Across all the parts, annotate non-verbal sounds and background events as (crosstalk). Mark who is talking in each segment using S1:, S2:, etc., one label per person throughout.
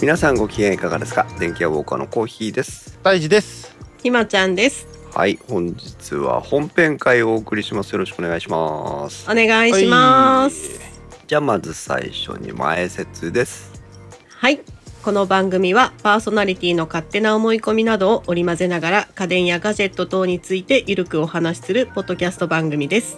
S1: 皆さんご機嫌いかがですか電気屋ウォーカーのコーヒーです
S2: 大事です。
S3: ひまちゃんです。
S1: はい本日は本編会をお送りしますよろしくお願いします
S3: お願いします。
S1: じゃあまず最初に前説です
S3: はい。この番組はパーソナリティの勝手な思い込みなどを織り交ぜながら家電やガジェット等についてゆるくお話しするポッドキャスト番組です。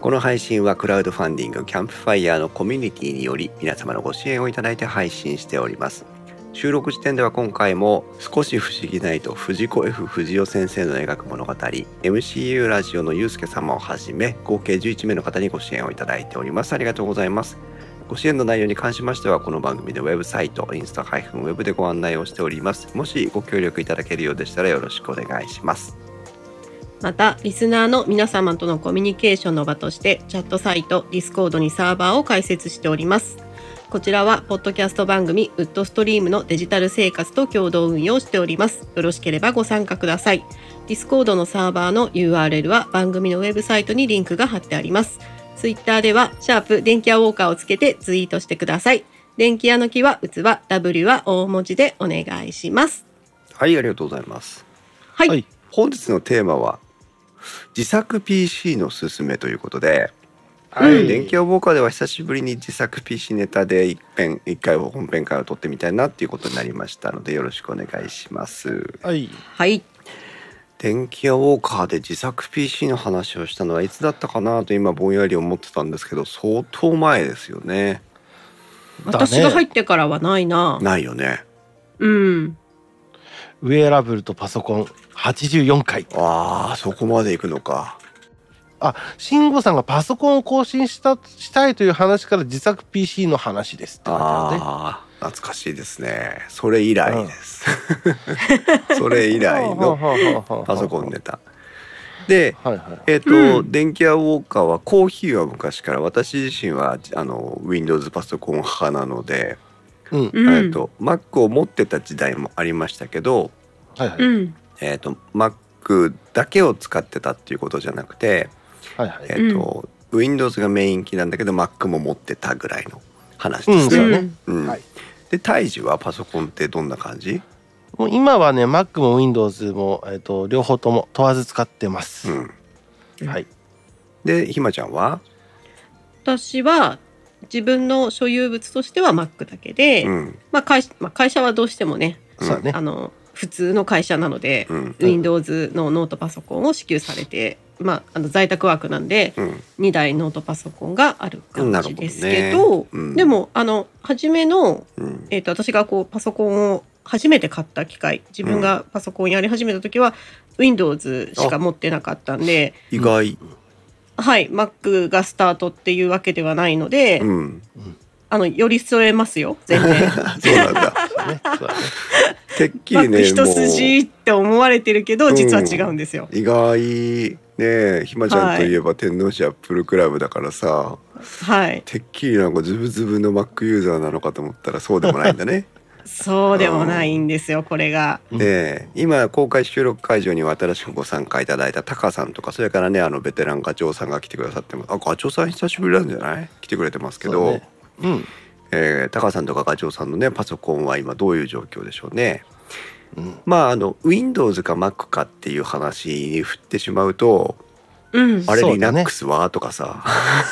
S1: この配信はクラウドファンディングキャンプファイヤーのコミュニティにより皆様のご支援をいただいて配信しております収録時点では今回も「少し不思議ない」と藤子 F 不二雄先生の描く物語 MCU ラジオのゆうすけ様をはじめ合計11名の方にご支援をいただいておりますありがとうございますご支援の内容に関しましてはこの番組でウェブサイトインスタ -web でご案内をしておりますもしご協力いただけるようでしたらよろしくお願いします
S3: また、リスナーの皆様とのコミュニケーションの場として、チャットサイト、ディスコードにサーバーを開設しております。こちらは、ポッドキャスト番組、ウッドストリームのデジタル生活と共同運用しております。よろしければご参加ください。ディスコードのサーバーの URL は番組のウェブサイトにリンクが貼ってあります。ツイッターでは、シャープ電気屋ウォーカーをつけてツイートしてください。電気屋の木は器、W は大文字でお願いします。
S1: はいありがとうございます
S3: はい。
S2: はい。
S1: 本日のテーマは自作 PC のすすめということで、
S2: はい
S1: 電気屋ウォーカーでは久しぶりに自作 PC ネタで一編一回本編会を撮ってみたいなっていうことになりましたのでよろしくお願いします
S2: はい。
S3: はい。
S1: 電気屋ウォーカーで自作 PC の話をしたのはいつだったかなと今ぼんやり思ってたんですけど相当前ですよね
S3: 私が入ってからはないな。
S1: ないよね
S3: うん。
S2: ウェアラブルとパソコン84回。
S1: あーそこまで行くのか
S2: あ、慎吾さんがパソコンを更新した、したいという話から自作 PC の話ですって書いてあるね。
S1: ああ懐かしいですねそれ以来です、それ以来の
S2: の
S1: パソコン。ネタ。で、
S2: はいはい。
S1: えっ、と、
S3: う
S1: 電気屋ウォーカーはコーヒーは昔から私自身はあの Windows パソコン派なので、
S2: うん。
S3: うん。
S1: えっと Mac を持ってた時代もありましたけど、
S2: はいはい。
S3: うん。
S1: えっ、と Mac だけを使ってたっていうことじゃなくて、
S2: はいはい
S1: えっ、と、Windows がメイン機なんだけど Mac も持ってたぐらいの話
S2: う
S1: で
S2: ん、
S1: す
S2: そ
S1: ね。
S2: う
S3: う
S2: だね
S3: ん。
S1: うん
S2: はい
S1: で、胎児はパソコンってどんな感じ？
S2: もう今はね、Mac も Windows も、えっと、両方とも問わず使ってます。
S1: うん。
S2: はい。
S1: で、ひまちゃんは、
S3: 私は自分の所有物としては Mac だけで、
S1: うん、
S3: まあ会社まあ、会社はどうしてもね
S2: そうだね
S3: あ。の普通の会社なので、
S1: うん、
S2: うん
S3: Windows のノートパソコンを支給されて、まあ、あの在宅ワークなんで
S1: うん、
S3: 2台ノートパソコンがある感じです
S1: な
S3: け
S1: るほ
S3: ど
S1: どねうん
S3: でもあの初めの、
S1: うん。
S3: えー、と私がこうパソコンを初めて買った機械自分がパソコンやり始めた時は、Windows しか持ってなかったんで、
S1: 意外。
S3: はい、Mac がスタートっていうわけではないので、
S1: うん。
S3: あの寄り添えますよ全然。
S1: そうなんだ。
S2: (laughs) そうだね。そうだね。
S1: てっき
S3: マ
S1: り
S3: ック
S1: ね、
S3: 一筋って思われてるけ
S1: う
S3: ど
S1: ん
S3: 実は違うんですよ。
S1: 意外。ねえ、ひまちゃんといえば天皇市アップルクラブだからさ、
S3: はい、
S1: てっきりなんかズブズブの Mac ユーザーなのかと思ったらそうでもないんだね。
S3: そうでもないんですよこれが。
S2: (laughs) うん
S1: で、今公開収録会場には新しくご参加いただいたタカさんとか、それからね、あのベテランガチョウさんが来てくださってます。あ、ガチョウさん久しぶりなんじゃない来てくれてますけ
S2: そう
S1: ど、
S2: だねうん。
S1: えータカさんとかガチョウさんのね、パソコンは今どういう状況でしょうね。
S2: うん。
S1: まあ、あの Windows か Mac かっていう話に振ってしまうと
S3: うん
S1: あれ
S2: そうだね
S1: Linux はとか
S2: (laughs)
S1: さ、は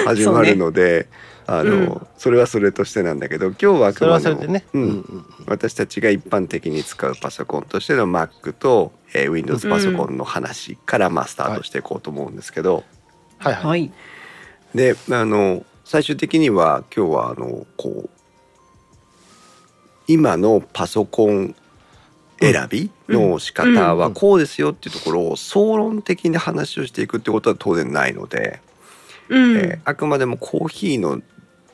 S1: い、始まるのでそ,、あの
S3: うん
S1: それはそれとしてなんだけど今日はあ
S2: そ
S1: く
S2: れ
S1: ま
S2: は
S1: で
S2: それ
S1: も
S2: でね。
S1: うん
S2: うん
S1: 私たちが一般的に使うパソコンとしての Mac と、えー Windows パソコンの話からまあスタートしていこうと思うんですけど、
S2: はいはい。
S3: はい、
S1: であの最終的には今日はあのこう今のパソコン選びの仕方はこうですよっていうところを総論的な話をしていくってことは当然ないので、
S3: うん
S1: えーあくまでもコーヒーの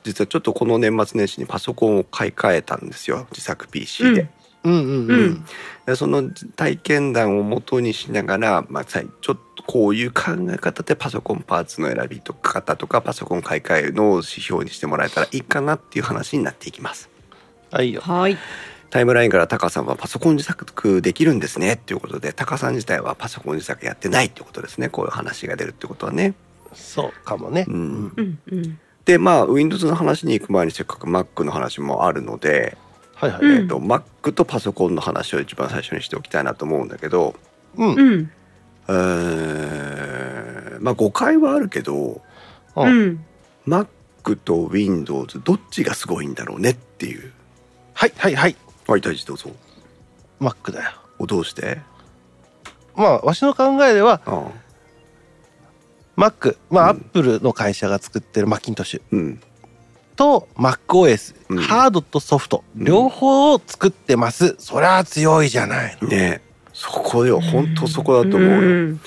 S1: 実はちょっとこの年末年始にパソコンを買い替えたんですよ自作 PC で,、
S2: うんうんう
S3: うんん。
S1: でその体験談を元にしながら、まあ、さいちょっとこういう考え方でパソコンパーツの選びとか方とかパソコン買い替えの指標にしてもらえたらいいかなっていう話になっていきます。
S2: はいよ。
S3: はい、
S1: タイムラインからタカさんはパソコン自作できるんですねっていうことでタカさん自体はパソコン自作やってないってことですねこういう話が出るってことはね。
S2: そうかもね。
S1: うん
S3: うんうん
S1: で、まあ、Windows の話に行く前にせっかく Mac の話もあるので、
S2: はいはい。
S3: うん
S1: えっと Mac とパソコンの話を一番最初にしておきたいなと思うんだけど、
S2: うん。うん。
S3: うん。
S1: えーまあ誤解はあるけど、
S3: う
S2: はい
S3: ん。
S1: Mac と Windows どっちがすごいんだろうねっていう。
S2: はいはい。
S1: はい、大地どうぞ。
S2: Mac だよ。
S1: おどうして
S2: まあ、わしの考えでは、
S1: ああ
S2: Mac、まあ、
S1: うん
S2: Apple の会社が作ってるマッキントッシュ
S1: うん。
S2: と MacOS、
S1: うん
S2: ハードとソフト、
S1: うん
S2: 両方を作ってます。そりゃ強いじゃないの。
S1: ねそこよ、本当そこだと思うよ。
S3: ん
S2: うん。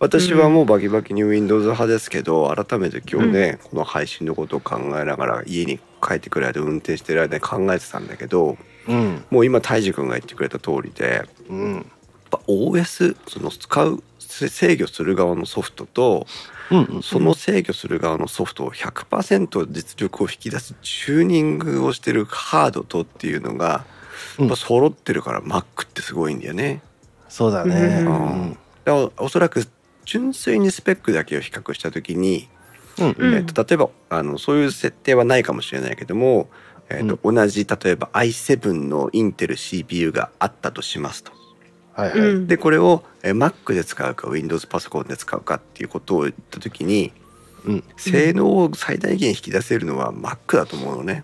S1: 私はもうバキバキに Windows 派ですけど改めて今日ね、この配信のことを考えながら家に帰ってくる間運転してる間に考えてたんだけど
S2: うん。
S1: もう今泰治君が言ってくれた通りでやっ
S2: うん。
S1: ぱ OS その使うせ制御する側のソフトと
S2: うん。
S1: その制御する側のソフトを100%実力を引き出すチューニングをしてるハードとっていうのが
S2: うん
S1: やっぱ揃ってるから Mac ってすごいんだよね。
S2: そうだね。
S3: う
S2: うんん。
S1: だからおそらく純粋にスペックだけを比較した時に
S2: うん。
S3: うん
S1: えっと例えばあのそういう設定はないかもしれないけども、えっと同じ例えば i7 のインテル CPU があったとしますと。
S2: はいはい。
S3: うん。
S1: でこれをえー Mac で使うか Windows パソコンで使うかっていうことを言った時に
S2: うん。
S1: 性能を最大限引き出せるのは Mac だと思うのね。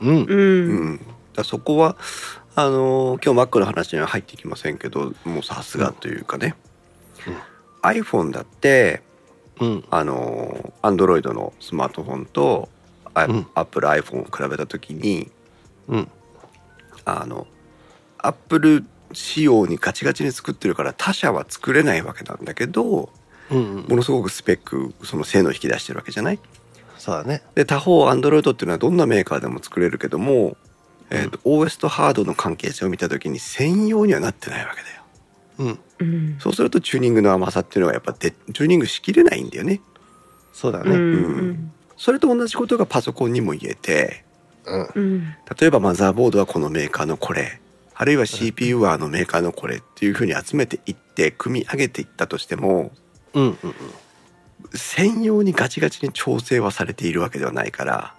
S2: うん。
S1: う
S3: うん。
S1: ん、だからそこはあのー今日 Mac の話には入ってきませんけどもうさすがというかね、
S2: うん
S1: iPhone だって
S2: うん。
S1: あの Android のスマートフォンと、あ
S2: うん
S1: Apple iPhone を比べた時に
S2: うん。
S1: あの Apple 仕様にガチガチに作ってるから他社は作れないわけなんだけど
S2: うん。
S1: ものすごくスペックその性能を引き出してるわけじゃない
S2: そうだね。
S1: で他方 Android っていうのはどんなメーカーでも作れるけども、えーと OS とハードの関係性を見た時に専用にはなってないわけだよ
S2: うん。
S3: うん。
S1: そうするとチューニングの甘さっていうのがやっぱでチューニングしきれないんだよね
S2: そうだ
S3: う
S2: ね。
S3: ん。
S1: それと同じことがパソコンにも言えて
S2: うん。
S3: うん。
S1: 例えばマザーボードはこのメーカーのこれあるいは CPU はあのメーカーのこれっていうふうに集めていって組み上げていったとしても
S2: うん。うん。
S1: 専用にガチガチに調整はされているわけではないから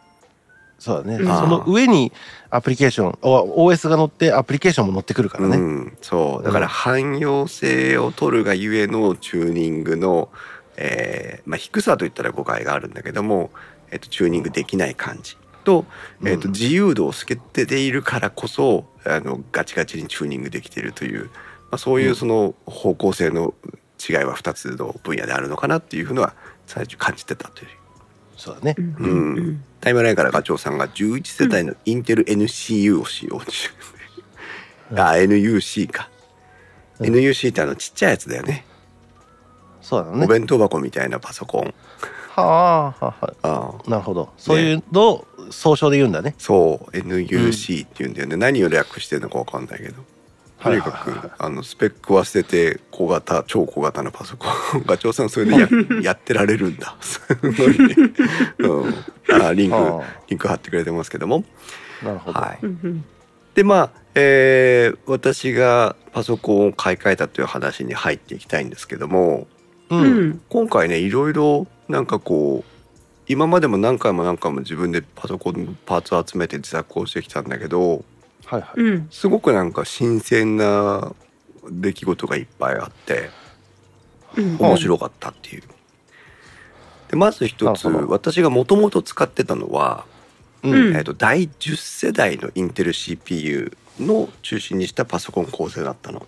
S2: そうだね。
S3: うん
S2: その上にアプリケーション、お OS が乗ってアプリケーションも乗ってくるから
S1: う
S2: ね。
S1: ん、そうだから汎用性を取るがゆえのチューニングの、えーまあ、低さといったら誤解があるんだけども、えっとチューニングできない感じと,、えっと
S2: うん
S1: 自由度を透けているからこそあのガチガチにチューニングできているという、まあ、そういううんその方向性の違いは2つの分野であるのかなっていうふうのは最初感じてたという。
S2: そうだね
S3: う。ん。
S1: タイムラインから課長さんが11世代のインテル NCU を使用中、
S2: うん
S1: あ NUC か、
S2: うん
S1: NUC ってあのちっちゃいやつだよね
S2: そうだ
S1: お
S2: ね。
S1: 弁当箱みたいなパソコン
S2: はあ、はあ、は
S1: ああ
S2: あ。なるほど。そういうのを総称で言うんだね。
S1: そう NUC っていうんだよね、何を略してるのか分かんないけどとにかく、
S2: はいはいはい
S1: あのスペックは捨てて小型超小型のパソコン (laughs) ガチョウさんそれ
S2: (laughs)
S1: でややってられるんだすごいね、うん、あリンク
S2: ああ
S1: リンク貼ってくれてますけども
S2: なるほど。
S1: はい
S3: うん。
S1: でまあ、えー私がパソコンを買い替えたという話に入っていきたいんですけども
S2: う。
S3: うんん。
S1: 今回ねいろいろなんかこう今までも何回も何回も自分でパソコンのパーツを集めて自作をしてきたんだけど
S2: はいはい。
S3: うん。
S1: すごくなんか新鮮な出来事がいっぱいあって面白かったっていう。でまず一つ
S2: なるほど
S1: 私がもともと使ってたのは、
S2: うん。
S1: えー、と第10世代のインテル CPU の中心にしたパソコン構成だったの。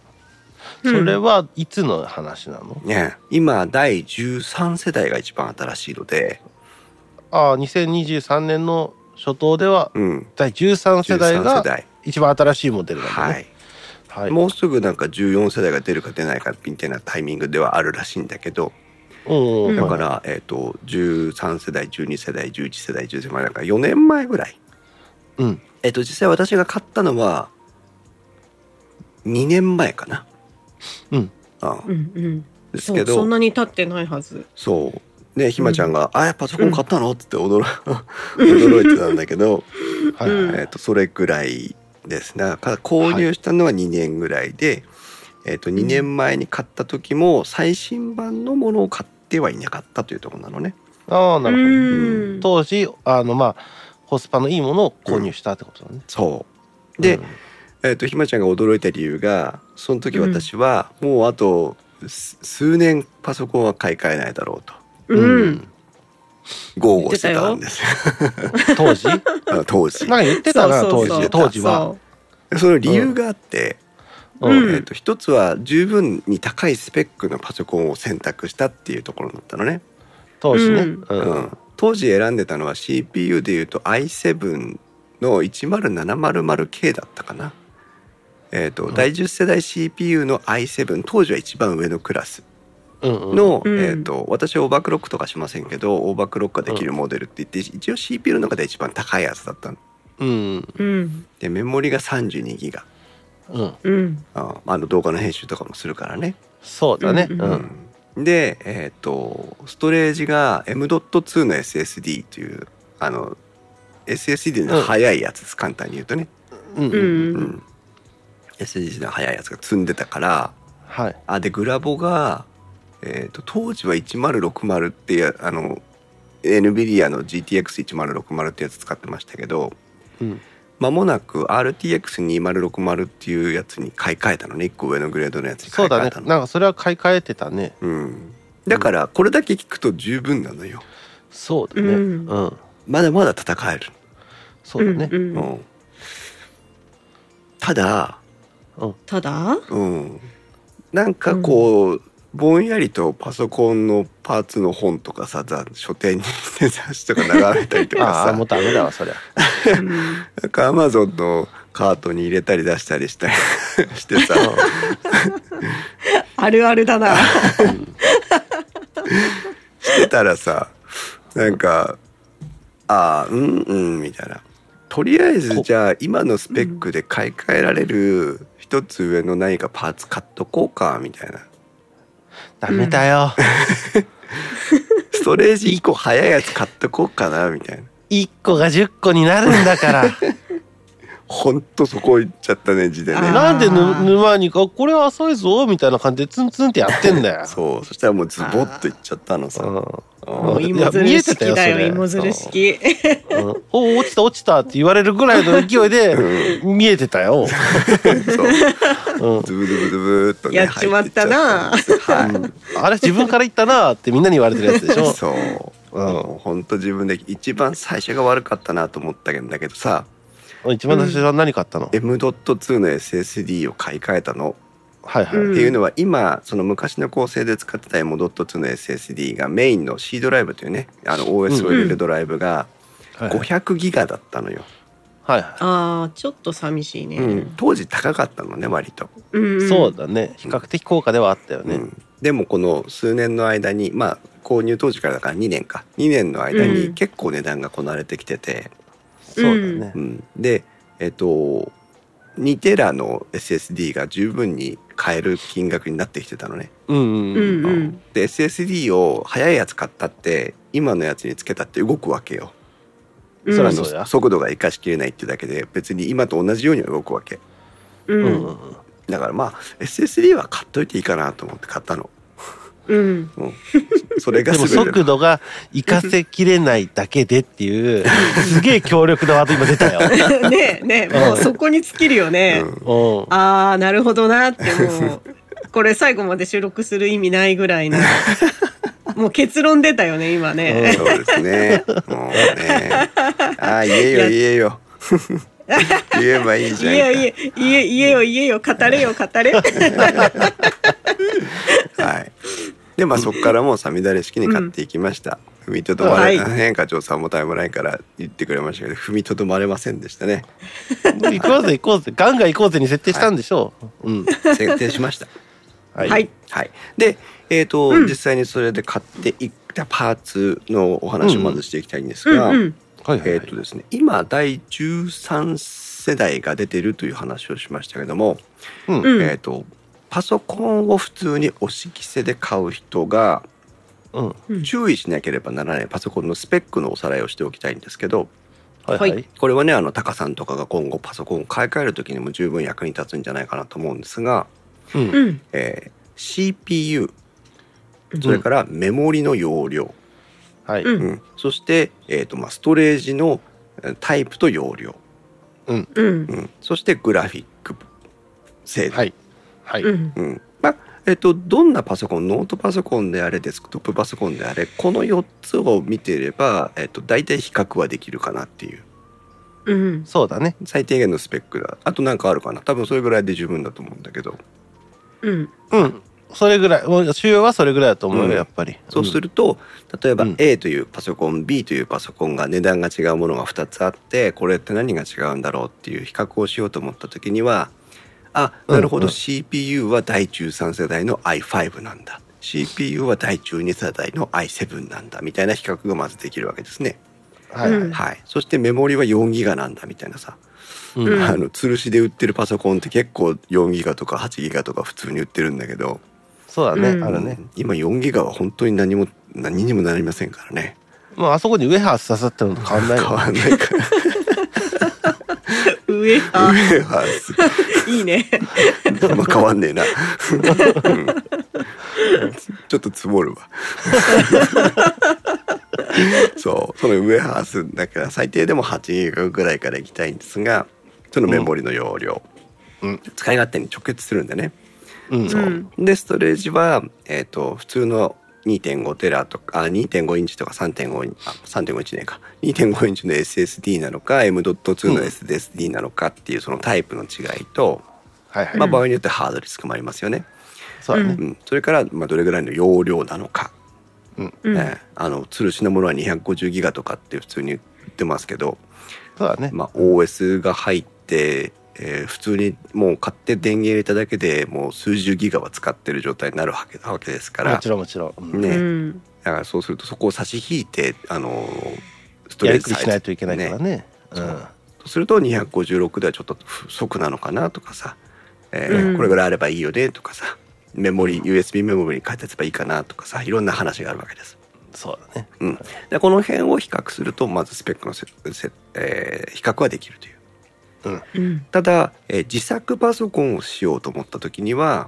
S2: それはいつの話なの
S1: ね、今第13世代が一番新しいので、
S2: ああ、2023年の初頭では、
S1: うん、
S2: 第13世代
S1: 13世
S2: が
S1: 代、
S2: 一番新しいモデルなんだ
S1: は
S2: ね。
S1: い、
S2: はい。
S1: もうすぐなんか14世代が出るか出ないかみたいなタイミングではあるらしいんだけど
S2: うんうん
S1: だから、えー、と13世代12世代11世代10世代だから4年前ぐらい、
S2: うん。
S1: えー、と実際私が買ったのは2年前かな、
S2: うん
S1: うん、
S3: うん。
S1: です
S3: そ
S1: け
S3: うそ
S1: ど
S3: んなに経ってないはず。
S1: そうねひまちゃんが「あパソコン買ったの?」っつって
S2: (laughs)
S1: 驚驚いてたんだけど。
S2: はい
S3: うん
S2: は
S1: え
S2: い
S1: ー、とそれぐらいですねか購入したのは2年ぐらいで、えー、と2年前に買った時も最新版のものを買ってはいなかったというところなのね
S2: ああな
S3: う
S2: るほど、
S3: ん。
S2: 当時あのまあコスパのいいものを購入したってことだね、
S1: そうで、
S2: うん
S1: えー、とひまちゃんが驚いた理由がその時私はもうあとす数年パソコンは買い替えないだろうと
S3: うん。
S1: 豪語してたんです
S2: 当
S3: (laughs)
S2: 時なん
S1: あの (laughs) 当時
S2: か言ってたな
S3: そうそうそう
S2: 当時当時は。
S3: そう
S1: その理由があって、
S3: う
S2: うん
S3: ん
S1: えー、と一つは十分に高いスペックのパソコンを選択したっていうところだったのね、
S2: 当時ね、
S3: うん
S2: うん
S1: うん当時選んでたのは CPU でいうと i7 の 10700K だったかな、えーと
S2: ん
S1: 第10世代 CPU の i7 当時は一番上のクラス
S2: うんうん
S1: の、
S3: うん
S1: えー、と私はオーバークロックとかしませんけどオーバークロックができるモデルって言って、一応 CPU の中で一番高いやつだったの
S2: うん
S3: うん。
S1: でメモリが32ギガ
S2: うん
S3: うん。
S1: ああの動画の編集とかもするからね、
S2: そうだね
S3: う
S2: うんん、
S3: うん
S1: で、えー、とストレージが M.2 の SSD というあの SSD の速いやつです、簡単に言うとね、
S2: うん
S3: う。
S2: うん
S1: うんん、SSD の速いやつが積んでたから
S2: はい
S1: あでグラボが、えー、と当時は1060っていうあの NVIDIA の GTX1060 ってやつ使ってましたけど
S2: うん
S1: 間もなく RTX2060 っていうやつに買い替えたのね1個上のグレードのやつに
S2: そ
S1: 買
S2: う
S1: い替
S2: だ
S1: え
S2: ね
S1: たの
S2: なんかそれは買い替えてたね
S1: うん、だからこれだけ聞くと十分なのよ
S2: そうだねう
S3: う
S2: んん、
S1: まだまだ戦える、
S2: そうだね
S3: う
S1: うん
S3: んうん
S1: ただ、
S3: ただ。
S1: うん、なんかこう、ぼんやりとパソコンのパーツの本とかさざ書店に雑誌とか眺めたりとか (laughs)
S2: ああもう
S1: さ
S2: ダメだわそりゃ
S3: うん
S1: なんかアマゾンのカートに入れたり出したりしたりしてさ
S3: あるある
S2: (laughs)
S3: だな。
S1: してたらさなんかああうんうんみたいなとりあえずじゃあ今のスペックで買い替えられる一つ上の何かパーツ買っとこうかみたいな
S2: ダメだよ、
S1: ストレージ1個早いやつ買っとこうかなみ
S3: (laughs)
S1: たいな
S2: 一1個が10個になるんだから
S1: ほんとそこ行っちゃったね字で
S3: あー
S1: ね
S2: なんでぬ沼にかこれは浅いぞみたいな感じでツンツンってやってんだよ
S1: そうそしたらもうズボッといっちゃったのさ
S2: う
S1: うん
S3: もう
S2: い
S3: 芋づる式だよ
S2: いや見えてたよそれ
S3: 芋づる式。
S2: んうんお落ちた落ちたって言われるぐらいの勢いで見えてたよ、
S1: そう
S2: うん、
S1: ズブズブズブっとね
S3: やっちまったな
S1: 入っていっちゃったんです
S2: あれ自分から言ったなってみんなに言われてるやつでし
S1: はい (laughs)
S2: ょ
S1: そう
S2: う
S1: 本当自分で一番最初が悪かったなと思ったんだけどさ
S2: ん、一番最初は何買ったの、
S1: M.2 の SSD を買い替えたの、
S2: はいはい、
S3: うん
S1: っていうのは今その昔の構成で使ってた M.2 の SSD がメインの C ドライブというねあの OS を入れるドライブが
S2: はいはい
S1: 500ギガだったのよ、
S2: はいは
S3: ああ、ちょっと寂しいね。
S1: うん、当時高かったのね割と、
S3: うんう
S2: い
S3: ん
S2: そうだね比較的高価ではあったよ
S1: う
S2: ね、
S1: ん、でもこの数年の間にまあ購入当時からだから2年か2年の間
S3: う
S1: に
S3: ん
S1: 結構値段がこなれてきてて、
S2: そうだね、
S1: うん、でえっと2テラの SSD が十分に買える金額になってきてたのね。
S2: うんうん
S3: う
S2: う
S3: ん
S2: ん
S3: うん。
S1: で SSD を速いやつ買ったって今のやつにつけたって動くわけよ。
S2: そり
S1: あ
S2: ゃ
S1: の
S2: そうや
S1: 速度が生かしきれないってだけで別に今と同じようには動くわけ。
S3: う
S2: うん
S3: ん
S2: うん
S1: だからまあ SSD は買っといていいかなと思って買ったの。
S3: うん。
S1: うん、
S2: (laughs)
S1: それが
S2: でも
S1: すごい
S2: 速度が活かせきれないだけでっていうすげえ強力なワード今出たよ。
S3: (laughs) ねえね
S2: (laughs)
S3: えもうそこに尽きるよね。
S2: うん、
S3: ああなるほどなってもうこれ最後まで収録する意味ないぐ
S2: (laughs)
S3: らいなもう結論出たよね今
S1: うん、
S3: ね、
S1: そうですね。もうね。ああ
S2: (laughs)
S1: 言えよ言えよ。言えばいいじゃんか。
S3: (laughs) いやいや言え言えよ言えよ語れよ語
S2: (laughs)
S3: れ
S1: はい。で、まあ、そこからもうさみだれ式に買っていきました。踏みとどまれ、
S3: はい
S1: 変化長さんもタイムラインから言ってくれましたけど、踏みとどまれませんでしたね。
S2: 行こうぜ行こうぜガンガン行こうぜに設定したんでしょう。うん
S1: 設定しました。
S2: はい
S3: はい
S1: (laughs) はい。で、えっ、と、実際にそれで買っていったパーツのお話をまずしていきたいんです
S3: うん
S1: が、
S3: うん
S2: はいはい
S1: えっ、とですね、今、第13世代が出てるという話をしましたけども、
S2: うん
S3: うん
S1: えっ、と、パソコンを普通におし着せで買う人が、
S2: うんは
S1: 注意しなければならないパソコンのスペックのおさらいをしておきたいんですけど
S2: いは
S3: はいい。
S1: これはねあのタカさんとかが今後パソコンを買い替える時にも十分役に立つんじゃないかなと思うんですが、
S2: うん
S3: うん
S1: えー CPU それからメモリの容量、
S2: はい。
S3: う
S2: うんん。
S1: うん、そして、えーとまあ、ストレージのえータイプと容量、
S3: うん
S1: うん、そしてグラフィック性能、
S2: はい。はい。
S3: うん
S1: うんまあえー、とどんなパソコンノートパソコンであれデスクトップパソコンであれこの4つを見ていれば、えー、と大体比較はできるかなっていう
S3: うん
S2: そうだね。
S1: 最低限のスペックだあとなんかあるかな多分それぐらいで十分だと思うんだけど
S3: うん
S2: うん。それぐらい。もう主要はそれぐらいだと思うよ、
S1: うん
S2: やっぱり。
S1: そうすると、例えば
S2: うん
S1: A というパソコン、B というパソコンが値段が違うものが2つあってこれって何が違うんだろうっていう比較をしようと思った時にはあなるほど、
S2: うんうん
S1: CPU は第13世代の i5 なんだ CPU は第12世代の i7 なんだみたいな比較がまずできるわけですね。
S2: うん。はい。
S3: うん
S1: はい、そしてメモリは4ギガなんだみたいなさ、
S2: うん
S3: うん
S1: あの吊るしで売ってるパソコンって結構4ギガとか8ギガとか普通に売ってるんだけど。
S2: そうだね、
S3: うん
S2: あるね。
S1: 今4ギガは本当に何も何にもなりませんからね
S2: もうあそこにウェハース刺さってるのと変わんない
S1: 変
S2: よ
S1: わんないから
S3: 上あ
S1: 上はす
S2: (laughs)
S3: いいね
S1: あんま変わんねえな、うんちょっと積もる
S2: (laughs)
S1: わそうそのウェハースだから最低でも8ギガぐらいからいきたいんですがそのメモリの容量、
S2: うん
S1: 使い勝手に直結するんでね
S2: うん。
S1: そううんでストレージは、えー、と普通の2.5テラとかあ2.5インチとか3.5インチあ3.5インチねえか2.5インチの SSD なのか M.2 の
S2: うん
S1: SSD なのかっていうそのタイプの違いと、
S2: はいはい。
S1: まあ、場合によってハードディスクもありますよね、
S2: そうだ
S1: う
S2: ね。
S1: ん、それから、まあ、どれぐらいの容量なのか、
S3: う
S1: え
S3: ん
S1: ーあの吊るしのものは250ギガとかって普通に売ってますけど、
S2: そうだね。
S1: まあ、OS が入って、えー普通にもう買って電源入れただけでもう数十ギガは使ってる状態になるわけなわけですか
S2: も
S1: ら
S2: ちろんもちろん。うん
S1: ね
S3: うん
S1: だからそうするとそこを差し引いてあのースト
S2: や
S1: レー
S2: りく
S1: ジサ
S2: り
S1: イ
S2: し
S1: ズ
S2: ないといけないからね。うん。
S1: とすると256ではちょっと不足なのかなとかさ、えー
S3: うん
S1: これぐらいあればいいよねとかさメモリ USB メモリに変えてやつばいいかなとかさいろんな話があるわけです。
S2: そうだね。
S1: うん、でこの辺を比較するとまずスペックのせ、せえー比較はできるという。
S3: うん
S1: ただ、えー自作パソコンをしようと思った時には、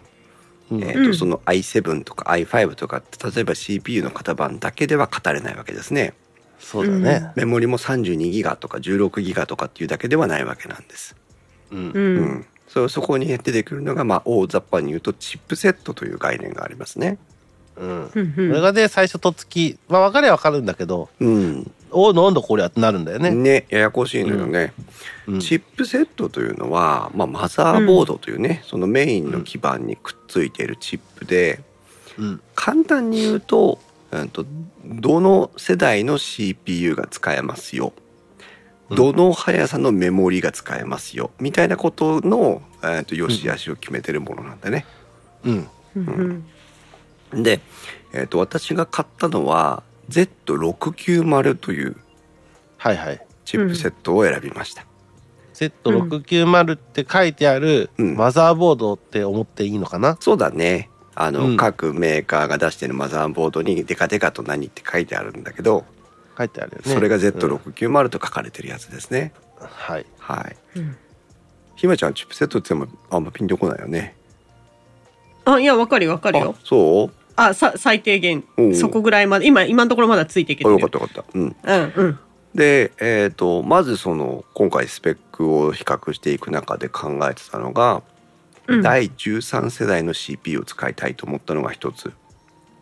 S2: うん
S1: えー
S3: う
S1: と
S3: ん
S1: その i7 とか i5 とかって例えば CPU の型番だけでは語れないわけですね。
S2: そうだね。
S1: メモリも32ギガとか16ギガとかっていうだけではないわけなんです。
S2: うん
S3: う。
S1: うんん、そそこに減ってできるのが、まあ、大雑把に言うとチップセットという概念がありますね。
S2: うん。
S3: う
S2: それ
S3: ん
S2: がね、最初とっつき、まあ分かりゃ分かるんだけど、
S1: うん、
S2: おなんだこりゃってなるんだよね。
S1: ねややこしいのよね、
S2: うん
S1: チップセットというのは、まあ、マザーボードというね、そのメインの基板にくっついているチップで
S2: うん。
S1: 簡単に言うと,、うん、とどの世代の CPU が使えますよどの速さのメモリが使えますよみたいなことの、えー、と良し悪しを決めてるものなんだね。
S2: うん。
S3: うん
S1: で、えー、と私が買ったのは Z690 という
S2: はいはい。
S1: チップセットを選びました。
S2: Z690 って書いてある
S1: うん
S2: マザーボードって思っていいのかな、
S1: そうだねあの、
S2: うん
S1: 各メーカーが出してるマザーボードにデカデカと何って書いてあるんだけど、
S2: 書いてあるよね。
S1: それが
S2: うん
S1: Z690 と書かれてるやつですね。
S2: はい。
S1: はい。
S3: うん
S1: ひまちゃんチップセットって言ってもあんまピンとこないよね。
S3: あいやわかるよわかるよ
S1: あそう
S3: あさ最低限
S1: おう
S3: そこぐらいまで今今のところまだついていけて
S1: あ
S3: る
S1: よかったよかった。うん。
S3: うんうん
S1: で、えー、とまずその今回スペックを比較していく中で考えてたのが、
S3: うん
S1: 第13世代の CPU を使いたいと思ったのが一つ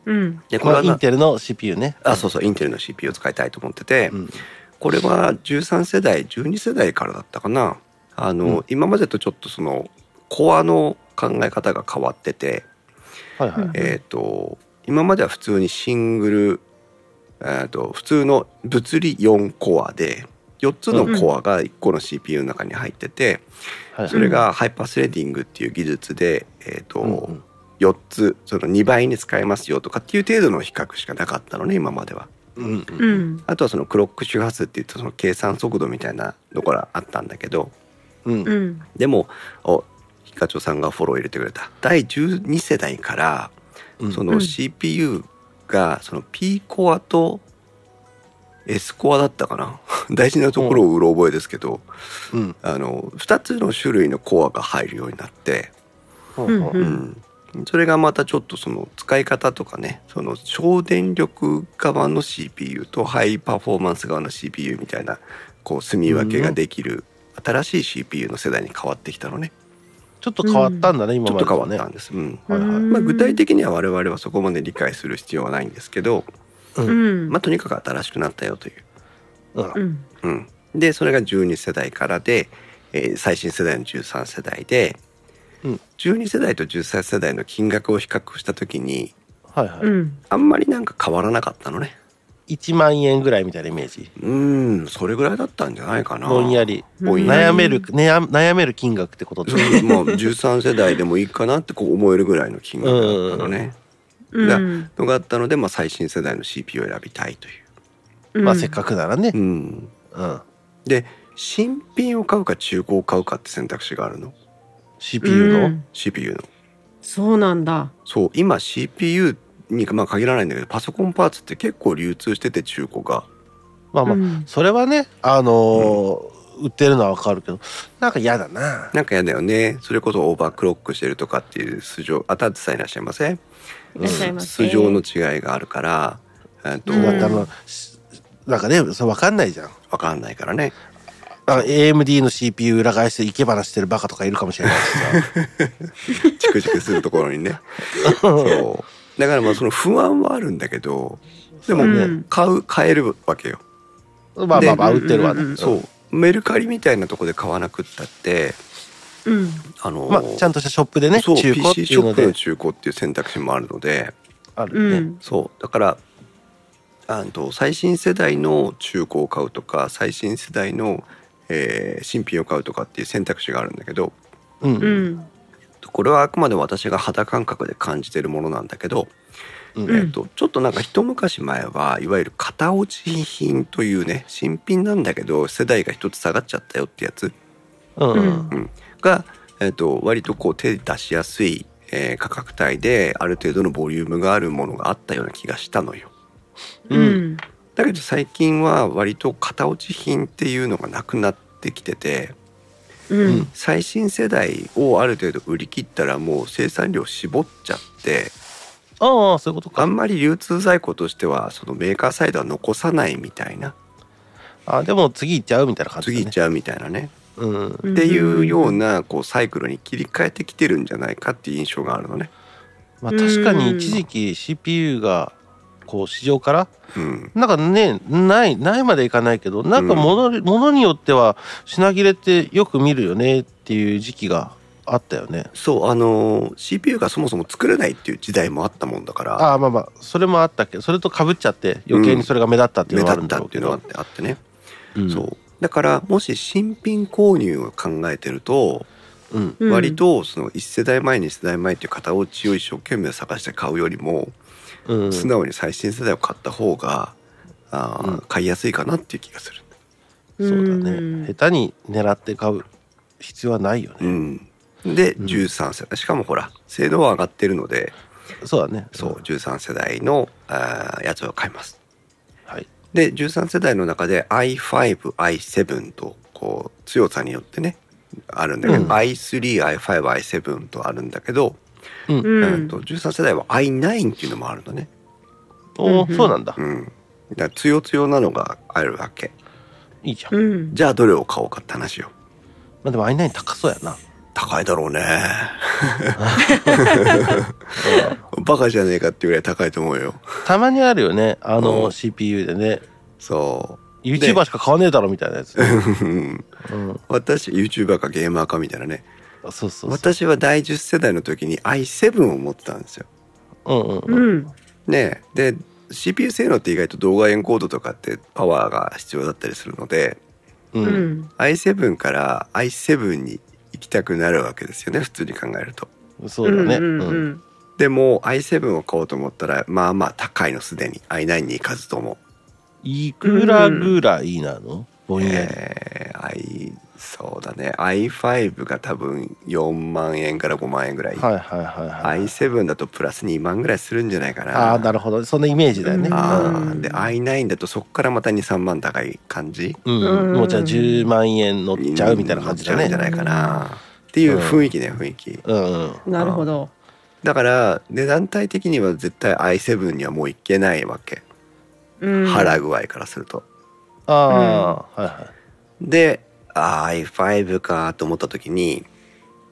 S3: うん
S1: でこれ
S2: これ
S1: は
S2: はイン
S1: な
S2: テルの CPU ね。
S1: あそうそうインテルの CPU を使いたいと思ってて、
S2: うん。
S1: これは13世代12世代からだったかなあの、
S2: うん
S1: 今までとちょっとそのコアの考え方が変わってて、
S2: はいはい。
S1: えー、と今までは普通にシングル、えー、と普通の物理4コアで4つのコアが1個の CPU の中に入ってて、
S2: はい
S1: それがハイパースレディングっていう技術で、えーと
S2: うんうん
S1: 4つその2倍に使えますよとかっていう程度の比較しかなかったのね今までは。
S2: うん
S3: う。ん
S1: あとはそのクロック周波数っていってその計算速度みたいなところはあったんだけど
S2: うん
S3: う。ん
S1: でもおヒカチョウさんがフォロー入れてくれた第12世代から
S2: うん
S1: そ
S3: うん
S1: の CPU がその P コアと S コアだったかな (laughs) 大事なところをうろ覚えですけど、
S2: うん。
S1: あの2つの種類のコアが入るようになって、
S2: うん
S3: うん
S1: うんそれがまたちょっとその使い方とかねその省電力側の CPU とハイパフォーマンス側の CPU みたいなこう住み分けができる新しい CPU の世代に変わってきたのね
S2: ちょっと変わったんだね、今
S1: ちょ
S2: ま
S1: っ
S2: で
S1: と変
S2: と
S1: わ
S2: ね
S1: ったんです。うん
S2: はいはい
S1: まあ、具体的には我々はそこまで理解する必要はないんですけど、
S3: うん
S1: まあ、とにかく新しくなったよという。
S2: うん
S3: うん
S1: うん、でそれが12世代からで、えー最新世代の13世代で、
S2: うん
S1: 12世代と13世代の金額を比較した時に
S2: はいはい、
S3: うん
S1: あんまりなんか変わらなかったのね。
S2: 1万円ぐらいみたいなイメージ
S1: うんそれぐらいだったんじゃないかな。
S2: ぼんやり
S1: ぼんやり
S2: 悩める、ね、悩める金額ってことで
S1: そうまあ13世代でもいいかなってこう思えるぐらいの金額だったのね。
S3: うん
S1: だのがあったので、まあ、最新世代の CPU を選びたいとい
S2: (laughs) まあせっか
S3: く
S2: くならね
S1: う。うん
S2: うん
S1: で新品を買うか中古を買うかって選択肢があるの
S2: CPU
S3: う
S2: の
S3: ん
S1: CPU の
S3: そうなんだ
S1: そう今 CPU にまあ限らないんだけどパソコンパーツって結構流通してて中古が
S2: まあまあ
S3: うん
S2: それはねあのー売ってるのはわかるけどなんか嫌だな
S1: なんか嫌だよねそれこそオーバークロックしてるとかっていう素性あたってさんいらっしゃいません
S3: いらっしゃいませ
S1: 素性の違いがあるからえっと、
S3: うん
S2: なんかあのしなんかねそれわかんないじゃん
S1: わかんないからね
S2: あ AMD の CPU 裏返して生け花してるバカとかいるかもしれないし
S3: (laughs)
S2: さ
S1: チクチクするところに
S2: (laughs)
S1: ねそうだからまあその不安はあるんだけどでも
S3: う
S2: ね
S3: ん
S1: 買う買えるわけよ
S2: まあまあまあ
S1: で
S2: 売ってるわね、
S3: うんうんうん
S1: そうメルカリみたいなとこで買わなくったって
S3: うん
S1: あの
S2: まあちゃんとしたショップでね
S1: そう
S2: 中古って
S1: PC
S2: い
S1: ショ
S2: うの
S1: ップ
S2: で
S1: の中古っていう選択肢もあるので
S2: あ
S3: う
S2: るね、
S3: ん
S1: そうだからあの最新世代の中古を買うとか最新世代の、えー新品を買うとかっていう選択肢があるんだけど
S2: うん
S3: う
S2: うん
S3: ん
S1: これはあくまで私が肌感覚で感じてるものなんだけど、
S2: うん
S1: えっと、ちょっとなんか一昔前はいわゆる型落ち品というね新品なんだけど世代が一つ下がっちゃったよってやつ
S2: うん
S1: が、えっと、割とこう手出しやすい、えー価格帯である程度のボリュームがあるものがあったような気がしたのよ。
S3: うんうん
S1: だけど最近は割と型落ち品っていうのがなくなってきてて
S3: うん
S1: 最新世代をある程度売り切ったらもう生産量絞っちゃって
S2: ああそういうこと
S1: あ
S2: か
S1: んまり流通在庫としてはそのメーカーサイドは残さないみたいな
S2: あでも次行っちゃうみたいな感じだ
S1: 次
S2: ね
S1: いっちゃうみたいなね
S2: うん
S3: ん
S1: っていうようなこうサイクルに切り替えてきてるんじゃないかっていう印象があるのね。
S2: まあ、
S3: うん
S2: 確かに一時期 CPU がこう市場から
S1: うん、
S2: なんかねないないまでいかないけどなんかもの,、ものによっては品切れってよく見るよねっていう時期があったよね
S1: そうあの CPU がそもそも作れないっていう時代もあったもんだから
S2: ああまあまあそれもあったけどそれとかぶっちゃって余計にそれが目立ったってい
S1: 目
S2: うのは
S1: 立
S2: あ
S1: っ
S2: るんだ
S1: た
S2: ろ
S1: っ
S2: う
S1: てい
S2: け
S1: うの
S2: ど
S1: があってね。
S2: うん
S1: そうだからもし新品購入を考えてると
S2: うん
S3: うん
S1: 割とその1世代前2世代前っていう型落ちを一生懸命探して買うよりも
S2: うん
S1: 素直に最新世代を買った方があー
S2: うん
S1: 買いやすいかなっていう気がする。
S2: そうだ
S3: うん
S2: ね下手に狙って買う必要はないよね、
S1: うん、で
S2: うん
S1: 13世代しかもほら性能は上がってるので
S2: そうだね
S1: そう13世代のあーやつを買います。
S2: はい
S1: で13世代の中で i5i7 とこう強さによってねあるんだけど、
S2: うん
S1: i3i5i7 とあるんだけど、
S2: うん
S1: え
S3: う
S1: ー
S3: ん
S1: と13世代は i9 っていうのもあるのね、
S2: おお
S3: うんうん
S2: そうなんだ
S1: うん、だから強強なのがあるわけ
S2: いいじゃん、
S3: う
S2: ま
S3: ん
S1: じゃあどれを買おうかって話よ
S2: あ、でも i9 高そうやな
S1: 高いだろうね (laughs) バカじゃねえかっていうぐらい高いと思うよ
S2: たまにあるよねあ
S1: う
S2: の
S1: ん
S2: CPU でね
S1: そ
S2: YouTuber しか買わねえだろみたいなやつ、
S1: ううん
S2: うん、
S1: 私 YouTuber かゲーマーかみたいなね
S2: そうそうそう、
S1: 私は第10世代の時に i7 を持ってたんですよ
S2: うんうんうん
S3: うん
S1: ねえで CPU 性能って意外と動画エンコードとかってパワーが必要だったりするので
S2: うん
S3: う
S2: うん
S3: ん
S1: i7 から i7 に行きたくなるわけですよね普通に考えると
S2: そうだね、
S3: うんうん
S2: う
S3: うんん
S1: でも i7 を買おうと思ったらまあまあ高いのすでに i9 に行かずとも、
S2: いくらぐらいなのぼんやり、
S1: えー i そうだね i5 が多分4万円から5万円ぐらい、
S2: はいはいはいはい
S1: i7 だとプラス2万ぐらいするんじゃないかな
S2: ああなるほどそのイメージだよね、
S1: あ
S3: う
S1: ー
S3: ん
S1: で i9 だとそこからまた23万高い感じ
S2: うん
S3: うん
S2: もうじゃあ10万円乗っちゃうみたいな感じだ
S1: 乗っちゃうんじゃ
S2: ね
S1: ないかなっていう雰囲気ね雰囲気
S2: うんうん
S3: なるほど
S1: だから値段帯的には絶対 i7 にはもういけないわけ、
S3: うん、
S1: 腹具合からすると。
S2: ああ、はいはい。
S1: であー i5 かと思った時に、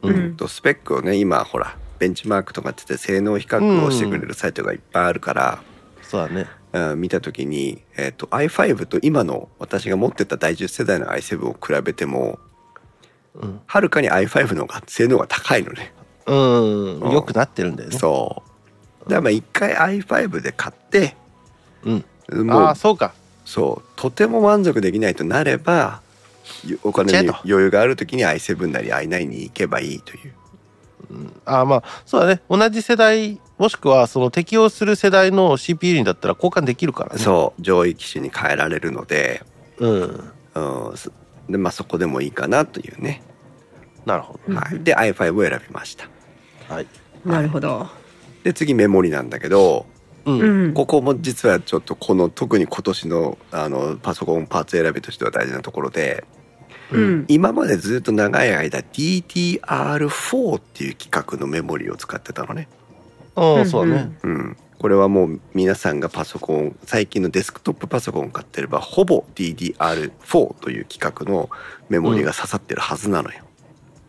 S3: う
S2: うん
S1: とスペックをね今ほらベンチマークとかって言って性能比較をしてくれるサイトがいっぱいあるから、
S2: そうだね。
S1: うん見た時に、えー、と i5 と今の私が持ってた第10世代の i7 を比べても
S2: うん。
S1: はるかに i5 の方が性能が高いのね。
S2: うん。良くなってるんだよね。
S1: そう。だからまあ一回 i5 で買って、
S2: うん。あ
S1: も
S2: あ、
S1: う
S2: そうか。
S1: そうとても満足できないとなればゆお金に
S2: ちょっと
S1: 余裕がある時に i7 なり i9 に行けばいいという。
S2: うんああ、まあ、そうだね。同じ世代、もしくはその適用する世代の CPU にだったら交換できるからね。
S1: そう上位機種に変えられるので,、
S2: う。うん。
S1: うんそでまあ、そこでもいいかなというね、
S2: なるほ
S3: うん
S1: はい、で i5 を選びました
S2: ど。はい。
S3: なるほど。
S1: で次メモリなんだけど
S2: うん。
S3: うん。
S1: ここも実はちょっとこの特に今年のあのパソコンパーツ選びとしては大事なところで
S3: うん。
S1: 今までずっと長い間 DDR4 っていう規格のメモリを使ってたのね、
S2: うん、
S3: うん
S2: そうだね。
S1: うん、これはもう皆さんがパソコン最近のデスクトップパソコンを買ってればほぼ DDR4 という規格のメモリが刺さってるはずなのよ、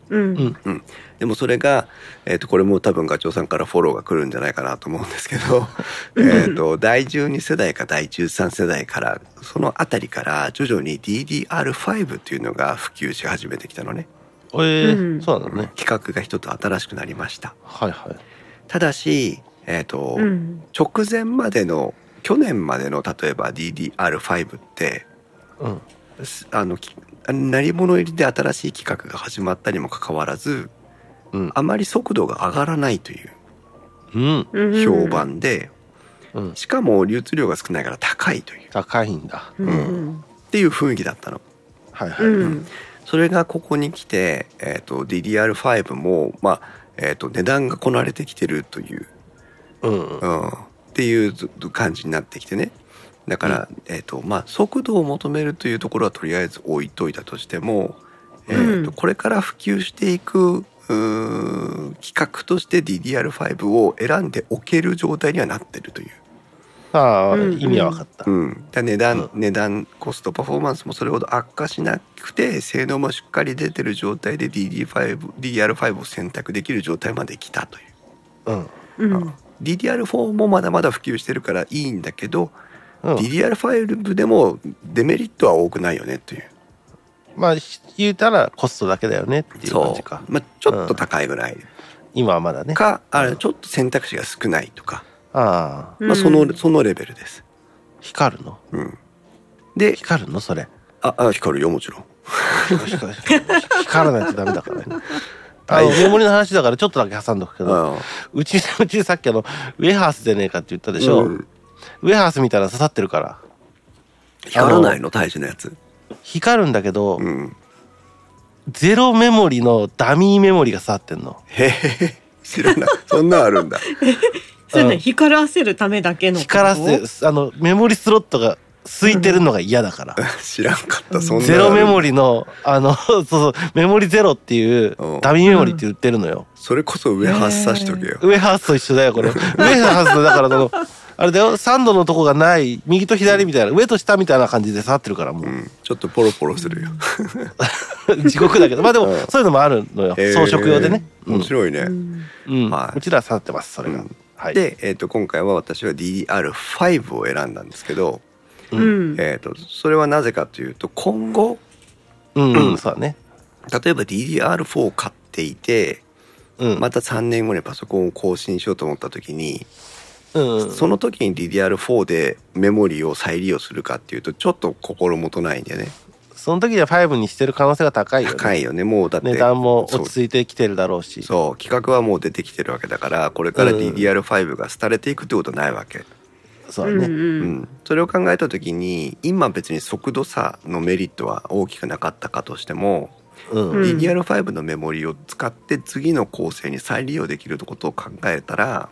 S3: うん。
S2: うん
S1: でもそれが、えー、とこれも多分ガチョウさんからフォローが来るんじゃないかなと思うんですけど (laughs) えーと第12世代か第13世代からそのあたりから徐々に DDR5 っていうのが普及し始めてきたのね
S2: えー
S3: うん
S2: そうなんだね。
S1: 規格が一つ新しくなりました
S2: はいはい。
S1: ただし、えーと
S3: うん。
S1: 直前までの去年までの例えば DDR5 って
S2: うん。
S1: すあのき鳴り物入りで新しい規格が始まったにもかかわらず
S2: うん。
S1: あまり速度が上がらないという
S2: うん。
S3: うん
S1: 評。判で、
S2: うん。
S1: しかも流通量が少ないから高いという
S2: 高いんだ。
S3: うんうん。
S1: っていう雰囲気だったの
S2: はいはい。
S3: うん。
S1: それがここに来て、えー、と DDR5 も、まあえー、と値段がこなれてきてるという、
S2: うん
S1: う。ん、っていうず感じになってきてねだから、えーとまあ、速度を求めるというところはとりあえず置いといたとしても、えーと
S3: うん
S1: これから普及していくうーん企画として DDR5 を選んでおける状態にはなってるという。
S2: ああ、
S3: うん
S2: 意味は分かった。
S1: うん、だ値段、
S2: う
S1: 値段コストパフォーマンスもそれほど悪化しなくて性能もしっかり出てる状態で DDR5 を選択できる状態まで来たという
S2: うん。
S3: うん。
S1: DDR4 もまだまだ普及してるからいいんだけど、
S2: うん。
S1: DDR5 でもデメリットは多くないよねという
S2: まあ、ひ言うたらコストだけだよねっていう感じか。
S1: まあ、ちょっと高いぐらい、
S2: 今はまだね。
S1: かあれちょっと選択肢が少ないとか、
S2: ああ、
S1: まあ、そ
S3: うん
S1: のそのレベルです。
S2: 光るの
S1: うん、で
S2: 光るのそれ。
S1: ああ光るよもちろん。
S2: 光 (laughs) 光らないとダメだからね。あのメモリの話だからちょっとだけ挟んどくけど、
S1: あ
S2: うち、うちさっきあの、ウェハースじゃねえかって言ったでしょ。
S1: うん
S2: ウェハースみたいなの刺さってるから。
S1: 光らないの大事なやつ。
S2: 光るんだけど、
S1: うん
S2: ゼロメモリのダミーメモリが刺さってんの。
S1: へえ知ら
S2: (laughs)
S1: ないそんなんあるんだ (laughs)
S3: それ
S2: う
S3: ね、
S2: ん
S3: 光らせるためだけのこと。
S2: 光らせ、あの、メモリスロットが空いてるのが嫌だから。
S1: 知らんかったそんなん
S2: ゼロメモ
S1: リ
S2: リの、あの、 (laughs) そうそう、メモリゼロっていう
S1: うん、
S2: ダミーメモリって売ってるのよ。
S1: それこそ上発さしと
S2: (laughs)
S1: けよ、
S2: ウェハースと一緒だよ、こ
S1: (laughs)
S2: れ。ウェハースのだから、その、あれだよ、サンドのとこがない、右と左みたいな、上と下みたいな感じで触ってるから、も
S1: う (laughs)
S2: う、
S1: ん、ちょっとポロポロするよ
S2: 地獄だけど。まあでも
S1: うん、
S2: そういうのもあるのよ
S1: へえ。
S2: 装飾用でね。うん
S1: 面白いね、
S3: うん。
S2: うん。
S1: はいう
S2: ちらは触ってます、それ
S1: う
S2: が
S1: ん。
S2: はい。
S1: で、えー、と今回は私は DDR5 を選んだんですけど、
S3: う
S1: え
S3: ん。
S1: ー、とそれはなぜかというと今後
S2: う
S1: う
S2: ん、うんん、そうだね。
S1: 例えば DDR4 を買っていて
S2: うん。
S1: また3年後にパソコンを更新しようと思った時に、
S2: うん。
S1: その時に DDR4 でメモリを再利用するかっていうとちょっと心もとないんだよね
S2: その時には5にしてる可能性が高いよね。
S1: 高いよねもうだって
S2: 値段も落ち着いてきてるだろうし。
S1: そう企画はもう出てきてるわけだからこれから
S2: うん
S1: DDR5 が廃れていくってことはないわけ、
S2: そううだね。
S1: うん
S3: ん。
S1: それを考えた時に今別に速度差のメリットは大きくなかったかとしても、
S2: うん。
S3: ん
S1: DDR5 のメモリを使って次の構成に再利用できることを考えたら、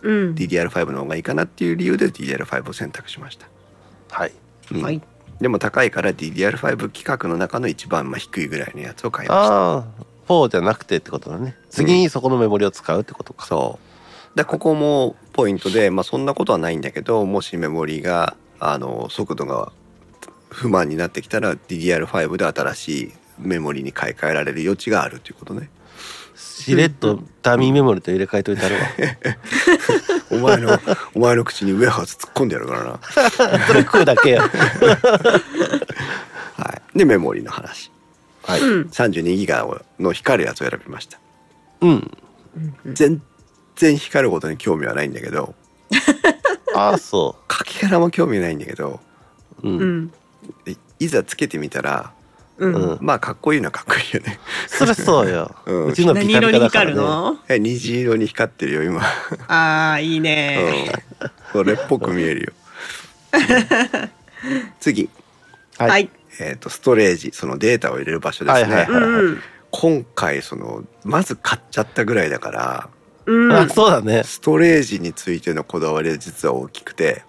S3: うん。
S1: DDR5 の方がいいかなっていう理由で DDR5 を選択しました、
S2: はい。
S1: うん
S3: はい。
S1: でも高いから DDR5 規格の中の一番まあ低いぐらいのやつを買いました
S2: ああ、4じゃなくてってことだね。次にそこのメモリを使うってことか。
S1: そでここもポイントで、まあ、そんなことはないんだけどもしメモリがあの速度が不満になってきたら DDR5 で新しいメモリに買い替えられる余地があるということ
S2: (laughs)
S1: ね。
S2: しれっとダミーメモリと入れ替えといたるわ。
S1: お前のお前の口にウェアハウス突っ込んでやるからな。
S2: それ食うだけよ。
S1: はい、でメモリの話。はい、
S3: うん
S1: 32ギガの光るやつを選びました。
S2: うん。
S1: 全然光ることに興味はないんだけど
S2: ああ、そ
S1: 書き方も興味ないんだけど
S2: う。うん。
S3: うん
S1: いいざつけてみたら
S3: うん
S2: うん
S1: まあかっこいいのはかっこいいよね。
S2: そりゃそうよ。
S1: うん
S2: うちのピ
S3: 何
S2: カ
S3: 色
S2: ピカ
S3: に
S2: だから、
S3: 光
S2: ね。
S3: るの
S1: え虹色に光ってるよ今。
S3: ああいいね
S1: うんそれっぽく見えるよ。
S2: (laughs)
S1: 次、
S2: はい。
S3: はい
S1: えー、とストレージそのデータを入れる場所ですね、
S2: はいはいは
S3: う
S2: い
S3: ん
S1: 今回そのまず買っちゃったぐらいだから
S3: うん
S2: あそうだね。
S1: ストレージについてのこだわりは実は大きくて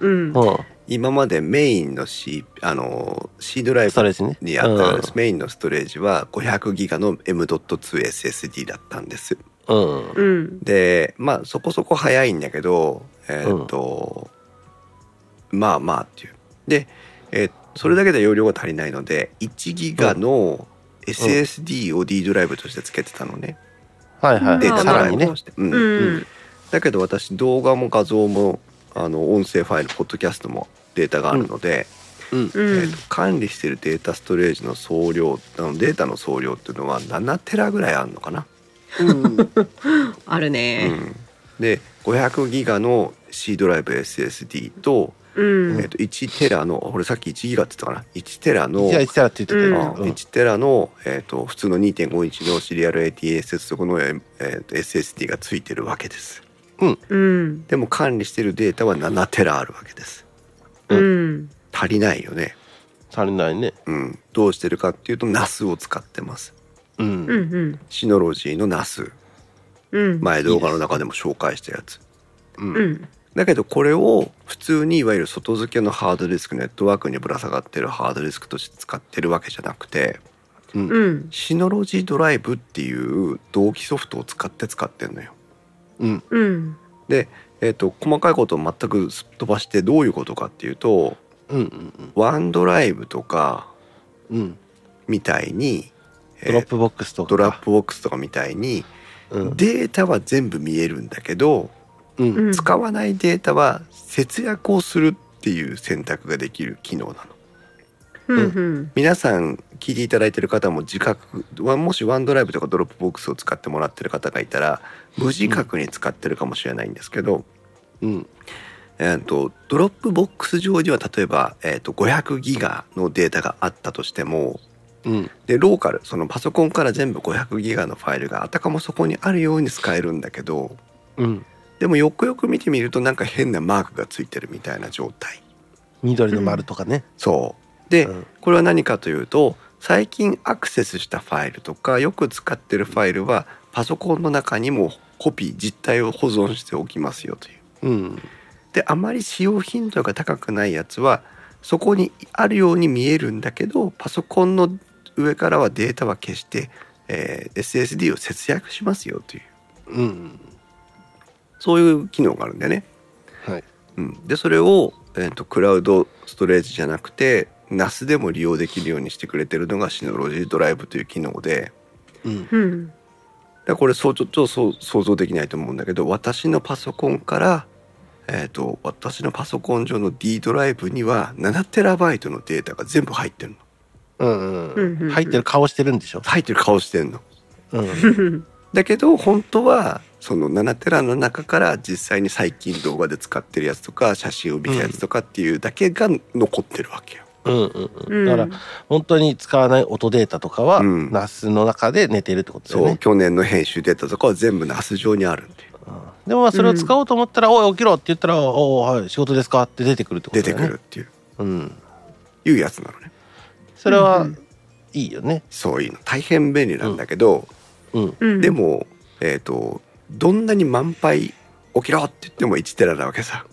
S3: うん
S2: うん。
S1: 今までメインの C, あの C ドライ
S2: ストレ
S1: ブ
S2: ージね。
S1: にあった
S2: うん
S1: メインのストレージは500ギガの M.2SSD だったんです。
S2: うん。
S3: うん
S1: でまあそこそこ早いんだけどえーっ、と、まあまあっていうで、えーそれだけで容量が足りないので1ギガの SSD を D ドライブとしてつけてたのね、
S2: はいはい。
S1: デ
S3: う
S1: ー
S3: ん
S1: タ
S2: さ
S1: ドラ
S2: ら
S1: イ
S2: に
S1: ブ
S2: ね
S1: と。して、うん
S3: うん
S1: だけど私動画も画像もあの音声ファイルポッドキャストもデータがあるので、
S2: うん。
S1: え
S3: うん
S1: ーと管理してるデータストレージの総量あのデータの総量っていうのは7テラぐらいあるのかな
S2: うん。
S3: ある
S1: う
S3: ね
S1: ん、で500ギガの C ドライブ SSD と,、
S3: うん
S1: えっと1テラの俺さっき1ギガって言ったかな1テラの
S2: じゃあ、いつらって言ってたよ
S1: あ。1テラの、えっと普通の2.5インチのシリアル ATA 接続の、えーえっと SSD がついてるわけです
S3: うん
S1: でも管理してるデータは7テラあるわけです
S3: うん
S1: 足りないよね、
S2: 足りないね。
S1: うん、どうしてるかっていうと NAS を使ってます
S2: う。
S3: うんん
S1: シノロジーの NAS
S3: うん
S1: 前動画の中でも紹介したやつ
S2: うん。
S3: うん
S1: だけどこれを普通にいわゆる外付けのハードディスクネットワークにぶら下がってるハードディスクとして使ってるわけじゃなくて
S3: うん
S1: シノロジードライブっていう同期ソフトを使って使ってんのよ。
S2: うん。
S3: うん
S1: えっと細かいことを全くすっ飛ばしてどういうことかっていうと
S2: うん。うん。
S1: ワンドライブとか
S2: うん。
S1: みたいに、えー
S2: ドロップボックスとか。
S1: ドラップボックスとかみたいに
S2: うん。
S1: データは全部見えるんだけど
S2: うん。
S3: うん
S1: 使わないデータは節約をするっていう選択ができる機能なの。
S3: うん
S1: 皆さん聞いていただいてる方も自覚はもしワンドライブとかドロップボックスを使ってもらってる方がいたら無自覚に使ってるかもしれないんですけど、
S2: うん。
S1: えー、とドロップボックス上には例えば、えー、と500ギガのデータがあったとしても
S2: うん。
S1: でローカルそのパソコンから全部500ギガのファイルがあたかもそこにあるように使えるんだけど
S2: うん。
S1: でもよくよく見てみるとなんか変なマークがついてるみたいな状態。
S2: 緑の丸とかね。
S1: そうで、
S2: うん
S1: これは何かというと最近アクセスしたファイルとかよく使ってるファイルはパソコンの中にもコピー実体を保存しておきますよという。
S2: うん。
S1: であまり使用頻度が高くないやつはそこにあるように見えるんだけどパソコンの上からはデータは消して、えー SSD を節約しますよという
S2: うん。
S1: そういう機能があるんだよね。
S2: はい。
S1: うん、でそれを、えー、とクラウドストレージじゃなくて NAS でも利用できるようにしてくれてるのがシノロジードライブという機能で
S2: うん。
S3: うん
S1: でこれそうちょっとそう想像できないと思うんだけど私のパソコンから、えー、と私のパソコン上の D ドライブには 7TB のデータが全部入ってるの
S2: うん。
S3: う
S2: うんん。入ってる顔してるんでしょ。
S1: 入ってる顔してんの。
S2: うん。
S1: だけど本当はその7テラの中から実際に最近動画で使ってるやつとか写真を見たやつとかっていうだけが残ってるわけよ。
S2: うんうんうん、だから本当に使わない音データとかは、
S1: うん
S2: ナスの中で寝てるってことだ
S1: そう、
S2: よね。
S1: 去年の編集データとかは全部 NAS 上にあるんで
S2: うんでもまあそれを使おうと思ったら「おい起きろ」って言ったら「おおはい仕事ですか?」って出てくるってこと
S1: 出
S2: だ
S1: てく
S2: よね。
S1: るっていう、
S2: うん、
S1: いうやつなのね
S2: それは
S3: うん
S2: いいよね。
S1: そういうの大変便利なんだけど、
S2: うん
S3: うん
S1: でもえっ、とどんなに満杯起きろって言っても1テラなわけさ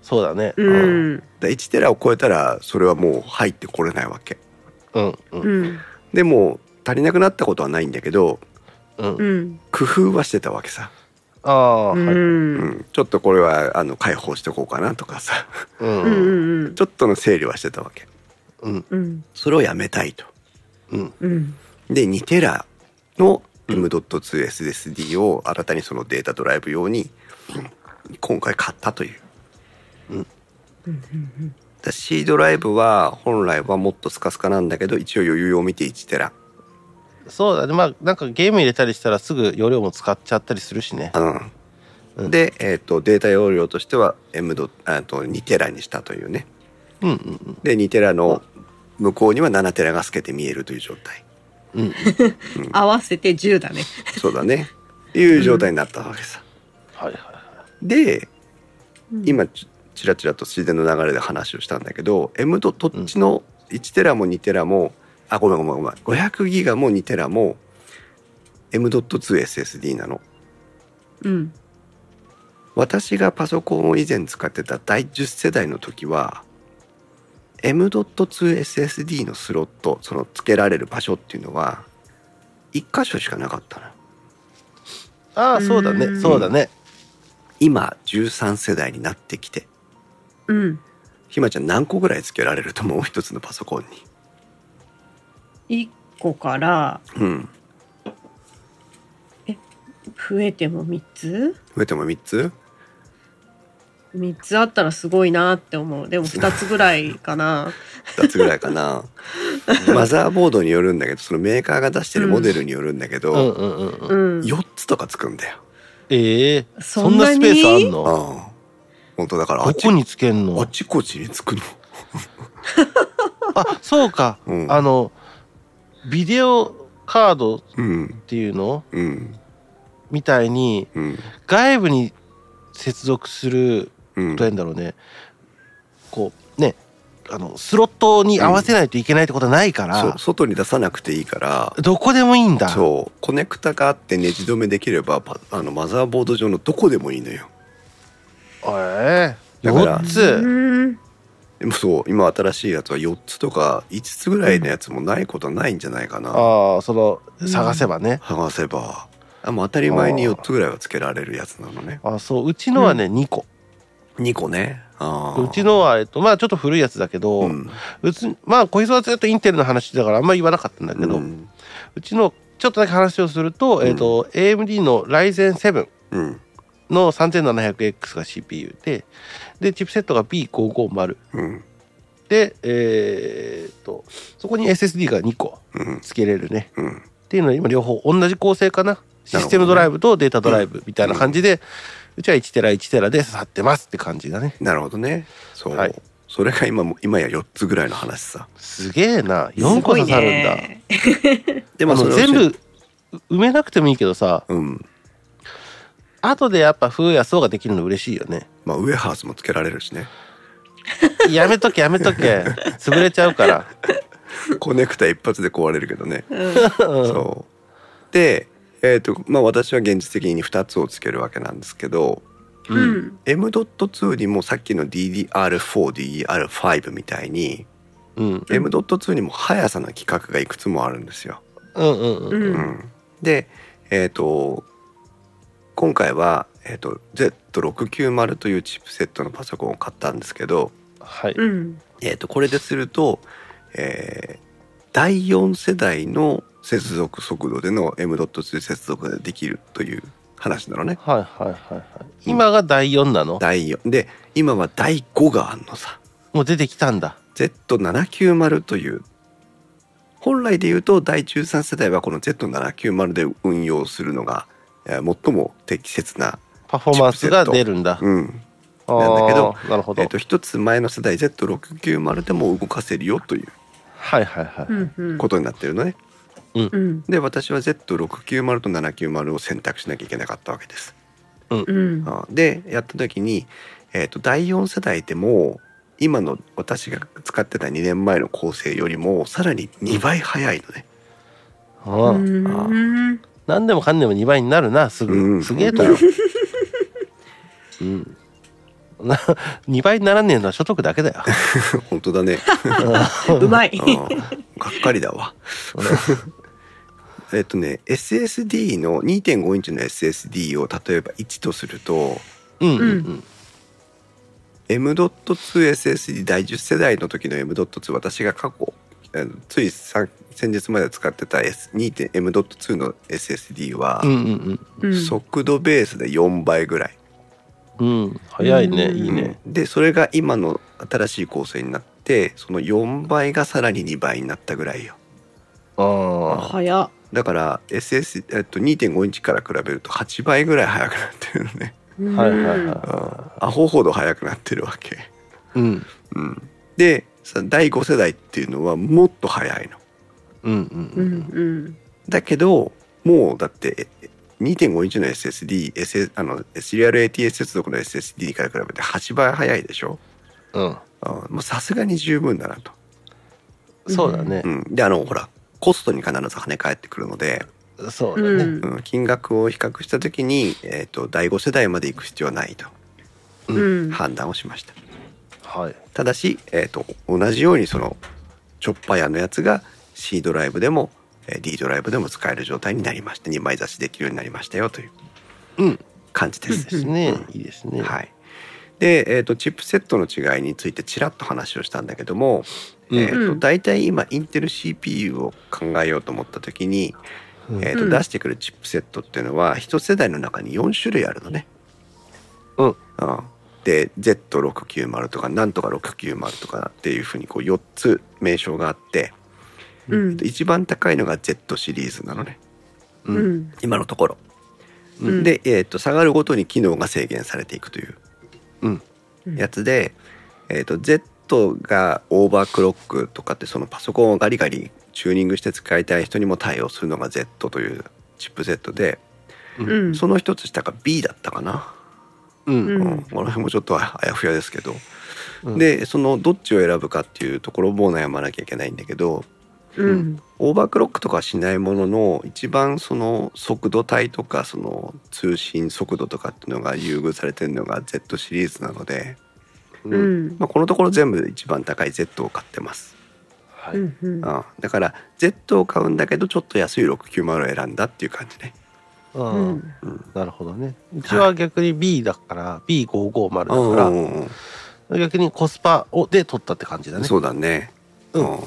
S2: そうだね。
S3: うん
S1: だ1テラを超えたらそれはもう入ってこれないわけ
S2: うんうん
S3: うん
S1: でも足りなくなったことはないんだけど
S2: うん
S3: うん
S1: 工夫はしてたわけさ
S2: ああ、
S3: う。
S2: はい。
S1: うんん、ちょっとこれはあの解放しておこうかなとかさ
S2: う
S3: うんうん
S2: ん。
S3: うん
S1: ちょっとの整理はしてたわけ
S2: うん。
S3: うん
S1: それをやめたいと
S2: うん。
S3: うん
S1: で2テラの M.2SSD を新たにそのデータドライブ用に今回買ったという
S3: うん
S1: だ C ドライブは本来はもっとスカスカなんだけど一応余裕を見て1テラ
S2: そうだね。まあ、なんかゲーム入れたりしたらすぐ容量も使っちゃったりするしね。
S1: うん、で、えー、とデータ容量としては M ドあと2テラにしたというね
S2: うんうん
S1: で2テラの向こうには7テラが透けて見えるという状態
S2: うん。うん。
S3: 合わせて10だね。
S1: そうだねいう状態になったわけさ
S2: はいは。
S1: で
S3: うん、
S1: 今ちちらちらと自然の流れで話をしたんだけど M ドどっちの1テラも2テラもあごめんごめんごめん500ギガも2テラも M.2SSD なの
S3: うん
S1: 私がパソコンを以前使ってた第10世代の時は M.2SSD のスロットその付けられる場所っていうのは1箇所しかなかったない
S2: ああ、そうだ
S3: うん
S2: ね。そうだね。
S1: 今13世代になってきて
S3: うん
S1: ひまちゃん何個ぐらい付けられると思う一つのパソコンに
S3: 1個から
S1: うん
S3: 増えても3つ
S1: 増えても3つ
S3: ?3 つあったらすごいなって思う。でも2つぐらいかな。
S1: 2つぐらいかなマザーボードによるんだけどそのメーカーが出してるモデルによるんだけ
S2: うん
S1: ど、
S2: うんうんう。
S3: うんん。
S1: 4つとかつくんだよ
S2: ええ
S3: そ
S2: そ
S3: ん
S2: ん
S3: な
S2: な
S3: に
S2: スペースあん
S1: うん
S2: の
S1: 本当だからあ
S2: ど
S1: っち
S2: こにつけん
S1: あ
S2: の
S1: ちこちにつくの
S2: あ、そうか。
S1: うん
S2: あの、ビデオカードっ
S1: うん
S2: ていうの
S1: うん
S2: みたいに、
S1: うん
S2: 外部に接続する
S1: うん
S2: どうやんだろうねこうねあのスロットに合わせないといけないってことはないから、
S1: そう外に出さなくていいから
S2: どこでもいいんだ
S1: そうコネクタがあってネジ止めできればパあのマザーボード上のどこでもいいのよ
S2: ええ
S1: だから
S2: 4つ
S3: うん
S1: でもそう今新しいやつは4つとか5つぐらいのやつもないことはないんじゃないかな、
S2: ああその探せばね、
S1: 剥がせばあもう当たり前に4つぐらいはつけられるやつなのね
S2: あそううちのはね、2個
S1: 2個ねあー
S2: うちのはえっとまあちょっと古いやつだけど、
S1: う
S2: うんちまあ小磯はずっとインテルの話だからあんまり言わなかったんだけど、
S1: う
S2: うんちのちょっとだけ話をすると,、えっと AMD の Ryzen7
S1: うん
S2: の 3700X が CPU ででチップセットが B550
S1: うん
S2: で、えーっと、そこに SSD が2個
S1: うん
S2: つけれるね。
S1: うん
S2: っていうのは今両方同じ構成かな。システムドライブとデータドライブみたいな感じで、うちは1テラ1テラで刺さってますって感じだね。
S1: なるほどねそう、
S2: はい
S1: それが今も今や4つぐらいの話さ
S2: すげえな。4個刺さるんだ。
S3: すごいね
S1: で
S2: あ
S1: そ
S2: の
S1: れを
S2: 全部埋めなくてもいいけどさ、
S1: うん
S2: 後でやっぱ風や層ができるの嬉しいよね。
S1: まあウエハースもつけられるしね
S2: やめとけやめとけ。潰れちゃうから。
S1: コネクタ一発で壊れるけどね、
S3: うん
S1: そうでえっ、とまあ私は現実的に2つをつけるわけなんですけど
S2: う。
S3: うんん
S1: M.2 にもさっきの DDR4DDR5 みたいに、
S2: うん。
S1: M.2 にも速さの規格がいくつもあるんですよ
S2: うんうんうん。
S3: う
S1: うんん、でえっ、と今回は、えー、と Z690 というチップセットのパソコンを買ったんですけど、
S2: はい。
S3: うん
S1: えー、とこれですると、えー第4世代の接続速度での M.2 接続ができるという話なのね。
S2: はいはいはいはい。今が第4なの
S1: 第4で今は第5があんのさ
S2: もう出てきたんだ。
S1: Z790 という本来で言うと第13世代はこの Z790 で運用するのがえー最も適切な
S2: パフォーマンスが出るんだ。
S1: うん、
S2: あ
S1: なんだけど
S2: ーなるほど。
S1: えっと一つ前の世代 Z690 でも動かせるよという
S2: はいはいはい。
S3: うんうん
S1: ことになってるのね。
S3: うん
S1: で私は Z690 と790を選択しなきゃいけなかったわけです。
S3: うん
S1: あでやった時に、えっと第4世代でも今の私が使ってた2年前の構成よりもさらに2倍速いのね。 (laughs)
S3: う
S2: うん、
S3: ん
S2: 何でもかんでも2倍になるな、すぐ。
S1: うん
S2: すげえと
S1: 本
S2: 思う。うん。な2倍にならねえのは所得だけ
S1: (laughs)
S2: だよ。
S1: 本当だね。
S3: うまい
S1: うんがっかりだわ。 (laughs) えっとね SSD の2.5インチの SSD を例えば1とすると
S2: うんうんうん。
S1: M.2SSD 第10世代の時の M.2 私が過去あのついさ先日まで使ってた S 2.M.2 の SSD は
S2: うんうん
S3: うん
S1: 速度ベースで4倍ぐらい、
S2: うん。うん。早いね。
S3: うん
S2: いいね。
S1: でそれが今の新しい構成になってその4倍がさらに2倍になったぐらいよ
S2: ああ。
S3: 早っ
S1: だから SS、えっと、2.5インチから比べると8倍ぐらい速くなってるのね
S3: うん
S2: はいはいはい。
S1: アホほど速くなってるわけ、
S2: うん。
S1: うん、でさ第5世代っていうのはもっと速いの
S2: うんう。
S3: うんん
S1: だけどもうだってえ2.5インチの SSD、SS、あのシリアル ATS 接続の SSD から比べて8倍速いでしょ
S2: うん。
S1: あもうさすがに十分だなと、
S2: そうだね
S1: う。ん、であのほらコストに必ず跳ね返ってくるので、
S2: そううんだ
S3: う
S2: ね。
S3: ん
S1: うん、金額を比較した時に、えー、と第5世代まで行く必要はないと
S3: うん
S1: 判断をしました
S2: はい。
S1: ただし、えー、と同じようにそのチョッパーやのやつが C ドライブでもえー D ドライブでも使える状態になりまして2枚差しできるようになりましたよという
S2: うん。
S1: 感じで
S2: いい
S1: す
S2: ですね
S1: うん。
S2: いいですね。
S1: はい。で、えー、とチップセットの違いについてちらっと話をしたんだけども、
S2: うん
S1: えー、
S3: う
S1: と
S3: ん
S1: 大体今インテル CPU を考えようと思った時に、
S2: うん
S1: えー、
S3: う
S1: と
S3: ん
S1: 出してくるチップセットっていうのは一世代の中に4種類あるのね。
S2: うん
S1: うんで Z690 とかなんとか690とかっていうふうにこう4つ名称があって、
S3: うん
S1: 一番高いのが Z シリーズなのね
S3: う
S2: うん
S3: ん
S1: 今のところ。
S3: うん
S1: で、えー、と下がるごとに機能が制限されていくという。
S2: うん。
S1: やつで、えー、と Z がオーバークロックとかってそのパソコンをガリガリチューニングして使いたい人にも対応するのが Z というチップ Z で
S3: うん
S1: その一つ下が B だったかな、
S2: う。
S1: うんん
S3: ん
S1: この辺もちょっとあやふやですけど、
S2: うん
S1: でそのどっちを選ぶかっていうところも悩まなきゃいけないんだけど
S3: うん
S1: オーバークロックとかはしないものの一番その速度帯とかその通信速度とかっていうのが優遇されてるのが Z シリーズなので、
S3: うんうん
S1: まあ、このところ全部一番高い Z を買ってます、
S2: は
S3: う
S2: い。
S3: んうん
S1: ああだから Z を買うんだけどちょっと安い690を選んだっていう感じね
S2: う。
S3: うんん
S1: うん
S2: なるほどね。うちは逆に B だから、B550 だから、
S1: うんうん
S2: 逆にコスパをで取ったって感じだ
S1: うん
S2: ね。
S1: そうだね
S2: うん
S1: ん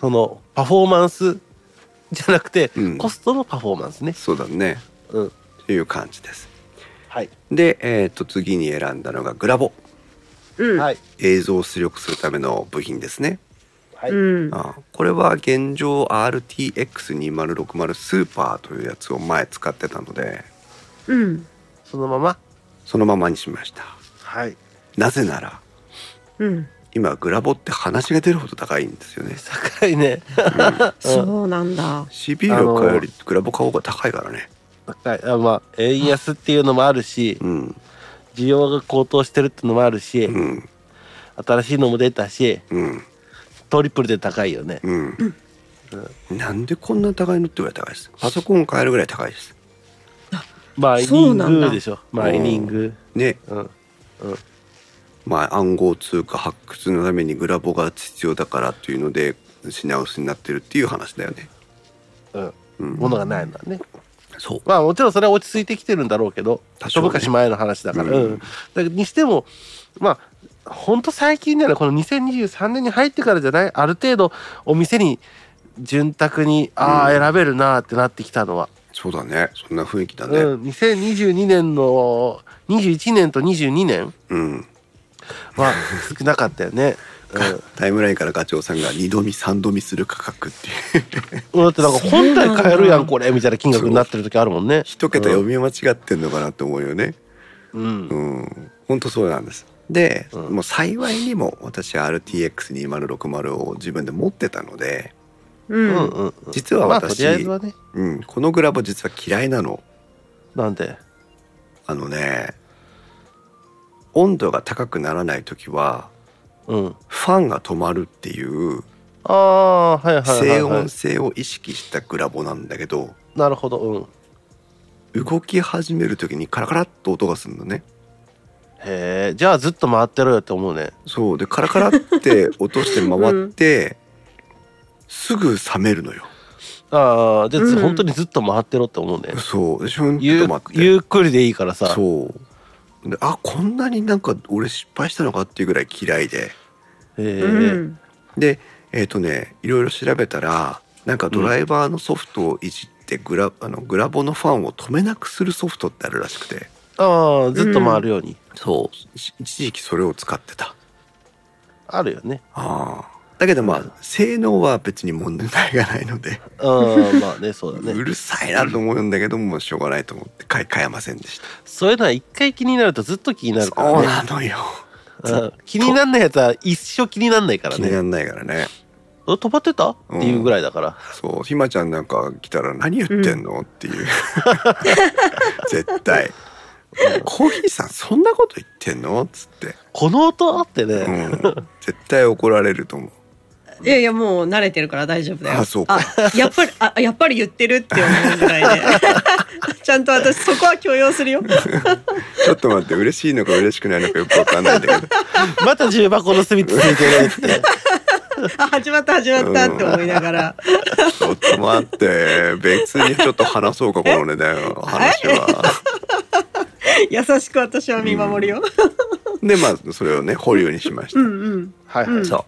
S2: そのパフォーマンス (laughs) じゃなくて、
S1: うん
S2: コストのパフォーマンスね。
S1: そうだね
S2: うん。
S1: っていう感じです
S2: はい。
S1: で、えー、と次に選んだのがグラボ
S3: うん
S2: はい。
S1: 映像を出力するための部品ですね、
S2: はい。
S3: うん
S1: ああこれは現状 RTX2060 スーパーというやつを前使ってたので
S3: うん
S2: そのまま。
S1: そのままにしました
S2: はい。
S1: なぜなら
S3: うん
S1: 今グラボって話が出るほど高いんですよね
S2: 高いね。 (laughs)
S3: そうなんだ
S1: CPU を買うよりグラボ買う方が高いからね。
S2: 高い。あまあ、円安っていうのもあるし、
S1: うん。
S2: 需要が高騰してるっていうのもあるし、
S1: うん。
S2: 新しいのも出たし、
S1: うん。
S2: トリプルで高いよね。
S1: うん。なんでこんな高いのってぐらい高いです。パソコンを買えるぐらい高いです。
S2: マイニ
S3: そう
S2: ン
S3: なんだ
S2: グでしょ。マイニング。
S1: ね。
S2: うん。
S1: まあ暗号通貨発掘のためにグラボが必要だからというので品薄になってるっていう話だよね。
S2: うん。
S1: うん。
S2: ものがないのはね。
S1: そう。
S2: まあもちろんそれは落ち着いてきてるんだろうけど、
S1: 多少
S2: 一
S1: ね
S2: 昔前の話だから。
S1: う
S2: うんん。だけどにしても、まあ、ほんと最近ならこの2023年に入ってからじゃないある程度お店に潤沢に、ああ、選べるなーってなってきたのは。
S1: そうだね。そんな雰囲気だ
S2: う
S1: ね。
S2: ん。2022年の、21年と22年
S1: うん。
S2: は少なかったよね。うん。
S1: タイムラインからガチョウさんが二度見三度見する価格っていう (laughs)
S2: だってなんか本体買えるやんこれみたいな金額になってる時あるもんね。
S1: 一桁読み間違ってんのかなと思うよね。
S2: うん。
S1: うん、本当そうなんです。で、
S2: うん
S1: もう幸いにも私は RTX2060 を自分で持ってたので、
S3: う
S2: うんうんんうん。
S1: 実は
S2: まあ
S1: 私
S2: とりあえずはね。
S1: うん、このグラボ実は嫌いなの。
S2: なんで。
S1: あのね、温度が高くならない時は、
S2: うん。
S1: ファンが止まるっていう
S2: ああ、はいはいはい、はい。
S1: 静音性を意識したグラボなんだけど、
S2: なるほど、うん。
S1: 動き始める時にカラカラっと音がするのね。
S2: へえ、じゃあずっと回ってろよって思うね。
S1: そう。で、カラ
S2: (laughs)
S1: カラって落として回って、すぐ冷めるのよ。
S2: ああじゃあ、
S3: うん
S2: 本当にずっと回ってろって思うんだよね
S1: そうでしょちょっ
S2: ゆ
S1: と待って
S2: ゆっくりでいいからさ
S1: そうであこんなになんか俺失敗したのかっていうぐらい嫌いで
S2: え
S3: う
S2: ー
S3: ん
S1: でえっ、とねいろいろ調べたらなんかドライバーのソフトをいじってグラ,、あのグラボのファンを止めなくするソフトってあるらしくて
S2: ああずっと回るように、
S1: そうし一時期それを使ってた
S2: あるよね
S1: ああだけどまあ性能は別に問題がないので、
S2: (laughs) うんまあねそうだ
S1: う
S2: ね
S1: るさいなと思うんだけどもうしょうがないと思って買い買えませんでした
S2: そういうのは一回気になるとずっと気になるか
S1: そう
S2: らね
S1: なのよ
S2: うん気になんないやつは一生気になんないから
S1: 気にな
S2: ね
S1: んないからね
S2: お止まってたっていうぐらいだから、
S1: そうひまちゃんなんか来たら「何言ってんの?」っていう (laughs) 絶対「コーヒーさんそんなこと言ってんの?」っつって、
S2: この音ってね、
S1: うん、絶対怒られると思う
S3: いやいやもう慣れてるから大丈夫だよ
S1: あそうか
S3: やっぱりあやっぱり言ってるって思うぐらいでちゃんと私そこは許容するよ
S1: ちょっと待って嬉しいのか嬉しくないのかよくわかんないんだけど
S2: また重箱の隅ついてるって
S3: あ始まった始まったって思いながら
S1: ちょっと待って別にちょっと話そうかこのね話は
S3: 優しく私は見守るよ、
S1: でまあそれをね保留にしまし
S3: う
S1: た、
S3: ん、うん
S2: はいはい、
S3: うん
S1: そ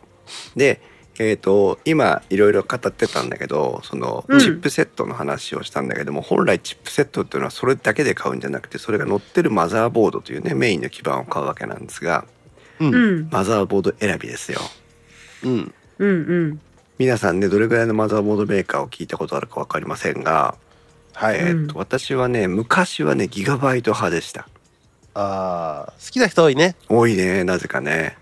S1: うでえー、と今いろいろ語ってたんだけどその
S3: うん
S1: チップセットの話をしたんだけども、本来チップセットっていうのはそれだけで買うんじゃなくてそれが乗ってるマザーボードというねメインの基板を買うわけなんですが
S2: うん
S3: うん
S1: マザーボード選びですよ
S2: うん
S3: うんうん
S1: 皆さんねどれぐらいのマザーボードメーカーを聞いたことあるか分かりませんが、
S2: はい、
S1: えー、と
S3: う
S1: 私はね昔はねギガバイト派でした
S2: ああ好きな人多いね
S1: 多いねなぜかね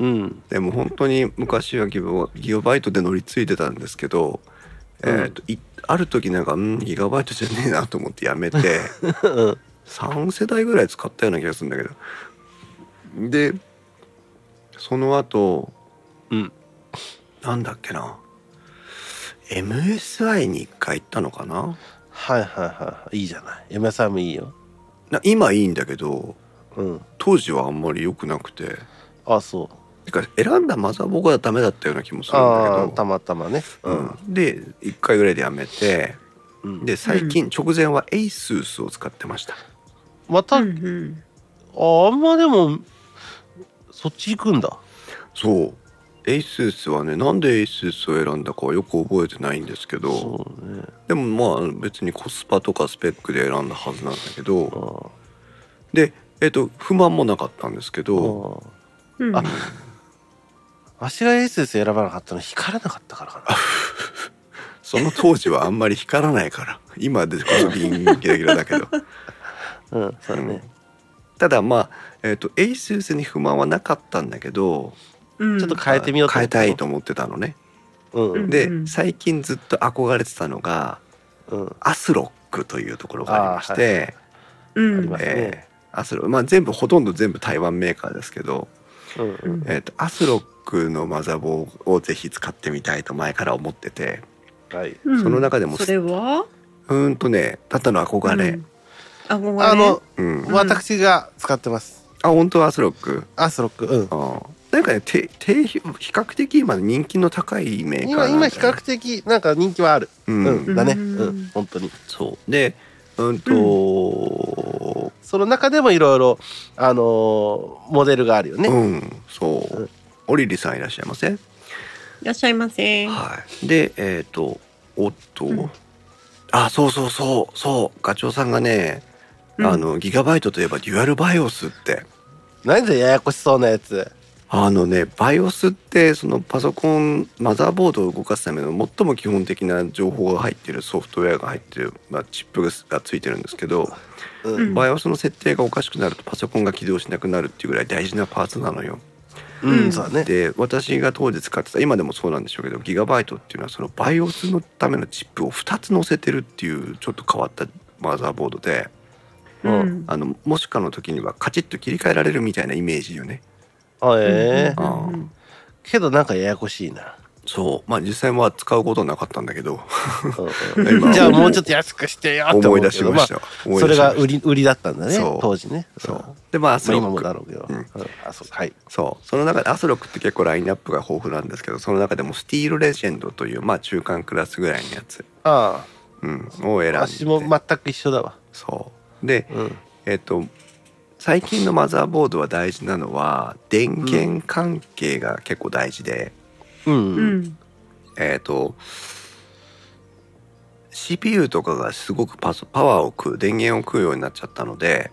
S2: うん (laughs)
S1: でも本当に昔はギブギガバイトで乗り継いでたんですけど、
S2: うん
S1: えーといある時なんかうんギガバイトじゃねえなと思ってやめ
S2: (laughs)
S1: て
S2: うん
S1: 3世代ぐらい使ったような気がするんだけどでその後
S2: うん
S1: なんだっけな MSI に1回行ったのかな
S2: はいはいはいいいじゃない嫁さんもいいよ
S1: な今いいんだけど
S2: うん
S1: 当時はあんまり良くなくて
S2: あそう
S1: てか選んだマザーボードはダメだったような気もするん
S2: あ
S1: だ
S2: あ
S1: け
S2: た
S1: ど、
S2: またまね
S1: うん、で1回ぐらいでやめて
S2: うんで
S1: で最近直前は ASUS を使ってました、
S2: また、
S3: うんうん
S2: ああんまでもそっち行くんだ
S1: そう ASUS はねなんで ASUS を選んだかはよく覚えてないんですけど
S2: そうね
S1: でもまあ別にコスパとかスペックで選んだはずなんだけ
S2: あ
S1: ど
S2: ー
S1: でえっ、と不満もなかったんですけ
S2: あ
S1: ど
S2: ー
S3: うん
S2: あわしが SS 選ばなかったの光らなかったからかな
S1: その当時はあんまり光らないから (laughs) 今でこそギンギンギラギラだ
S2: (laughs)
S1: けど
S2: うんそうだね
S1: ただまあえっ、と ASUS に不満はなかったんだけど
S3: うん
S2: ちょっと変えてみようと
S1: 変え
S2: 思った
S1: たいと思ってたのね
S2: うん
S3: うん
S1: で最近ずっと憧れてたのが
S2: うんあ
S1: アスロックというところがありまして、
S3: うん
S2: ります
S1: え
S2: ね
S1: ーアスロまあ全部ほとんど全部台湾メーカーですけど、
S2: うんうん
S1: えー、とアスロックのマザボーをぜひ使ってみたいと前から思ってて
S2: はい
S3: うん
S1: その中でも
S3: それは
S1: うーんとねたったの憧れ、
S3: あごめん
S2: あの
S1: うん
S3: ん
S2: 私が使ってます
S1: あ本当はアスロック
S2: アスロックうん
S1: あーなんかねて低比較的今人気の高いメーカーな
S2: 今
S1: んだ
S2: 今
S1: よね
S2: 比較的なんか人気はある
S1: う、
S2: うんんだね
S3: うん
S2: うん本当に
S1: そうでうんと
S2: その中でもいろいろあのーモデルがあるよね
S1: うんそう、
S2: うん
S1: オリリさんいらっしゃいませ
S3: いらっしゃいませ
S1: はい、でえっ、とおっと、
S3: うん
S1: あそうそうそうそうガチョウさんがね、
S3: うん
S1: あのギガバイトといえばデュアルバイオスって
S2: 何でややこしそうなやつ
S1: あのねバイオスってそのパソコンマザーボードを動かすための最も基本的な情報が入ってるソフトウェアが入ってる、まあ、チップがついてるんですけど、
S2: うん
S3: うん
S1: バイオスの設定がおかしくなるとパソコンが起動しなくなるっていうぐらい大事なパーツなのよ。
S2: うんそうだね
S1: で私が当時使ってた今でもそうなんでしょうけどギガバイトっていうのはそのバイオスのためのチップを2つ載せてるっていうちょっと変わったマザーボードで
S3: うん
S1: あのもしかの時にはカチッと切り替えられるみたいなイメージよね。
S2: あええ
S1: あ
S3: うん
S2: けどなんかややこしいな
S1: そうまあ実際は使うことなかったんだけど (laughs)
S2: うんじゃあもうちょっと安くしてよって
S1: 思い
S2: け
S1: 出し
S2: ど
S1: ました、
S2: まあ
S1: 思い
S2: そ
S1: 出
S2: れ
S1: しま
S2: が
S1: した
S2: 売り売りだったんだね
S1: そう
S2: 当時ね
S1: そ
S2: ん
S1: うでまあアス
S2: まあ
S1: ロ
S2: 今も
S1: ッ
S2: だ
S1: ク
S2: ろうけど、
S1: うん
S2: うんあそうはい
S1: そうその中でアスロックって結構ラインナップが豊富なんですけどその中でもスティールレジェンドというまあ中間クラスぐらいのやつ、
S2: あ
S1: うん、を選んで
S2: あ私も全く一緒だわ
S1: そうで
S2: うん
S1: えっと最近のマザーボードは大事なのは電源関係が結構大事で、
S2: うん、
S3: うん。
S1: えっと CPU とかがすごくパソパワーを食う電源を食うようになっちゃったので、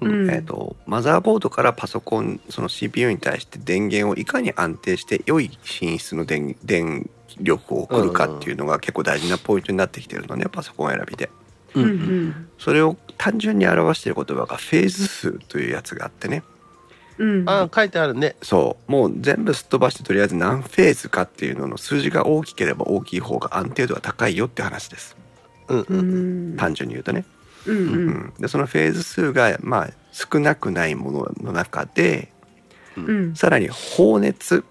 S3: うん。
S1: えー、とマザーボードからパソコンその CPU に対して電源をいかに安定して良い品質の電電力を送るかっていうのが結構大事なポイントになってきてるのね、パソコン選びで
S3: う。
S2: うん
S3: うんん。
S1: それを単純に表している言葉がフェーズ数というやつがあってね
S3: うん。
S2: ああ書いてあるね
S1: そうもう全部すっ飛ばしてとりあえず何フェーズかっていうのの数字が大きければ大きい方が安定度が高いよって話です
S2: うん
S3: う
S2: うん
S3: ん。
S1: 単純に言うとね、
S3: うんう。
S1: うんん、でそのフェーズ数がまあ少なくないものの中で
S3: うん。
S1: さらに放熱、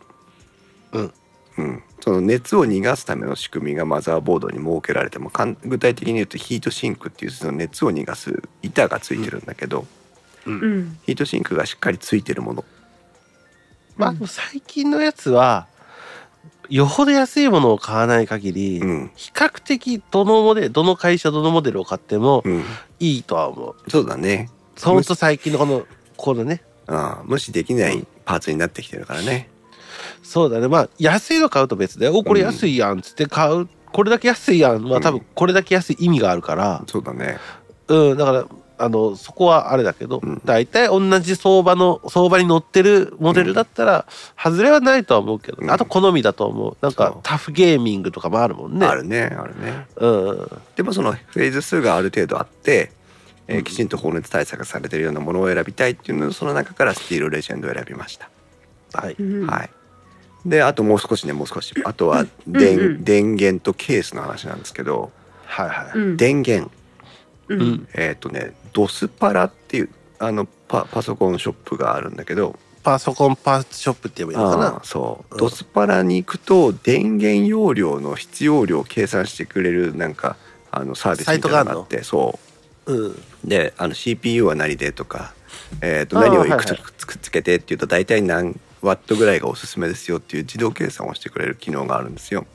S2: うん
S1: うんその熱を逃がすための仕組みがマザーボードに設けられてもかん具体的に言うとヒートシンクっていうその熱を逃がす板がついてるんだけど、
S3: うん。
S1: ヒートシンクがしっかりついてるもの
S2: まあでも最近のやつはよほど安いものを買わない限り、
S1: うん、
S2: 比較的どのモデルどの会社どのモデルを買っても
S1: うん、
S2: いいとは思う
S1: そうだね
S2: ほんと最近のこのこのね
S1: ああ無視できないパーツになってきてるからね
S2: そうだねまあ安いの買うと別で「おこれ安いやん」っつって買う、これだけ安いやんまあ多分これだけ安い意味があるから
S1: そうだね
S2: うん、だからあのそこはあれだけど、
S1: うん
S2: 大体同じ相場の相場に乗ってるモデルだったら、外れはないとは思うけど、
S1: うん
S2: あと好みだと思うなん
S1: そ
S2: か
S1: う
S2: タフゲーミングとかもあるもんね
S1: あるねあるね
S2: うん
S1: でもそのフェーズ数がある程度あって、えー
S2: うん
S1: きちんと放熱対策されてるようなものを選びたいっていうのをその中からスティールレジェンドを選びました
S2: はい、
S3: うん。
S1: はい。で、あともう少しね、もう少し。あとは、でん
S3: うんうん
S1: 電源とケースの話なんですけど、
S2: はいはい
S3: うん。
S1: 電源、
S3: う。
S2: うんん
S1: えっ、とね、ドスパラっていう、あのパ、パソコンショップがあるんだけど、
S2: パソコンパーツショップって言えばいいのか
S1: あ
S2: な
S1: ーそう、
S2: うん
S1: ドスパラに行くと、電源容量の必要量を計算してくれる、なんか、あの、サービスみたいなのがあって、そ
S2: うん
S1: う。で、あの、CPU は何でとか、えっ、と、
S2: あー
S1: 何をいくつ
S2: はい
S1: くっつけてっていうと、大体何ワットぐらいがおすすめですよっていう自動計算をしてくれる機能があるんですよ。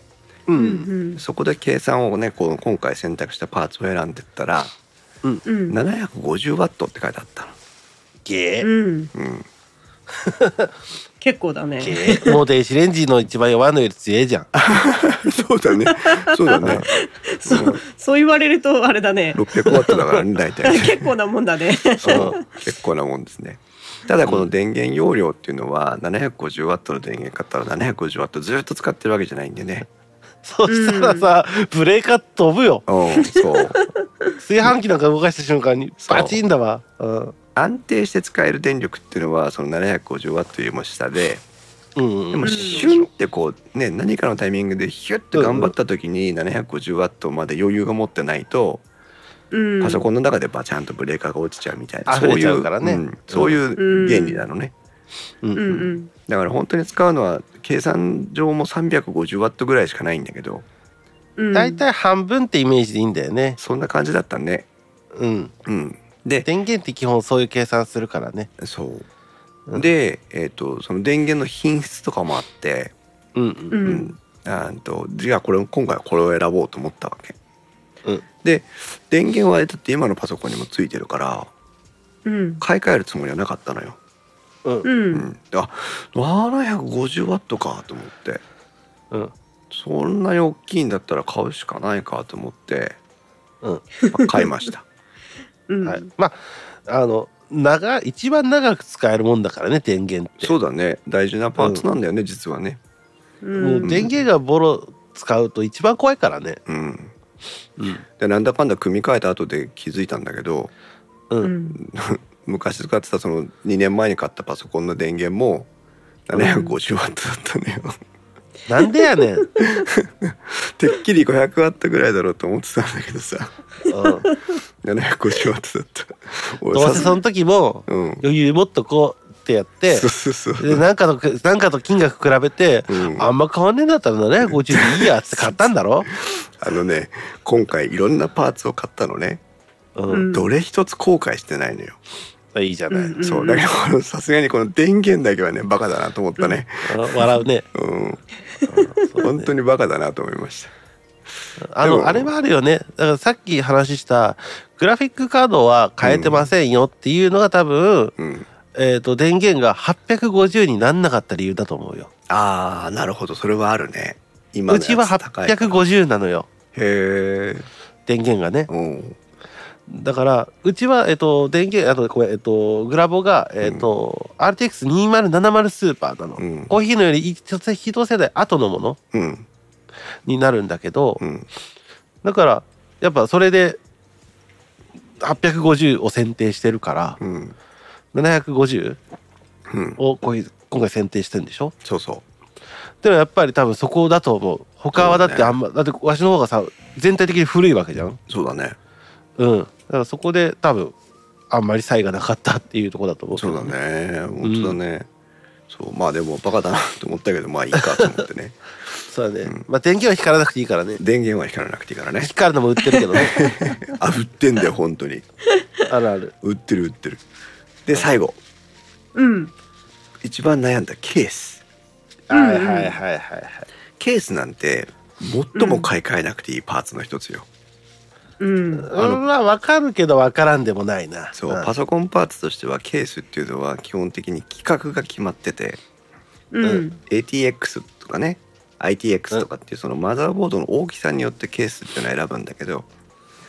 S2: う
S3: うんん。
S1: そこで計算をねこう今回選択したパーツを選んでったら
S3: うん。
S1: 750ワットって書いてあったの。
S2: ゲー
S3: うん。
S1: うん、
S3: (laughs) 結構だね。
S2: ゲーもう電子レンジの一番弱いのより強えじゃん
S1: (laughs) そうだねそうだね
S3: (laughs) そう、そう言われるとあれだね。
S1: 600ワットだからね大体
S3: (laughs) 結構なもんだね。 (laughs)
S1: そう結構なもんですねただこの電源容量っていうのは750ワットの電源買ったら750ワットずっと使ってるわけじゃないんでね
S2: そしたらさ、ブレーカー飛ぶよ
S1: うんそう
S2: 炊飯器なんか動かした瞬間に
S1: そう
S2: バチンだわうん
S1: 安定して使える電力っていうのはその750ワットよりも下で
S2: うん
S1: でもシュンってこうね何かのタイミングでヒュッて頑張った時に750ワットまで余裕が持ってないと
S3: うん。
S1: パソコンの中でバチャンとブレーカーが落ちちゃうみたいな、
S2: 溢れちゃうからね
S1: そういう、んそういう原理なのね、
S2: うん
S3: うんうん。
S1: だから本当に使うのは計算上も350ワットぐらいしかないんだけど
S3: うん。
S2: 大体半分ってイメージでいいんだよね。
S1: そんな感じだったね
S2: うん。
S1: うんで
S2: 電源って基本そういう計算するからね。
S1: そう、
S2: うん
S1: で、えー、とその電源の品質とかもあって、
S2: うん
S3: う。
S2: うん
S1: うんあーとじゃあこれ今回はこれを選ぼうと思ったわけ、
S2: うん
S1: で電源はだって今のパソコンにもついてるから
S3: うん。
S1: 買い替えるつもりはなかったのよ、
S2: うん
S3: う。
S1: うんん、であ750ワットかと思って
S2: うん
S1: そんなに大きいんだったら買うしかないかと思って、
S2: うん (laughs)
S1: まあ買いました。
S3: うん。
S2: はい。まああの長い一番長く使えるもんだからね電源って。
S1: そうだね大事なパーツなんだよね、実はね。
S3: う
S2: も
S3: ん
S2: う電源がボロ使うと一番怖いからね。
S1: うん、
S2: うん。
S1: でなんだかんだ組み替えた後で気づいたんだけど
S2: う。
S3: うんん。
S1: 昔使ってたその2年前に買ったパソコンの電源も750ワットだったんだよ。
S2: なんで
S1: (laughs)
S2: やねん。うん。
S1: てっきり500ワットぐらいだろうと思ってたんだけどさ750ワットだった。
S2: どう
S1: 俺
S2: せ
S1: さ
S2: その時も
S1: うん
S2: 余裕もっとこうってやって
S1: そうそうそう
S2: でなんかとなんかと金額比べて、
S1: うん
S2: あんま変わんねえんだったら750でいいやって買ったんだろ、
S1: あのね今回いろんなパーツを買ったのね
S2: うん、
S1: どれ一つ後悔してないのよ、
S2: いいじゃない、
S3: うん
S1: そうだけどこのさすがにこの電源だけはねバカだなと思ったね、
S2: あ笑うね
S1: (laughs) うん、
S2: そうね
S1: 本当にバカだなと思いました
S2: あ
S1: で
S2: の
S1: も
S2: あれはあるよねだからさっき話したグラフィックカードは変えてませんよっていうのが多分、
S1: うん
S2: えー、と電源が850になんなかった理由だと思うよ
S1: ああなるほどそれはあるね今
S2: う
S1: のや
S2: ちは
S1: つ高いから
S2: 850なのよ
S1: へえ
S2: 電源がね
S1: うん
S2: だからうちは、えっと、電源あとこれ、えっと、グラボが、えっと RTX2070 スーパーなの、
S1: うん
S2: コーヒーのより一つ一世代後のもの
S1: うん
S2: になるんだけど、
S1: うん
S2: だからやっぱそれで850を選定してるから
S1: うん
S2: 750
S1: うん
S2: をこういう今回選定してるんでしょ
S1: そうそ
S2: でもやっぱり多分そこだと思う他はだってあんま、だってわしの方がさ全体的に古いわけじゃん
S1: うそうだね
S2: うんだからそこで多分あんまり差異がなかったっていうところだと思うけ
S1: そ
S2: ど
S1: うだね本当だね、そうまあでもバカだなと思ったけどまあいいかと思ってね
S2: そうだね、まあ電源は光らなくていいからね
S1: 電源は光らなくていいからね (laughs)
S2: 光るのも売ってるけどね
S1: あ売ってんだよ本当に
S2: あるある
S1: 売ってる売ってるで最後
S3: うん。
S1: 一番悩んだケース
S3: うん
S2: はいはいはいはいはい
S1: ケースなんて最も買い替えなくていいパーツの一つよ、
S3: うん。
S2: あのまあ分かるけど分からんでもないな
S1: そう、
S2: ん
S1: パソコンパーツとしてはケースっていうのは基本的に規格が決まってて
S3: うん。
S1: ATX とかね ITX とかっていうそのマザーボードの大きさによってケースっていうのを選ぶんだけど、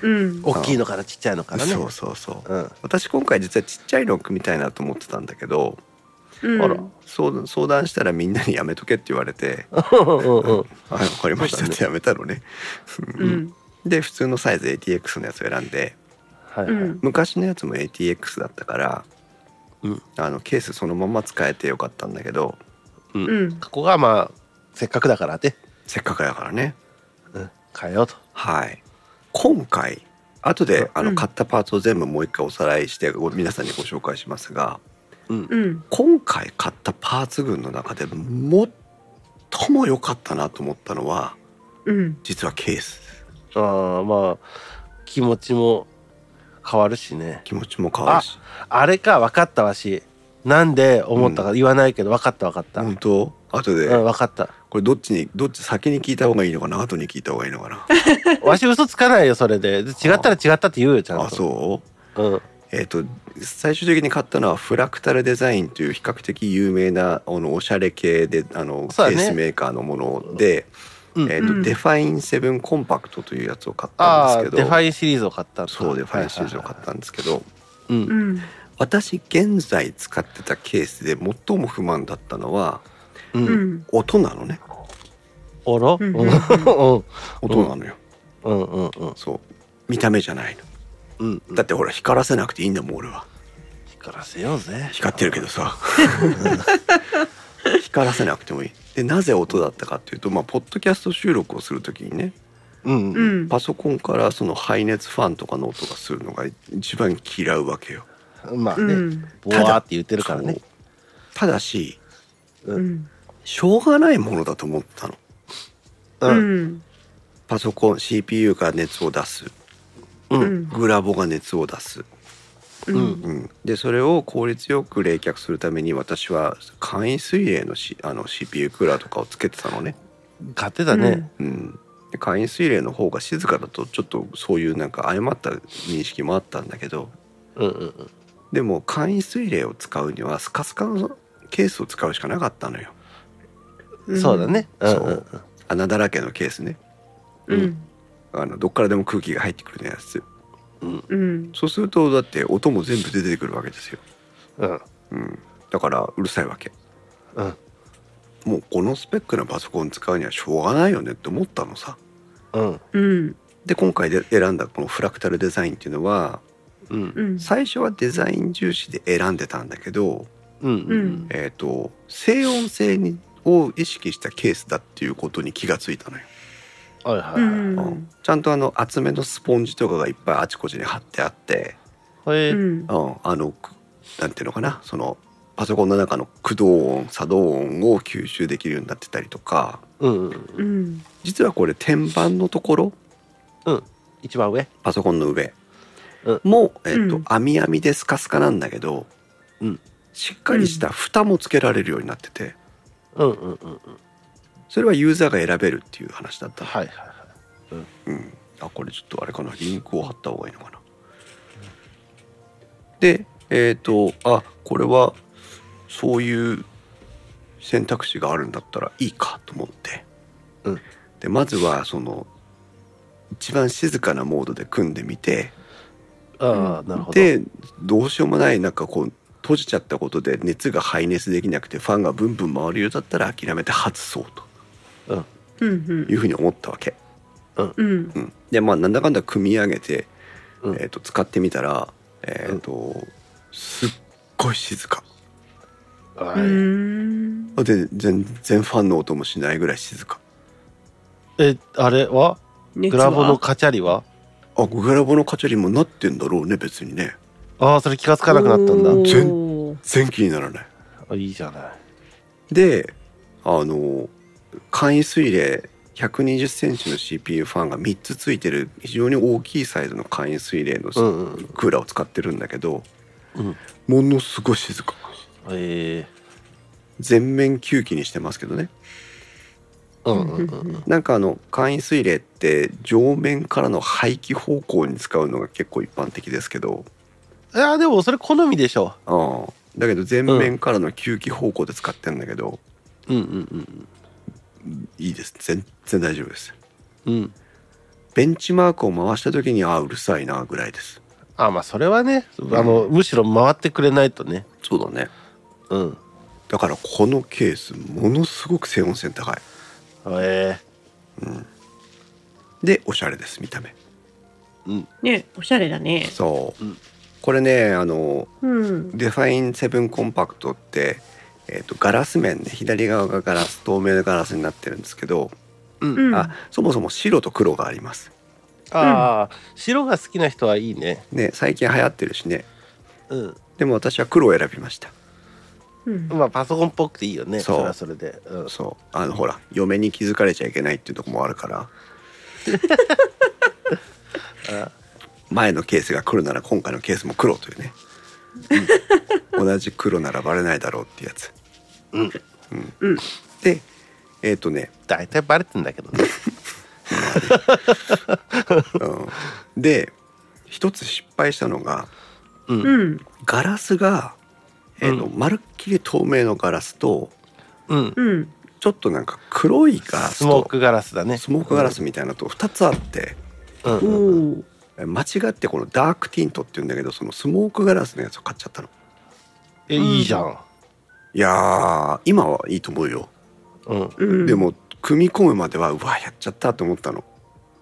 S3: うん。
S2: 大きいのからちっちゃいのからね
S1: そうそうそう、
S2: うん
S1: 私今回実はちっちゃいのを組みたいなと思ってたんだけど
S3: うん。
S2: あら
S1: 相相談したらみんなにやめとけって言われ (laughs) て
S2: うんうんうん
S1: 「はいわかりました」ってやめたのね。
S3: うん。
S1: で普通のサイズ ATX のやつを選んで
S2: はいは
S3: う
S2: い
S3: ん。
S1: 昔のやつも ATX だったから、
S2: うん
S1: あのケースそのまま使えてよかったんだけど
S3: うん。
S2: ここがまあせっかくだからね、
S1: せっかくだからね
S2: うん、変えようと
S1: はい今回後で、あ
S3: う
S1: の
S3: ん
S1: 買ったパーツを全部もう一回おさらいしてご皆さんにご紹介しますが
S2: うん
S3: うん。
S1: 今回買ったパーツ群の中で最も良かったなと思ったのは
S3: うん。
S1: 実はケース
S2: あーまあ気持ちも変わるしね
S1: 気持ちも変わるし
S2: あれか分かったわしなんで思ったか言わないけど分かった分かった、うん
S1: 本当後で、
S2: 分かった
S1: これどっちにどっち先に聞いた方がいいのかな後に聞いた方がいいのか
S2: (laughs)
S1: な
S2: わし嘘つかないよそれでで違ったら違ったって言うよちゃんと
S1: あそう
S2: う、ん、
S1: えー、と最終的に買ったのはフラクタルデザインという比較的有名なあのおしゃれ系であの、ケ
S2: そうだね
S1: ースメーカーのもので、
S2: うん
S1: えーと
S3: うん
S1: デファインセブンコンパクトというやつを買った
S2: あ
S1: ん
S2: あ
S1: ですけど
S2: デファインシリーズを買ったんだ
S1: そうデファインシリーズを買ったんですけど、
S2: はいはいはい、う、
S3: うんん。
S1: 私現在使ってたケースで最も不満だったのは
S3: う
S2: うん、
S3: ん。
S1: 音なのね
S2: おろ、
S3: う
S2: うんん、
S3: う
S2: うんん、
S1: 音なのよ、
S2: うん、うん、うん、
S1: そう見た目じゃないの
S2: うん、
S1: だってほら光らせなくていいんだもん俺は
S2: 光らせようぜ。
S1: 光ってるけど
S2: (laughs)
S1: さ光らせなくてもいいでなぜ音だったかっていうと、まあ、ポッドキャスト収録をする時にね
S2: うん、
S3: う
S2: うん、
S3: ん。
S1: パソコンからその排熱ファンとかの音がするのが一番嫌うわけよ。
S2: まあ
S3: う
S2: ね、
S3: ん。
S2: ボワーって言ってるからね
S1: そう。ただし
S3: うん。
S1: しょうがないものだと思ったの。
S2: う、
S3: うんん。
S1: パソコン CPU が熱を出す
S2: う、
S3: うんん。
S1: グラボが熱を出す、
S3: うん。
S1: うん、でそれを効率よく冷却するために私は簡易水冷の,、C、あの CPU クーラーとかをつけてたのね。
S2: 買ってたね。
S1: うん、で簡易水冷の方が静かだとちょっとそういうなんか誤った認識もあったんだけど
S2: うん、うん、うん。
S1: でも簡易水冷を使うにはスカスカのケースを使うしかなかったのよ
S3: ん
S2: そうだ。ね。うん
S1: そ
S2: うん
S1: う穴だらけのケースね
S3: うん。
S1: あのどっからでも空気が入ってくるやつ
S3: うん。
S1: そうするとだって音も全部出てくるわけですよ、
S2: うん、
S1: うん、だからうるさいわけ
S2: うん、
S1: もうこのスペックなパソコン使うにはしょうがないよねって思ったのさ
S2: うん、
S3: うん。
S1: で今回で選んだこのフラクタルデザインっていうのは
S2: うん、
S3: うん。
S1: 最初はデザイン重視で選んでたんだけど
S2: うん、
S3: う
S2: うんん。
S1: えー、と静音性にを意識したケースだっていうことに気がついたのよ、
S2: はい、は
S3: う
S2: いは
S3: ん。
S1: うんちゃんとあの厚めのスポンジとかがいっぱいあちこちに貼ってあって、
S2: い。これ、
S3: うん。
S1: うん、あのくなんていうのかなそのパソコンの中の駆動音作動音を吸収できるようになってたりとか
S2: うんうん。
S3: うん。
S1: 実はこれ天板のところ
S2: 一番上。
S1: パソコンの上
S2: うん
S1: も、えっと
S3: うん
S1: 網網でスカスカなんだけど、
S2: うん
S1: しっかりした蓋もつけられるようになってて
S2: うんうんうんうん。
S1: それはユーザーが選べるっていう話だった、
S2: はいはいはい。
S1: うん、あこれちょっとあれかなリンクを貼った方がいいのかなでえっ、とあこれはそういう選択肢があるんだったらいいかと思って、
S2: うん
S1: でまずはその一番静かなモードで組んでみて
S2: ああ、なるほど。
S1: でどうしようもないなんかこう閉じちゃったことで熱が排熱できなくてファンがブンブン回るようだったら諦めて外そう
S3: うん。
S1: というふうに思ったわけ。
S3: うん。うん。
S1: うん、でまあなんだかんだ組み上げて、
S2: うん
S1: えー、と使ってみたら、えーとすっごい静か
S3: うー
S2: はい。
S3: ん。
S1: で全然ファンの音もしないぐらい静か
S2: え、あれは
S3: 熱
S2: グ
S3: は
S2: ラボのカチャリは
S1: あグラボのカチャリもなってんだろうね別にね
S2: ああ、それ気がつかなくなったんだ。
S3: おー
S1: 全気にならない
S2: あいいじゃない。
S1: であの簡易水冷 120cm の CPU ファンが3つついてる非常に大きいサイズの簡易水冷の
S2: う
S1: ク
S2: んうん。
S1: ーラーを使ってるんだけど、
S2: うん
S1: ものすごい静か
S2: ええ
S1: 全面吸気にしてますけどね
S2: うんうんうん
S1: なんかあの簡易水冷って上面からの排気方向に使うのが結構一般的ですけど
S2: いやでもそれ好みでしょ
S1: ああだけど前面からの吸気方向で使ってんだけど、
S2: うんうん
S1: いいです全然大丈夫です
S2: うんうん
S1: ベンチマークを回した時にああうるさいなぐらいです
S2: あまあそれはねあのむしろ回ってくれないとね
S1: そうだね
S2: うん
S1: だからこのケースものすごく静音性高い
S2: え
S1: でおしゃれです見た目
S2: えうん
S3: ね、おしゃれだね。
S1: そう、
S2: うん
S1: これねあの
S3: うん。
S1: デファイン7コンパクトって、えー、とガラス面ね左側がガラス透明のガラスになってるんですけど、
S2: うん、
S3: うん。
S1: あそもそも白と黒があります
S2: ああ、白が好きな人はいいね
S1: ね最近流行ってるしね
S2: うん
S1: でも私は黒を選びました
S3: うん
S2: まあパソコンっぽくていいよね
S1: そ
S2: そうれはそれで、うん、
S1: そうあのほら嫁に気づかれちゃいけないっていうとこもあるから (laughs)
S2: あ
S1: 前のケースが黒なら今回のケースも黒というね、同じ黒ならバレないだろうってやつ
S2: うん
S3: うん。
S1: でえっ、とね、
S2: 大体バレてんだけどね
S1: うん、で一つ失敗したのが
S2: うん、うん
S3: うん。
S1: ガラスが、えーと
S2: う
S1: まるっきり透明のガラスと
S3: うん。
S1: ちょっとなんか黒いガラス
S2: スモー
S1: と
S2: クガラスだね
S1: スモークガラスみたいなのと2つあって
S2: うん
S3: お
S2: うんうん
S3: お。
S1: え間違ってこのダークティントっていうんだけどそのスモークガラスのやつを買っちゃったの
S2: えいいじゃん、
S1: いやー今はいいと思うよ
S2: うん
S3: うん。
S1: で。も組み込むまではうわやっちゃったと思ったの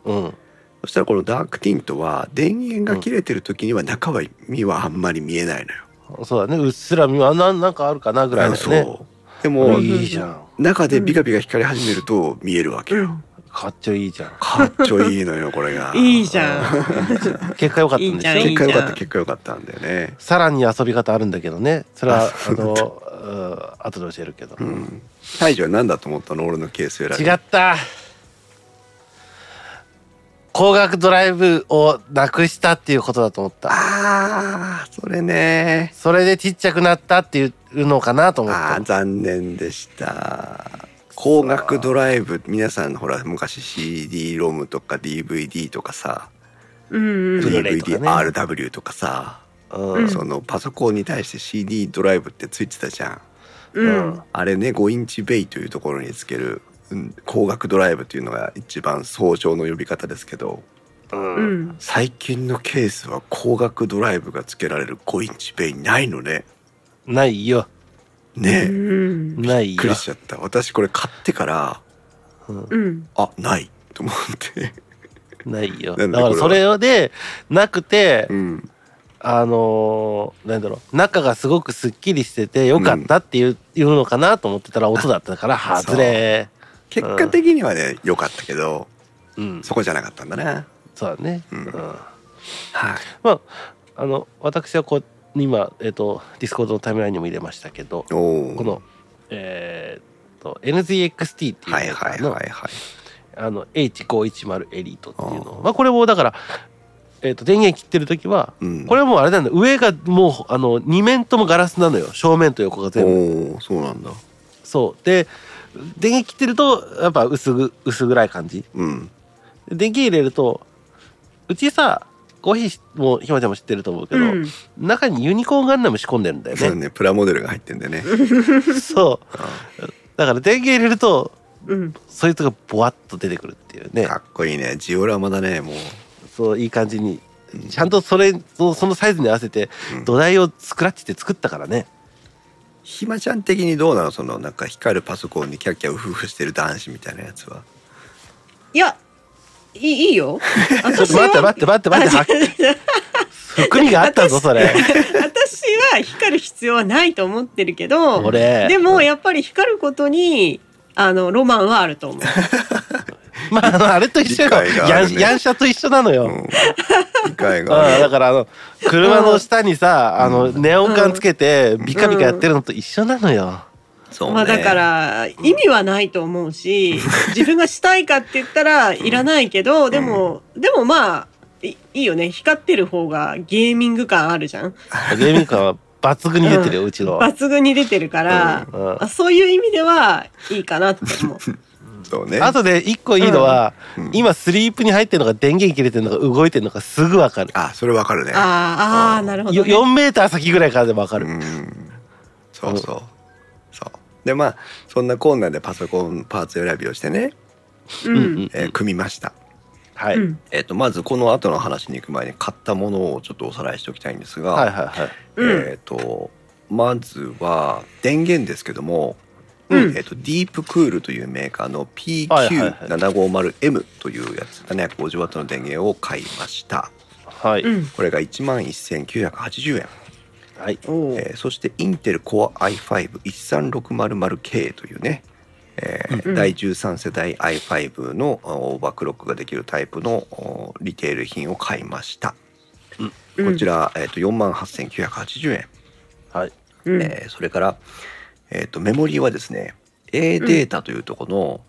S2: うん、
S1: そしたらこのダークティントは電源が切れてる時には中は身はあんまり見えないのよ、
S2: そうだねうっすら見はななんかあるかなぐらいだよね
S1: そうでも
S3: ん
S2: いいじゃん
S1: 中でビカビカ光り始めると見えるわけよ、
S2: かっちょいいじゃん
S1: かっちょいいのよこれが
S3: いいじゃん。
S2: 結果良かったんでしょ
S3: ゃんいい
S1: 結果良かっ
S3: じゃ
S1: た
S3: ん
S1: 結果良かったんだよね
S2: さらに遊び方あるんだけどねそれ
S1: あ
S2: は
S1: そう (laughs)
S2: あ
S1: なん
S2: の
S1: だ
S2: うん後で教えるけど、
S1: うん大樹は何だと思ったの俺のケース選び
S2: 違った光学ドライブをなくしたっていうことだと思った
S1: あーそれね
S2: それでちっちゃくなったっていうのかなと思っ
S1: あ
S2: た
S1: ー残念でした光学ドライブ皆さんほら昔 CD ロムとか DVD とかさ
S3: うんうん。
S2: ブルーレイとか
S1: DVD、
S2: ね
S1: RW とかさ、
S2: うん
S1: そのパソコンに対して CD ドライブってついてたじゃん
S3: う
S2: うん
S3: ん。
S1: あれね5インチベイというところにつけるうん光学ドライブというのが一番総称の呼び方ですけど
S2: う
S3: うんん。
S1: 最近のケースは光学ドライブがつけられる5インチベイないのね
S2: ないよ
S1: ねえ、びっ
S3: うん。
S2: ない
S1: く
S2: よ
S1: りしちゃった私これ買ってから
S3: うん。
S1: あないと思って
S2: ないよ
S1: な
S2: だ
S1: んだこれは
S2: からそれでなくて
S1: うん
S2: あのーなんだろう中がすごくすっきりしててよかったっていう,、いうのかなと思ってたら音だったから
S1: あ
S2: 外れ
S1: 結果的にはね良かったけど
S2: うん
S1: そこじゃなかったんだな
S2: そうだね、
S1: うん
S2: うん
S1: はい
S2: まあ、あの私はこう今、えっとディスコードのタイムラインにも入れましたけど
S1: おお
S2: この、えーっと NZXT っていう
S1: はい
S2: メーカ
S1: はい
S2: ー
S1: は
S2: の,、
S1: いはい
S2: あの H510 エリートっていうの
S1: あー
S2: まあこれもだから、えっと電源切ってる時は
S1: うん
S2: これはもうあれなんだ上がもうあの2面ともガラスなのよ正面と横が全部
S1: おおそうなんだ
S2: そうで電源切ってるとやっぱ薄ぐ薄暗い感じ
S1: うん
S2: で電源入れるとうちさコーヒーもひまちゃんも知ってると思うけど、
S3: うん
S2: 中にユニコーンガンダム仕込んでるんだよ
S1: そうだ
S2: ね
S1: ねプラモデルが入ってんでね
S2: (laughs) そうだから電源入れると
S3: うん
S2: そいつがボワッと出てくるっていうね
S1: かっこいいねジオラマだねもう
S2: そういい感じに
S1: うん
S2: ちゃんとそれそのそのサイズに合わせて
S1: うん
S2: 土台をスクラッチで作ったからね
S1: ひまちゃん的にどうなのそのなんか光るパソコンにキャッキャウフフしてる男子みたいなやつ
S2: (laughs)
S1: はい
S3: やいいいいよ
S2: ちょっと待って待って待って待っては含みがあったぞそれ
S3: 私は光る必要はないと思ってるけど
S2: 俺
S3: でもやっぱり光ることにあのロマンはあると思う。
S2: まああのあれと一緒よ
S1: 理解があ
S2: や
S1: る
S2: ん
S1: ね
S2: やんしゃと一緒なのよ、
S1: うん理解があ
S2: あ
S1: る
S2: だからあの車の下にさ、あのネオン管つけてビカビカやってるのと一緒なのよ、
S1: そうね
S3: まあだから意味はないと思うし、自分がしたいかって言ったらいらないけど、でも、でもまあ、いいいよね。光ってる方がゲーミング感あるじゃん。
S2: ゲーミング感は抜群に出てるよ、うちのは、
S3: 抜群に出てるから、
S2: うん
S3: あそういう意味ではいいかなって
S2: (laughs)
S3: 思う。
S1: そうね
S2: あとで一個いいのは、
S1: うん
S2: 今スリープに入ってるのが電源切れてるのが動いてるのがすぐわかる、
S1: あそれわかるね
S3: あーあー、なるほど、
S2: よ
S3: ね。
S2: 4メーター先ぐらいからでもわかる、
S1: うんそうそう、そうでまあそんなこんなんでパソコンパーツ選びをしてね、
S3: うん
S2: うんうん
S1: えー組みました、
S2: はい、
S3: うん
S1: えっとまずこの後の話に行く前に買ったものをちょっとおさらいしておきたいんですが、
S2: はいはいはい
S3: うん
S1: えっ、とまずは電源ですけども、
S3: うん
S1: えっとディープクールというメーカーの
S2: はいはい
S1: PQ750M というやつ 750W の電源を買いました
S2: はい、
S3: うん
S1: これが1万1980円
S2: はい
S3: おー
S1: えーそしてインテル Core i5-13600K というね、えー
S3: うん
S1: 第13世代 i5 のオーバークロックができるタイプのおリテール品を買いましたこちら、えー、と4万8980円、
S2: はい
S3: うん
S1: えーそれから、えー、とメモリーはですね A データというとこの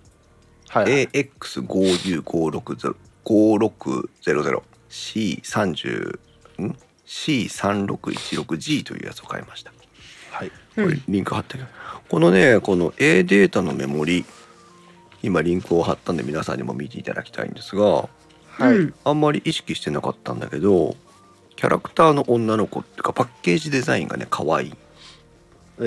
S2: はい
S1: AX59560C30 ん C3616G というやつを買いました
S2: はい
S3: うん
S1: これリンク貼ってるこのねこの A データのメモリ今リンクを貼ったんで皆さんにも見ていただきたいんですが
S2: はい、
S3: うん
S1: あんまり意識してなかったんだけどキャラクターの女の子っていうかパッケージデザインがね可愛い
S2: え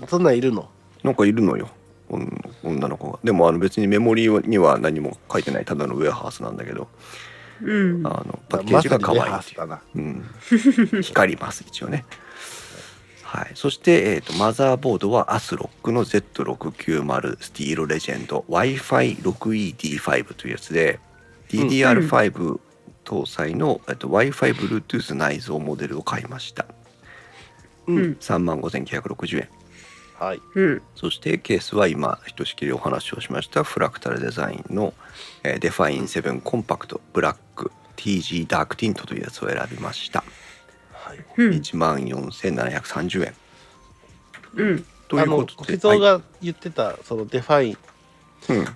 S2: ーそんなんいるの
S1: なんかいるのようん女の子がでもあの別にメモリには何も書いてないただのウェアハウスなんだけど
S3: うん
S1: あのパッケージが可愛い
S2: ま
S1: っていう
S2: さにレアだな
S1: うん、光ります一応ね。はい、そして、えー、とマザーボードはアスロックの Z690 スティールレジェンド Wi-Fi6ED5 というやつで DDR5 搭載の、えっと Wi-FiBluetooth 内蔵モデルを買いました
S2: うん
S3: うん
S1: 3 5960円
S2: はい
S3: うん
S1: そしてケースは今ひとしきりお話をしましたフラクタルデザインの、えー、デファイン7コンパクトブラック TG ダークティントというやつを選びました
S2: はい
S3: うん
S1: 1万4730円
S3: うん
S1: ということ
S2: あの
S1: で
S2: 小木蔵が言ってた、そのデファイン
S1: はいうん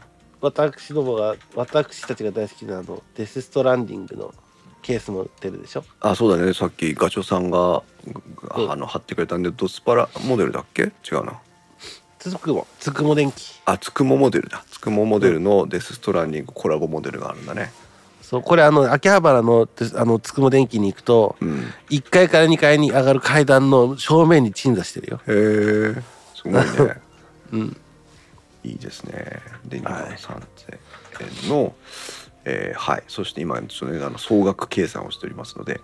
S2: 私どもが私たちが大好きなあのデス・ストランディングのケースも売ってるでしょ
S1: あそうだねさっきガチョさんが
S2: う
S1: あ
S2: ん
S1: あの貼ってくれたんでドスパラモデルだっけ違うな
S2: つくもつくも電気
S1: あつくもモデルだつくもモデルのデス・ストランディングコラボモデルがあるんだね
S2: そうこれあの秋葉原のですあのつくも電気に行くと
S1: うんへ
S2: 1階から2階に上がる階段の正面に鎮座してるよ
S1: えすごいね
S2: (laughs) うん
S1: いいですねで2
S2: はい
S1: 万3000円のえーはいそして今ちょっとねあの総額計算をしておりますので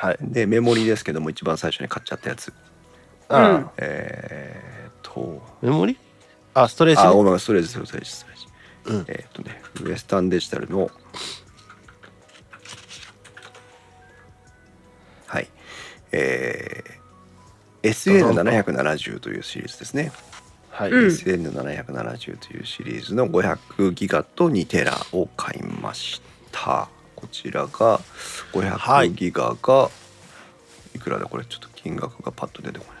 S2: はい
S1: でメモリですけども一番最初に買っちゃったやつ
S2: ああ、
S3: うん
S1: えーっと
S2: メモリあストレージ
S1: あ、ご
S2: ね
S1: めん、ストレージ、ストレージ、ストレージ。
S2: うん
S1: えーっとね、ウエスタンデジタルの。はい。えー、SN770 というシリーズですね。
S2: はい、
S3: うん
S1: SN770 というシリーズの500ギガと2テラを買いました。こちらが
S2: は
S1: 500
S2: い
S1: ギガがいくらだこれちょっと金額がパッと出てこない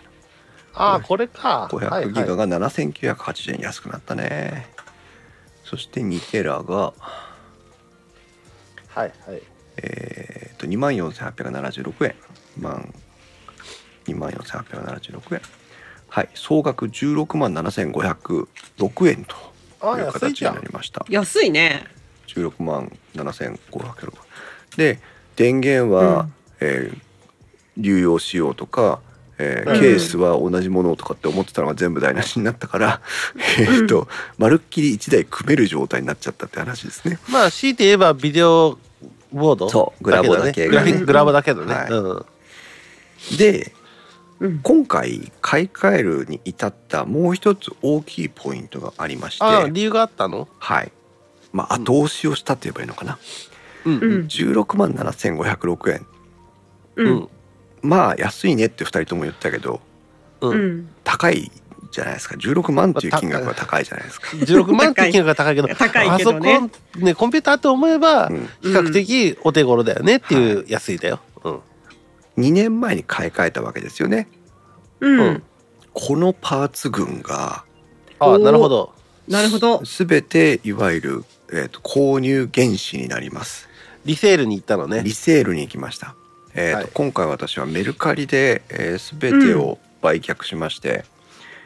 S2: ああ、これか。はい
S1: 500ギガが7980円安くなったね、そして2テラが、
S2: はいはい。
S1: えー、と2万4876円万2万4876円はい総額16万7506円と
S2: ああ、
S1: いう
S2: 安い
S1: 形
S2: じゃ
S1: になんり。ました
S3: 安いね。
S1: 16万7500で電源は、
S3: うん
S1: えー流用しようとか、えー
S2: うん
S1: ケースは同じものをとかって思ってたのが全部台無しになったから、 (laughs) えっとまるっきり1台組める状態になっちゃったって話ですね。
S2: まあ、強いて言えばビデオボード
S1: そうグラボだけ
S2: グ
S1: が
S2: ラ
S1: ね
S2: フィックグラボだけどね。
S1: はい
S2: うん。
S1: で
S3: うん。
S1: 今回買い替えるに至ったもう一つ大きいポイントがありまして
S2: ああ、理由があったの
S1: はいまあ後押しをしたと言えばいいのかな、
S2: うん
S3: う。ん。
S1: 16万7506円
S3: う
S2: うんん。
S1: まあ安いねって2人とも言ったけど
S2: う。
S3: うんん。
S1: 高いじゃないですか16万っていう金額は高いじゃないですか、
S2: 16万って金額が高いけど、
S3: 高いけどね
S2: パソコン、ね、コンピューターと思えば、
S1: うん、
S2: 比較的お手頃だよねっていう安いだよ。うん。
S1: 2年前に買い替えたわけですよね
S3: うん。
S2: うん
S1: このパーツ群が
S2: あ
S3: お
S2: あ、
S3: ー
S2: なるほど。
S3: なるほど。
S1: 全ていわゆる、えーと購入原資になります
S2: リセールに行ったのね
S1: リ。セールに行きました、えーと
S2: はい
S1: 今回私はメルカリで、えー全てを売却しまして、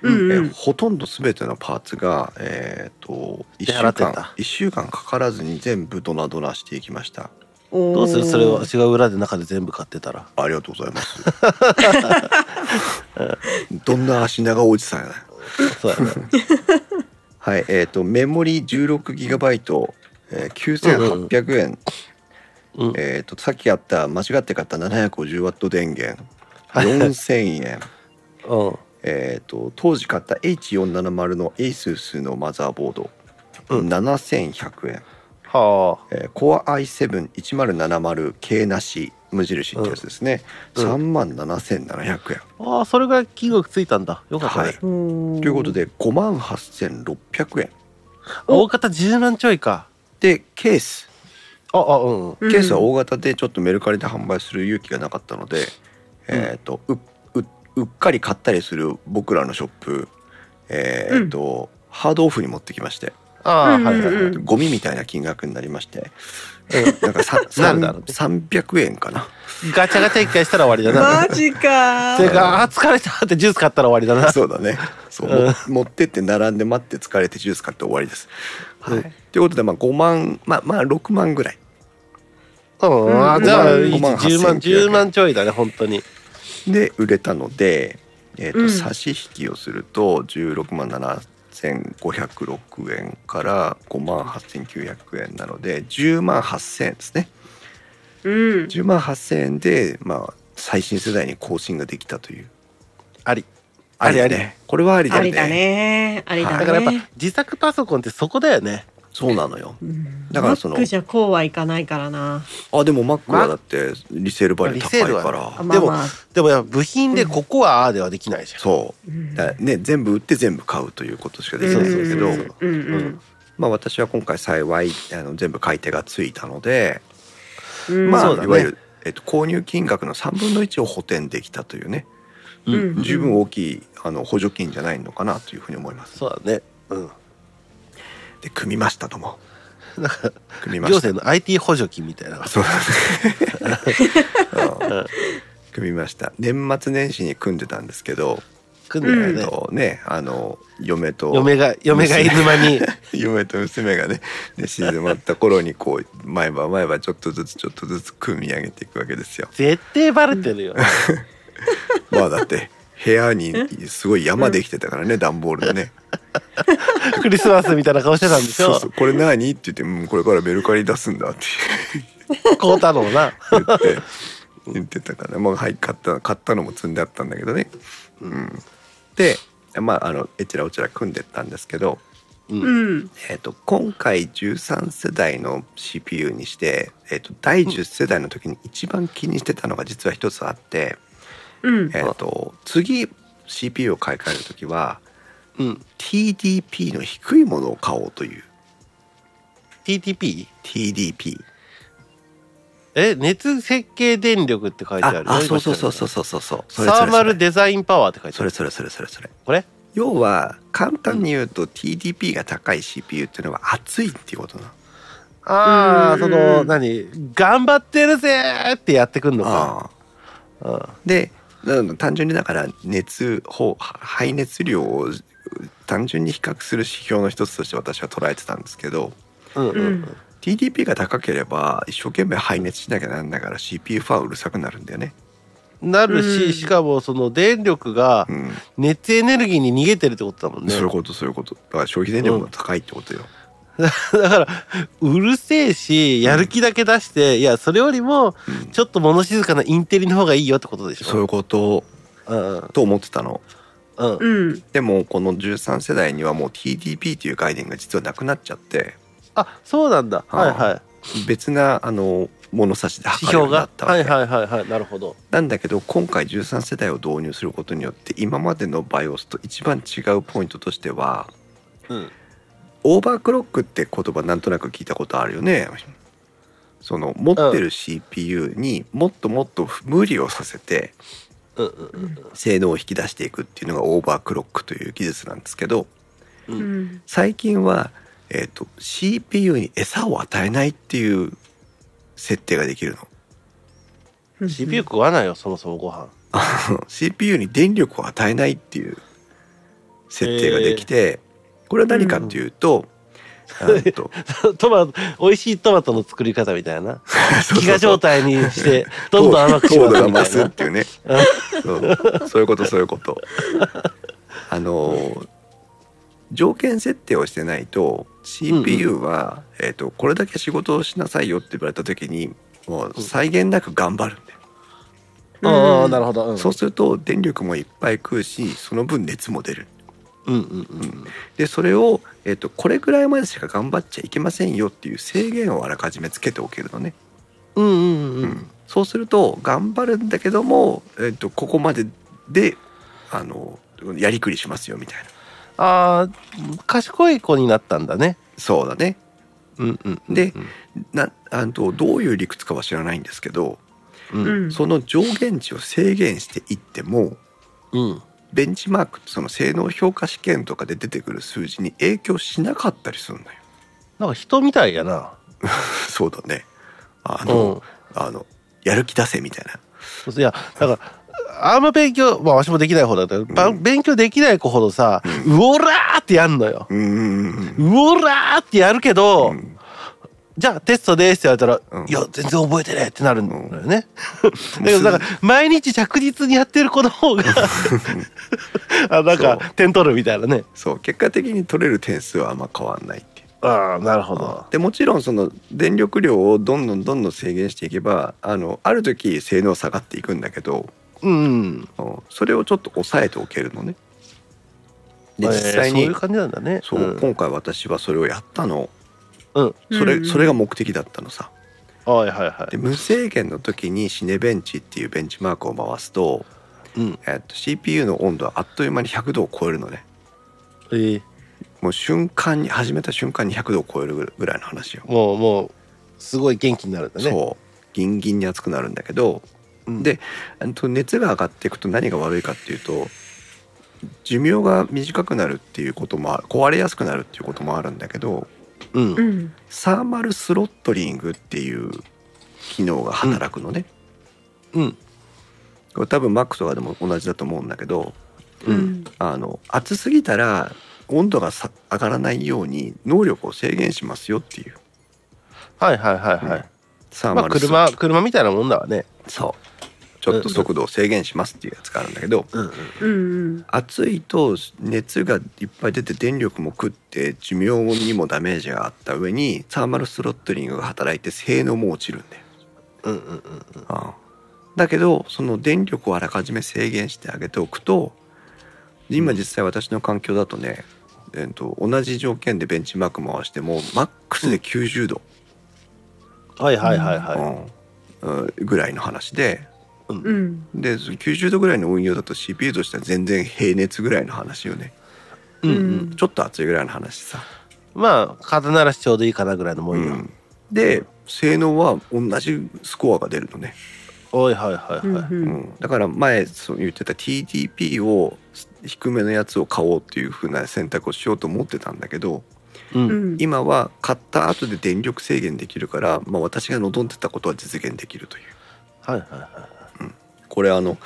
S3: うん
S1: え
S3: う
S1: ー
S3: ん。
S1: ほとんど全てのパーツが、えー、と1
S2: 手洗
S1: 週
S2: ってた
S1: 間一週間かからずに全部ドナドナしていきました
S3: おー
S2: どうするそれを私が裏で中で全部買ってたら。
S1: ありがとうございます (laughs) どんな足長おじさんやね
S2: そうやね。
S1: はいえー、とメモリ 16GB、えー、9800円、
S2: うん。
S1: えー、とさっきあった間違って買った 750W 電源
S2: はい
S1: 4000円
S2: うん。
S1: (laughs) えー、と当時買った H470 の ASUS のマザーボード、
S2: うん
S1: 7100円、
S2: は
S1: えー、Core i71070 系なし無印ってやつですね、
S2: うん
S1: 3万7700円、
S2: あ。ああ、それぐらい金額ついたんだ。よかったね。
S1: はい
S3: うん
S1: ということで5万8600円
S2: あ大方10万ちょいか。
S1: でケース
S2: ああ、うん。
S3: うん
S1: ケースは大型でちょっとメルカリで販売する勇気がなかったので、えっ、とうううっかり買ったりする僕らのショップえっ、と、ハードオフに持ってきまして、
S2: ああ、はいはいは
S3: う
S2: い。
S3: んうん
S1: ゴミみたいな金額になりまして、 (laughs) なんかささん
S2: なんだろうね
S1: 300円かな
S2: ガチャガチャ一回したら終わりだな。
S3: マジ
S2: (laughs)
S3: か
S2: それか、あー疲れたってジュース買ったら終わりだな。
S1: そうだねそう、も持ってって並んで待って疲れてジュース買って終わりです。はい
S2: うん
S1: ということでまあ5万まあまあ6万ぐらい
S2: うん、あーじゃあ、
S1: 5万
S2: 10万、10万ちょいだね、本当に。
S1: で売れたので、えーと
S3: うん
S1: 差し引きをすると16万7506円から5万8900円なので10万8000円ですね
S3: うん。
S1: 10万8000円で、まあ、最新世代に更新ができたという
S2: あり。
S1: あ
S2: あ
S1: り
S2: り
S1: だ
S2: あり
S1: ねこれはありだ
S3: あ
S1: よ
S3: り
S1: ね
S3: だね。ありだね。
S1: は
S2: だ
S1: い
S2: からやっぱ、自作パソコンってそこだよね。
S1: そうなのよ
S3: うん
S1: だからその
S3: マックじゃこうはいかないからな。
S1: あでも Mac はだってリセールバリュー高い
S2: まあリセ
S1: か
S2: ールは
S1: ら、
S3: まあまあ
S2: でもやっぱ部品でここはああではできないじゃん。
S1: そう
S3: うん
S1: だからね全部売って全部買うということしかでき
S2: そ
S1: な
S2: う
S1: い
S2: そ
S1: ん
S2: う
S1: ですけ
S2: そう
S1: ど、
S2: んん
S3: うんうん
S1: まあ、私は今回幸いあの全部買い手がついたので
S3: うん。
S1: まあ、
S2: そう
S1: い
S2: だね
S1: わゆる、えっと、購入金額の3分の1を補填できたというね、
S3: うん
S1: 十分大きいあの補助金じゃないのかなというふうに思います。
S2: そうだね。うん。
S1: で組みましたとも。
S2: なんか、
S1: 組みま
S2: 行
S1: した。
S2: 政の IT 補助金みたいな。
S1: そうだねうん組みました年末年始に組んでたんですけど、
S2: 組んで
S1: え
S2: た
S1: っ
S2: よ
S1: と
S2: ね。
S1: ね、あの嫁と
S2: 嫁が、嫁が犬間に。
S1: (laughs) 嫁と娘がねね静まった頃にこう毎晩毎晩ちょっとずつちょっとずつ組み上げていくわけですよ。
S2: 絶対バレてるよ。
S1: まあだって部屋にすごい山できてたからね段ボールでね。
S2: クリスマスみたいな顔してたんでしょ
S1: そうそうこれ何って言って、うん、これからメルカリ出すんだって
S2: こうたろうな。
S1: 言って言ってたから、まあ、はい買った買ったのも積んであったんだけどね。うん、でまああのえちらおちら組んでったんですけど、
S3: うん。
S1: えー、と今回13世代の CPU にして、えー、と第10世代の時に一番気にしてたのが実は一つあって、
S3: うん。
S1: えー、と次 CPU を買い替える時は
S2: うん。
S1: TDP の低いものを買おうという
S2: TTP?
S1: TDP。
S2: え熱設計電力って書いてある
S1: あ
S2: よ
S1: あそうそうそう
S2: 今
S1: そう
S2: 来
S1: そうそうそうそ
S2: たの
S1: れ
S2: サ
S1: そ
S2: ーマル
S1: れ
S2: デザインパワーって書いて
S1: そ
S2: あ
S1: れ
S2: る
S1: それそれそれそれ
S2: これ
S1: 要は簡単に言うと TDP が高い CPU っていうのは熱いっていうことなの
S2: あ
S3: う
S2: あ
S3: ん
S2: その何頑張ってるぜーってやってくんのか
S1: ああ
S2: うん
S1: でなんだ単純にだから熱放排熱量を単純に比較する指標の一つとして私は捉えてたんですけど
S2: うんうんう
S3: うんん
S1: TDP が高ければ一生懸命排熱しなきゃなんだから CPU ファンうるさくなるんだよね。
S2: なる
S3: うん
S2: ししかもその電力が
S1: うん、
S2: 熱エネルギーに逃げてるってことだもんね
S1: そういうことそういうことだから消費電力が高いってことよ。
S2: (laughs) だからうるせえしやる気だけ出して、いやそれよりも
S1: うん
S2: ちょっと物静かなインテリの方がいいよってことでしょ
S1: そういうこと
S2: うんうん
S1: と思ってたの。
S2: うん
S3: うん
S1: でもこの13世代にはもう TDP という概念が実はなくなっちゃって
S2: あそうなんだはいはい
S1: 別なあの物差しで
S2: 指
S1: 測るように
S2: 標
S1: な
S2: が
S1: ったわ
S2: は
S1: け
S2: いはいはいはいなるほど
S1: なんだけど今回13世代を導入することによって今までの BIOS と一番違うポイントとしては
S2: うん
S1: オーバークロックって言葉なんとなく聞いたことあるよね。その持ってる CPU にもっともっと無理をさせて
S2: うんうん
S1: 性能を引き出していくっていうのがオーバークロックという技術なんですけど
S2: う
S3: うんん
S1: 最近は、えー、と CPU に餌を与えないっていう設定ができるの。
S3: うん
S2: CPU 食わないよそもそもご飯 (laughs)
S1: あの CPU に電力を与えないっていう設定ができて、これは何かというと、うん (laughs) と
S2: トマト美味しいトマトの作り方みたいな
S1: そうそうそう
S2: 飢餓状態にしてどんどん甘くしま
S1: 糖
S2: す
S1: 度
S2: み
S1: が増
S2: たい
S1: すっ
S2: な
S1: ていうねそうそういうことそういうことあのー条件設定をしてないと CPU は、えー、とこれだけ仕事をしなさいよって言われた時にもう際限なく頑張るんだよ、
S2: うんうんなるほどうん
S1: そうすると電力もいっぱい食うしその分熱も出る
S2: うんうんうん
S1: でそれを、えっとこれぐらいまでしか頑張っちゃいけませんよっていう制限をあらかじめつけておけるのね、
S2: うんうんう
S1: うんんそうすると頑張るんだけども、えっとここまでであのやりくりしますよみたいな
S2: あー賢い子になったんだね
S1: そうだね
S2: うんうんうん
S1: でなあのどういう理屈かは知らないんですけど
S2: う
S3: うんん
S1: その上限値を制限していっても
S2: うん
S1: ベンチマークその性能評価試験とかで出てくる数字に影響しなかったりするんだよ (laughs)
S2: なんか人みたいやな
S1: そうだねあの,、
S2: う
S1: あのやる気出せみたいなん
S2: いやだからあんま勉強まあわしもできない方だけど、ば勉強できない子ほどさ、うおらーってやんのよ
S1: うんうんうん
S2: うおらーってやるけど、
S1: うん
S2: じゃあテストですって言われたら、
S1: うん
S2: いや全然覚えてねえってなるんだよね、
S1: うん
S2: だけど (laughs) だから毎日着実にやってる子の (laughs) 方があなんか
S1: そう
S2: 点取るみたいなね
S1: そう結果的に取れる点数はあんま変わんないっていう
S2: ああなるほど
S1: でもちろんその電力量をどんどんどんどん制限していけばあのある時性能下がっていくんだけど
S2: うん
S1: うんそれをちょっと抑えておけるのね。で
S2: えー
S1: 実際に、
S2: そういう感じなんだね
S1: そう、
S2: うん
S1: 今回私はそれをやったの
S2: うん
S1: そ
S3: うん
S1: れ
S3: うん
S1: それが目的だったのさ。
S2: はいはいは
S1: で
S2: い
S1: 無制限の時にシネベンチっていうベンチマークを回すと,、
S2: うん
S1: えっと CPU の温度はあっという間に100度を超えるのね。
S2: えー
S1: もう瞬間に始めた瞬間に100度を超えるぐらいの話よ。
S2: もうもうすごい元気になるんだね
S1: そうギンギンに熱くなるんだけど、
S2: うん
S1: であの熱が上がっていくと何が悪いかっていうと寿命が短くなるっていうこともある壊れやすくなるっていうこともあるんだけど
S2: う
S3: うんん
S1: サーマルスロットリングっていう機能が働くのね、
S2: うん
S1: これ多分 Mac とかでも同じだと思うんだけど
S2: う
S3: うんん
S1: あの熱すぎたら温度がさ上がらないように能力を制限しますよっていう
S2: はいはいはいは
S1: うん
S2: い
S1: サー
S2: まあ
S1: マルスロット
S2: 車車みたいなもんだわね
S1: そうちょっと速度を制限しますっていうやつがあるんだけど、
S2: うん
S3: うん
S1: 暑いと熱がいっぱい出て電力も食って寿命にもダメージがあった上にサーマルスロットリングが働いて性能も落ちるんだよ。
S2: うんうんうん
S1: ああだけどその電力をあらかじめ制限してあげておくと今実際私の環境だとね、えっと、同じ条件でベンチマーク回してもマックスで90度、
S2: はいはいはいは
S1: うんうんぐらいの話で
S3: うん
S1: でその90度ぐらいの運用だと CPU としては全然平熱ぐらいの話よね
S2: いうんう
S3: うんん
S1: ちょっと熱いぐらいの話さ。
S2: まあ風ならしちょうどいいかなぐらいのもんよ
S1: うんで性能は同じスコアが出るのね、
S2: おいはいは
S3: う
S2: い
S3: んう
S2: はい。
S1: うんん、だから前そう言ってた TTP を低めのやつを買おうっていう風な選択をしようと思ってたんだけど
S2: う。
S3: うんん
S1: 今は買った後で電力制限できるから、まあ、私が望んでたことは実現できるという
S2: はいはいは
S1: これあの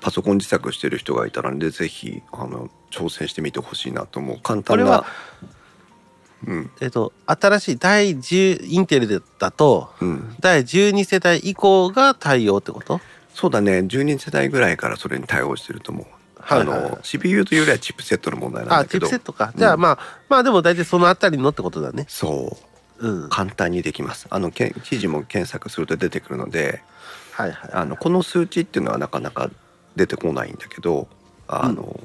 S1: パソコン自作してる人がいたらでぜひあの挑戦してみてほしいなと思う簡単な
S2: これは
S1: うん
S2: い。えっと、新しい第10、インテルでだと、
S1: うん、
S2: 第12世代以降が対応ってこと
S1: そうだね12世代ぐらいからそれに対応してると思う、
S2: はいはいはい
S1: あの CPU というよりはチップセットの問題なん
S2: あ、
S1: だ
S2: チ
S1: け
S2: ッ
S1: ど
S2: プセットか。じゃあまあ、まあでも大体そのあたりのってことだね。
S1: そう
S2: うん。
S1: 簡単にできますあのけ記事も検索すると出てくるので
S2: はいはい。
S1: あのこの数値っていうのはなかなか出てこないんだけどあの、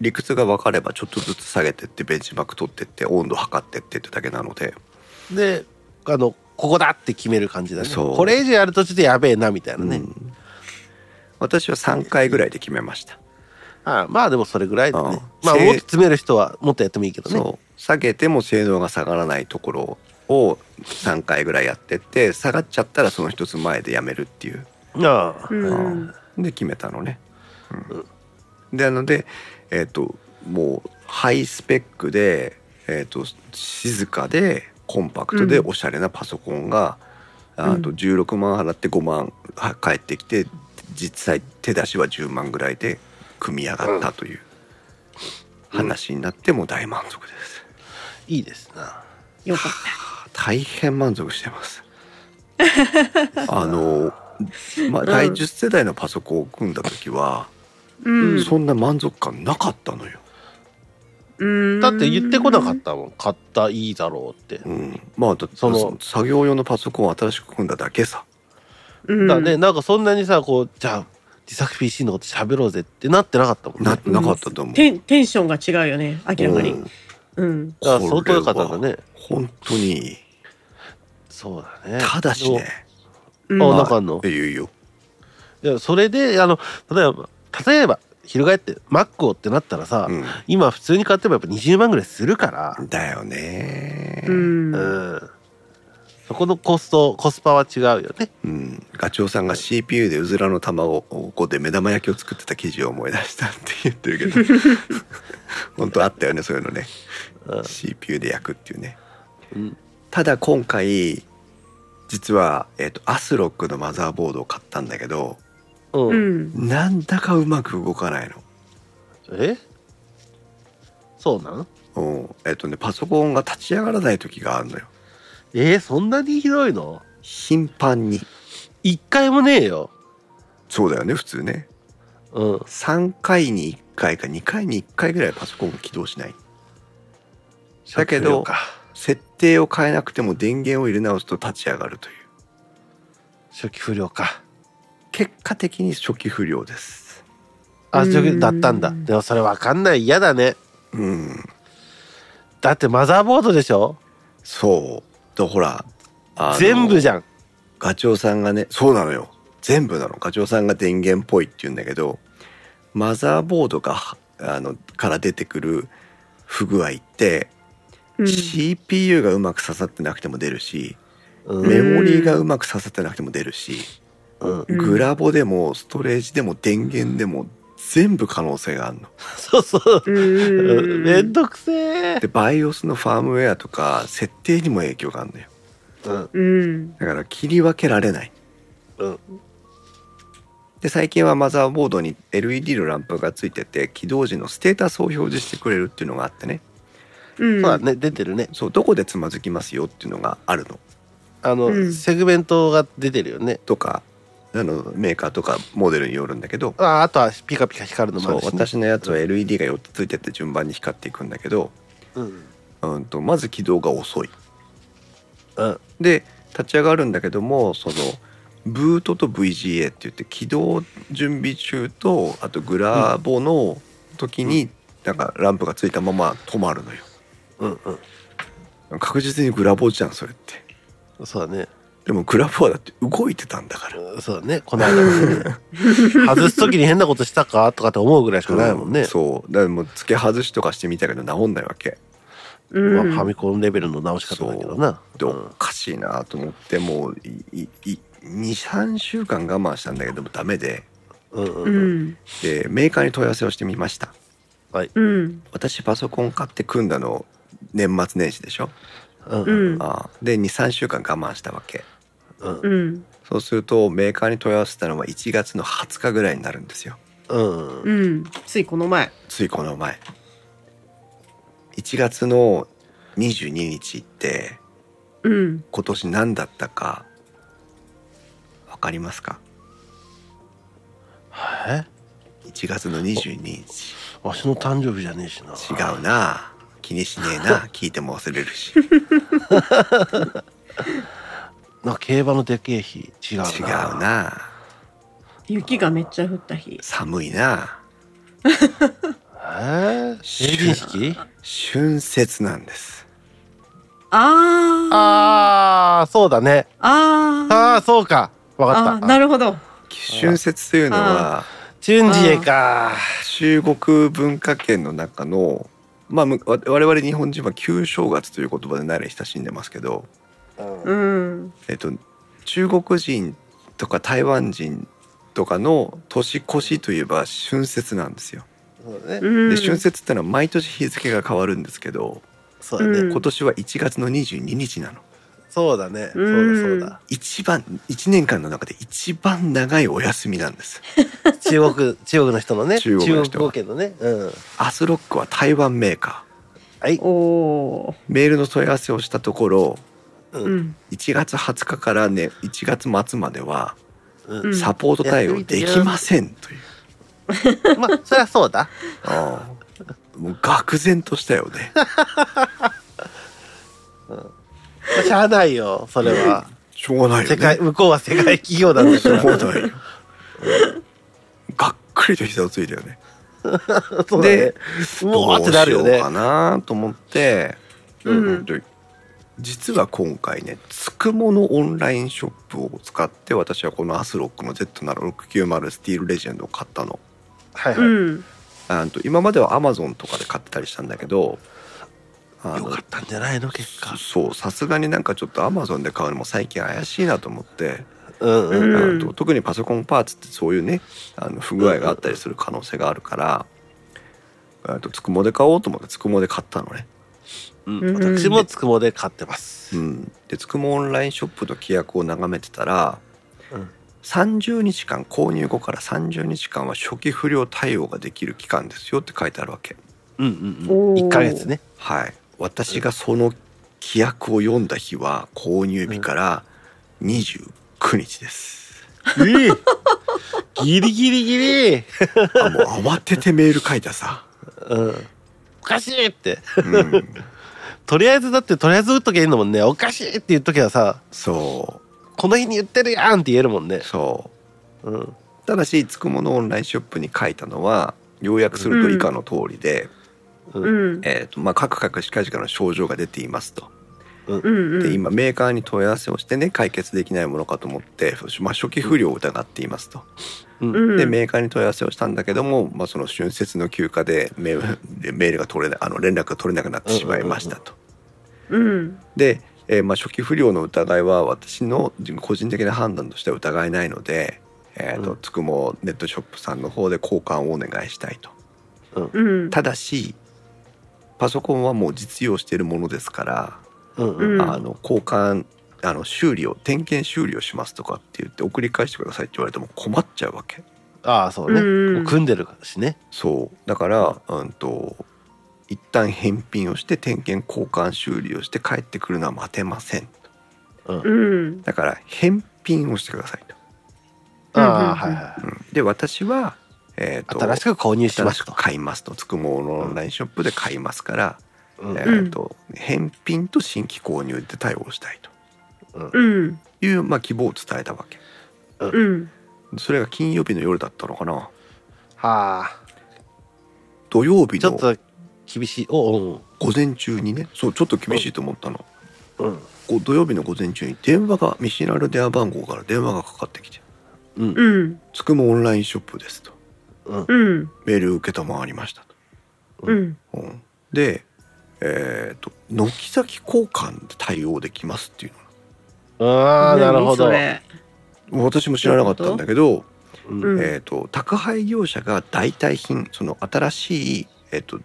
S1: 理屈が分かればちょっとずつ下げてってベンチマーク取ってって温度測ってってってだけなので
S2: であのここだって決める感じだね
S1: そう
S2: これ以上やるとちょっとやべえなみたいなね、
S1: うん私は3回ぐらいで決めました、
S2: ああまあでもそれぐらいだね
S1: うん
S2: まあ
S1: せい
S2: もっと詰める人はもっとやってもいいけどね
S1: そう下げても性能が下がらないところを3回ぐらいやってって下がっちゃったらその一つ前でやめるっていう
S2: ああ、
S3: うん
S1: で決めたのね。うん、でなので、えー、ともうハイスペックで、えー、と静かでコンパクトで
S3: うん
S1: おしゃれなパソコンが、あと
S3: うん
S1: 16万払って5万は返ってきて実際手出しは10万ぐらいで組み上がったという話になってもう大満足です。
S2: いいですな
S3: よかった
S1: 大変満足して
S3: (laughs)
S1: ます。あの、まあ、第10世代のパソコンを組んだ時は、
S3: うん
S1: そんな満足感なかったのよ。
S3: うん
S2: だって言ってこなかったもん買ったいいだろうって
S1: うん、まあだって
S2: その
S1: そ作業用のパソコンを新しく組んだだけさ。
S3: うん
S2: だねなんかそんなにさこうじゃあ自作 PC のこと喋ろうぜってなってなかったもんね
S1: な
S2: だ
S1: ってなかったと思う。
S3: テンテンションが違うよね明らかにうん
S2: から相当良かったんだね
S1: 本当に。
S2: そうだね
S1: ただしね。
S3: うん
S2: でもあ
S1: ま
S2: なんかあんの
S1: いいよいいよ。
S2: いやそれであの例えば例えば翻って Mac をってなったらさ、
S1: う
S2: 今普通に買ってもやっぱ20万ぐらいするから、
S1: ん。だよね。
S3: うん
S2: うんそこのコストコスパは違うよね
S1: うんガチョウさんが CPU でうずらの卵をこうで目玉焼きを作ってた記事を思い出したって言ってるけど本当あったよねそういうのね
S2: うん
S1: CPU で焼くっていうね
S2: うん
S1: ただ今回実は、えっとアスロックのマザーボードを買ったんだけど
S2: うん、
S3: うん
S1: なんだかうまく動かないの。
S2: えそうなん
S1: うんえっとねパソコンが立ち上がらない時があるのよ
S2: えーそんなに広いの
S1: 頻繁に
S2: 一回もねえよ
S1: そうだよね普通ね
S2: うん
S1: 3回に1回か2回に1回ぐらいパソコンが起動しないだけど
S2: 食料か
S1: 設定を変えなくても電源を入れ直すと立ち上がるという
S2: 初期不良か
S1: 結果的に初期不良です
S2: あ初
S3: う
S2: 期
S3: ん
S2: だったんだでもそれわかんない嫌だね
S1: うん
S2: だってマザーボードでしょ
S1: そうとほらあの
S2: 全部じゃん
S1: ガチョウさんがねそうなのよ全部なのガチョウさんが電源っぽいって言うんだけどマザーボードがあのから出てくる不具合って、
S3: うん
S1: CPU がうまく刺さってなくても出るし、
S2: う
S1: メ
S2: ん、
S1: モリーがうまく刺さってなくても出るし、
S2: うん、
S3: うん
S1: グラボでもストレージでも電源でも全部可能性がある (laughs) の。
S2: そうそう
S3: うん
S2: めんどくせえ
S1: で BIOS のファームウェアとか設定にも影響があるのよ。
S2: うん
S3: うん
S1: だから切り分けられない。
S2: うん
S1: で最近はマザーボードに LED のランプがついてて起動時のステータスを表示してくれるっていうのがあってね
S3: うん
S2: そうだね出てるね
S1: そうどこでつまずきますよっていうのがあるの
S2: あの、
S3: うん
S2: セグメントが出てるよね
S1: とかあのメーカーとかモデルによるんだけど
S2: ああとはピカピカ光るのもあ
S1: そう
S2: るし、ね、
S1: 私のやつは LED が4つついてて順番に光っていくんだけど、
S2: うん
S1: うん、とまず起動が遅い
S2: うん
S1: で立ち上がるんだけどもそのブートと VGA って言って起動準備中とあとグラボの時になんかランプがついたまま止まるのよ
S2: うん
S1: 確実にグラボじゃんそれって
S2: うんそうだね
S1: でもグラボはだって動いてたんだから
S2: うんそうだねこの間もね外す時に変なことしたかとかって思うぐらいしかないもんね、
S1: そうだからもう付け外しとかしてみたけど治んないわけ
S3: うん
S2: まあ、ファミコンレベルの直し方だけどな。
S1: でおかしいなと思ってもう23週間我慢したんだけどもダメで
S2: うんうん
S3: う
S2: うん
S3: ん
S1: でメーカーに問い合わせをしてみました
S3: うん
S1: 私パソコン買って組んだの年末年始でしょ
S2: うん
S3: う
S2: うん
S3: ん
S1: あーで23週間我慢したわけ
S2: うん
S3: うん
S1: そうするとメーカーに問い合わせたのは1月の20日ぐらいになるんですよ
S2: うんうん
S3: うんついこの前
S1: ついこの前1月の22日って
S3: うん
S1: 今年何だったかわかりますか
S2: え
S1: 1月の22日
S2: わしの誕生日じゃねえしな。
S1: 違うな気にしねえ
S2: (laughs)
S1: な聞いても忘れるし
S2: なんか競馬のでけえ日違うな。
S1: 違うな
S3: 雪がめっちゃ降った日
S1: 寒いな
S2: えー、成人式
S1: 春節なんです
S3: あー
S2: ああ、そうだね。
S3: あー
S2: ああ、そうか。わか
S3: あ
S2: っ
S3: ー
S2: た。
S3: なるほど
S1: 春節というのは
S2: 春時へか。
S1: 中国文化圏の中のまあむ我々日本人は旧正月という言葉で慣れ親しんでますけど、
S2: うん
S3: うん
S1: えっと、中国人とか台湾人とかの年越しといえば春節なんですよ。
S2: そうだね。
S3: うん
S1: で春節ってのは毎年日付が変わるんですけど
S2: そうだね。
S3: うん
S1: 今年は1月の22日なの。
S2: そうだね。そううんだそうだ。
S1: 一番1年間の中で一番長いお休みなんです。
S2: 中
S3: (laughs)
S2: 国、中国の人のね。
S1: 中
S2: 中
S1: 国の人
S2: 国
S1: は
S2: 語圏のね。うん。
S1: アスロックは台湾メーカー
S2: はい。
S3: おー
S1: メールの問い合わせをしたところ
S2: う。
S3: うんん
S1: 1月20日からね1月末までは
S2: うん
S3: うん
S1: サポート対応できませんという、
S2: まあ、そりゃそうだ。
S1: ああもう愕然としたよ
S2: (laughs)
S1: ね
S2: まあしゃあないよ、それは。
S1: しょうがないよね
S2: 世界、向こうは世界企業なんだ
S1: し
S2: か
S1: ょ
S2: ら。
S1: うがないよがっくりと膝をついたよね
S2: (laughs) そうだね
S1: で
S2: う
S1: ど
S2: わーっ
S1: う
S2: てな
S1: し
S2: る
S1: よ
S2: よ
S1: う
S2: ね
S1: か。なと思って、
S3: うん
S1: で実は今回ねつくものオンラインショップを使って私はこのアスロックの Z760 スティールレジェンドを買ったの
S2: はいうは
S3: ん
S1: あの今まではアマゾンとかで買ってたりしたんだけどあ
S2: い。よ
S1: の
S2: かったんじゃないの、結果。
S1: そうさすがになんかちょっとアマゾンで買うのも最近怪しいなと思って、
S2: うんうん。
S1: あ
S3: うん
S1: の特にパソコンパーツってそういうねあの不具合があったりする可能性があるから、あとつくもで買おうと思ってつくもで買ったのね、
S2: うん
S3: うん
S2: 私もつくもで買ってます
S1: う。ん、でつくもオンラインショップの規約を眺めてたら
S2: うん
S1: 30日間購入後から30日間は初期不良対応ができる期間ですよって書いてあるわけ
S2: うんうんう
S3: お
S2: ん。
S3: ー
S2: 一ヶ月ね。
S1: はい私がその規約を読んだ日は購入日から29日です、
S2: ええギリギリギリ。
S1: あもう慌ててメール書いたさ、
S2: うん。おかしいって。
S1: うん、
S2: とりあえずだってとりあえず打っときゃいいんだもんね。おかしいって言っときゃさ、
S1: そ
S2: この日に言ってるやんって言えるもんね
S1: う。そう
S2: うん。
S1: ただしつくものオンラインショップに書いたのは要約すると以下の通りで、
S3: うん
S1: えーとまあ、カクカクシカジカの症状が出ていますと
S3: うんうん
S1: で今メーカーに問い合わせをしてね解決できないものかと思って、まあ、初期不良を疑っていますと
S2: うん。
S3: うん
S1: でメーカーに問い合わせをしたんだけども、まあ、その春節の休暇でメ
S2: (laughs)
S1: ールでメールが取れないあの連絡が取れなくなってしまいましたと。
S3: うん
S1: で、えーまあ、初期不良の疑いは私の個人的な判断としては疑えないので、えーと
S2: うん
S1: つくもネットショップさんの方で交換をお願いしたいと。
S3: うん
S1: ただしパソコンはもう実用しているものですから、
S2: うんうん。
S3: うん
S1: あの交換あの修理を点検修理をしますとかって言って送り返してくださいって言われても困っちゃうわけ。
S2: ああ、そうね。
S3: うん
S2: もう組んでるしね。
S1: そうだから、うん、と一旦返品をして点検交換修理をして帰ってくるのは待てません
S3: うん
S1: だから返品をしてくださいと、
S2: あ
S3: うんうん
S2: あ、はいは
S1: うんで私は、えー
S2: い。
S1: と
S2: 新しく購入し
S1: 新
S2: ま
S1: し
S2: す
S1: く
S2: と。
S1: 買いますとつくものオンラインショップで買いますから、
S2: うん
S1: え
S3: ん
S1: ーと返品と新規購入で対応したいと
S3: うん
S1: いう、まあ、希望を伝えたわけ
S3: うん
S1: それが金曜日の夜だったのかな
S2: はあ。
S1: 土曜日
S2: ちょっ
S1: の
S2: と厳しい。おう
S1: 午前中にねそうちょっと厳しいと思ったの
S2: おう。うん。
S1: こう土曜日の午前中に電話が見知らぬ電話番号から電話がかかってきて
S2: うん。
S3: うん
S1: 「つくもオンラインショップです」と
S2: うん。
S3: うん
S1: メールを承りましたと、
S3: うん
S1: うんで、えっ、と軒先交換で対応できますっていう
S2: ああ、なるほど。
S3: 何それ
S1: の私も知らなかったんだけど
S2: うん
S3: うん
S1: えー、と宅配業者が代替品その新しい、えーと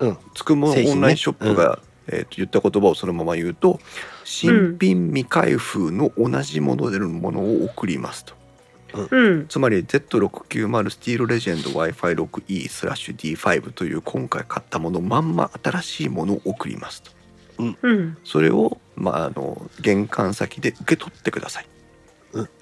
S2: うん
S1: つくもの
S2: 製品
S1: オ
S2: ね
S1: ンラインショップが、えー、と言った言葉をそのまま言うと新品未開封の同じモデルのものを送りますと、
S3: うん。
S1: つまり Z690 スティールレジェンド Wi-Fi6E スラッシュ D5 という今回買ったものまんま新しいものを送りますと
S3: うん。
S1: それを、まあ、あの玄関先で受け取ってください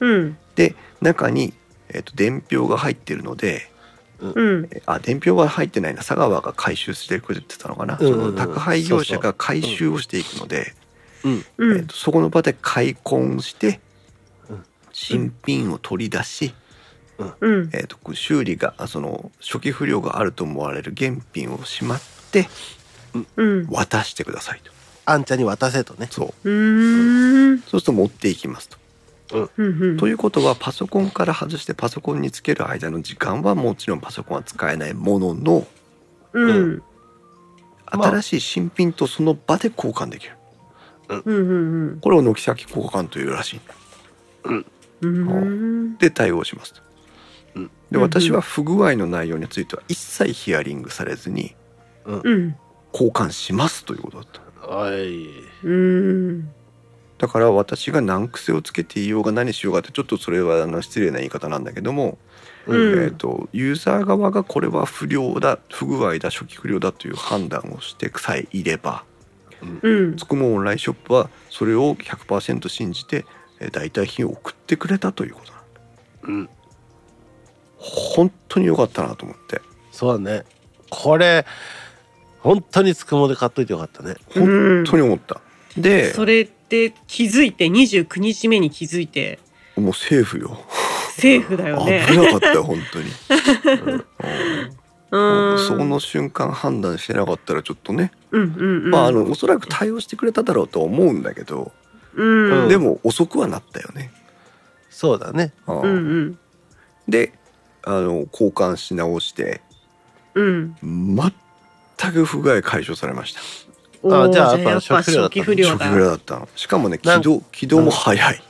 S3: うん。
S1: で中に、えー、と伝票が入ってるので
S3: うん。
S1: あ伝票は入ってないな佐川が回収してくれてたのかな、
S2: うんうん
S1: その宅配業者が回収をしていくので、
S3: う
S1: えっ
S3: ん。
S1: とそこの場で開墾して
S2: うん
S1: 新品を取り出し、
S3: うん。
S1: えっと修理があその初期不良があると思われる原品をしまって
S3: うん。
S1: 渡してくださいと
S2: あんちゃんに渡せとね。
S1: そう
S3: うーん。
S1: そうすると持っていきますと。
S3: うん。
S1: ということはパソコンから外してパソコンにつける間の時間はもちろんパソコンは使えないものの
S3: うん。
S2: まあ
S1: 新しい新品とその場で交換できる
S3: うん。
S1: これを軒先交換というらしい
S3: うん。
S1: で対応しますと。
S2: うん
S1: で
S3: うんうん
S1: 私は不具合の内容については一切ヒアリングされずに
S3: うん。
S1: 交換しますということだった
S2: はい。
S3: うん。
S1: だから私が難癖をつけていようが何しようがってちょっとそれはあの失礼な言い方なんだけども、
S3: うん
S1: えー、とユーザー側がこれは不良だ不具合だ初期不良だという判断をしてさえいれば
S3: うん。
S1: つくもオンラインショップはそれを100%信じてえー代替品を送ってくれたということなの
S2: うん。
S1: 本当に良かったなと思って
S2: そうだね。これ、本当につくもで買っといてよかったね。
S1: 本当に思った。で
S3: それって気づいて29日目に気づいて
S1: もう政府よ
S3: セーフだよ
S1: 危
S3: ね。
S1: なかったよ本当に、
S3: (laughs) う
S1: うん
S3: ん。
S1: その瞬間判断してなかったらちょっとね、
S3: うんうんうん。
S1: まああのおそらく対応してくれただろうとは思うんだけど、
S3: うん。
S1: でも遅くはなったよね、
S2: そうだね。
S1: ああ
S3: うんうん
S1: であの交換し直して
S3: うん。
S1: 全く不具合解消されました
S3: おー
S2: あじゃあやっぱ
S3: 初期不良
S1: 初期
S3: だ。
S1: 不良だったのしかもね
S2: な
S1: 起
S2: ん
S1: 動起動も早い、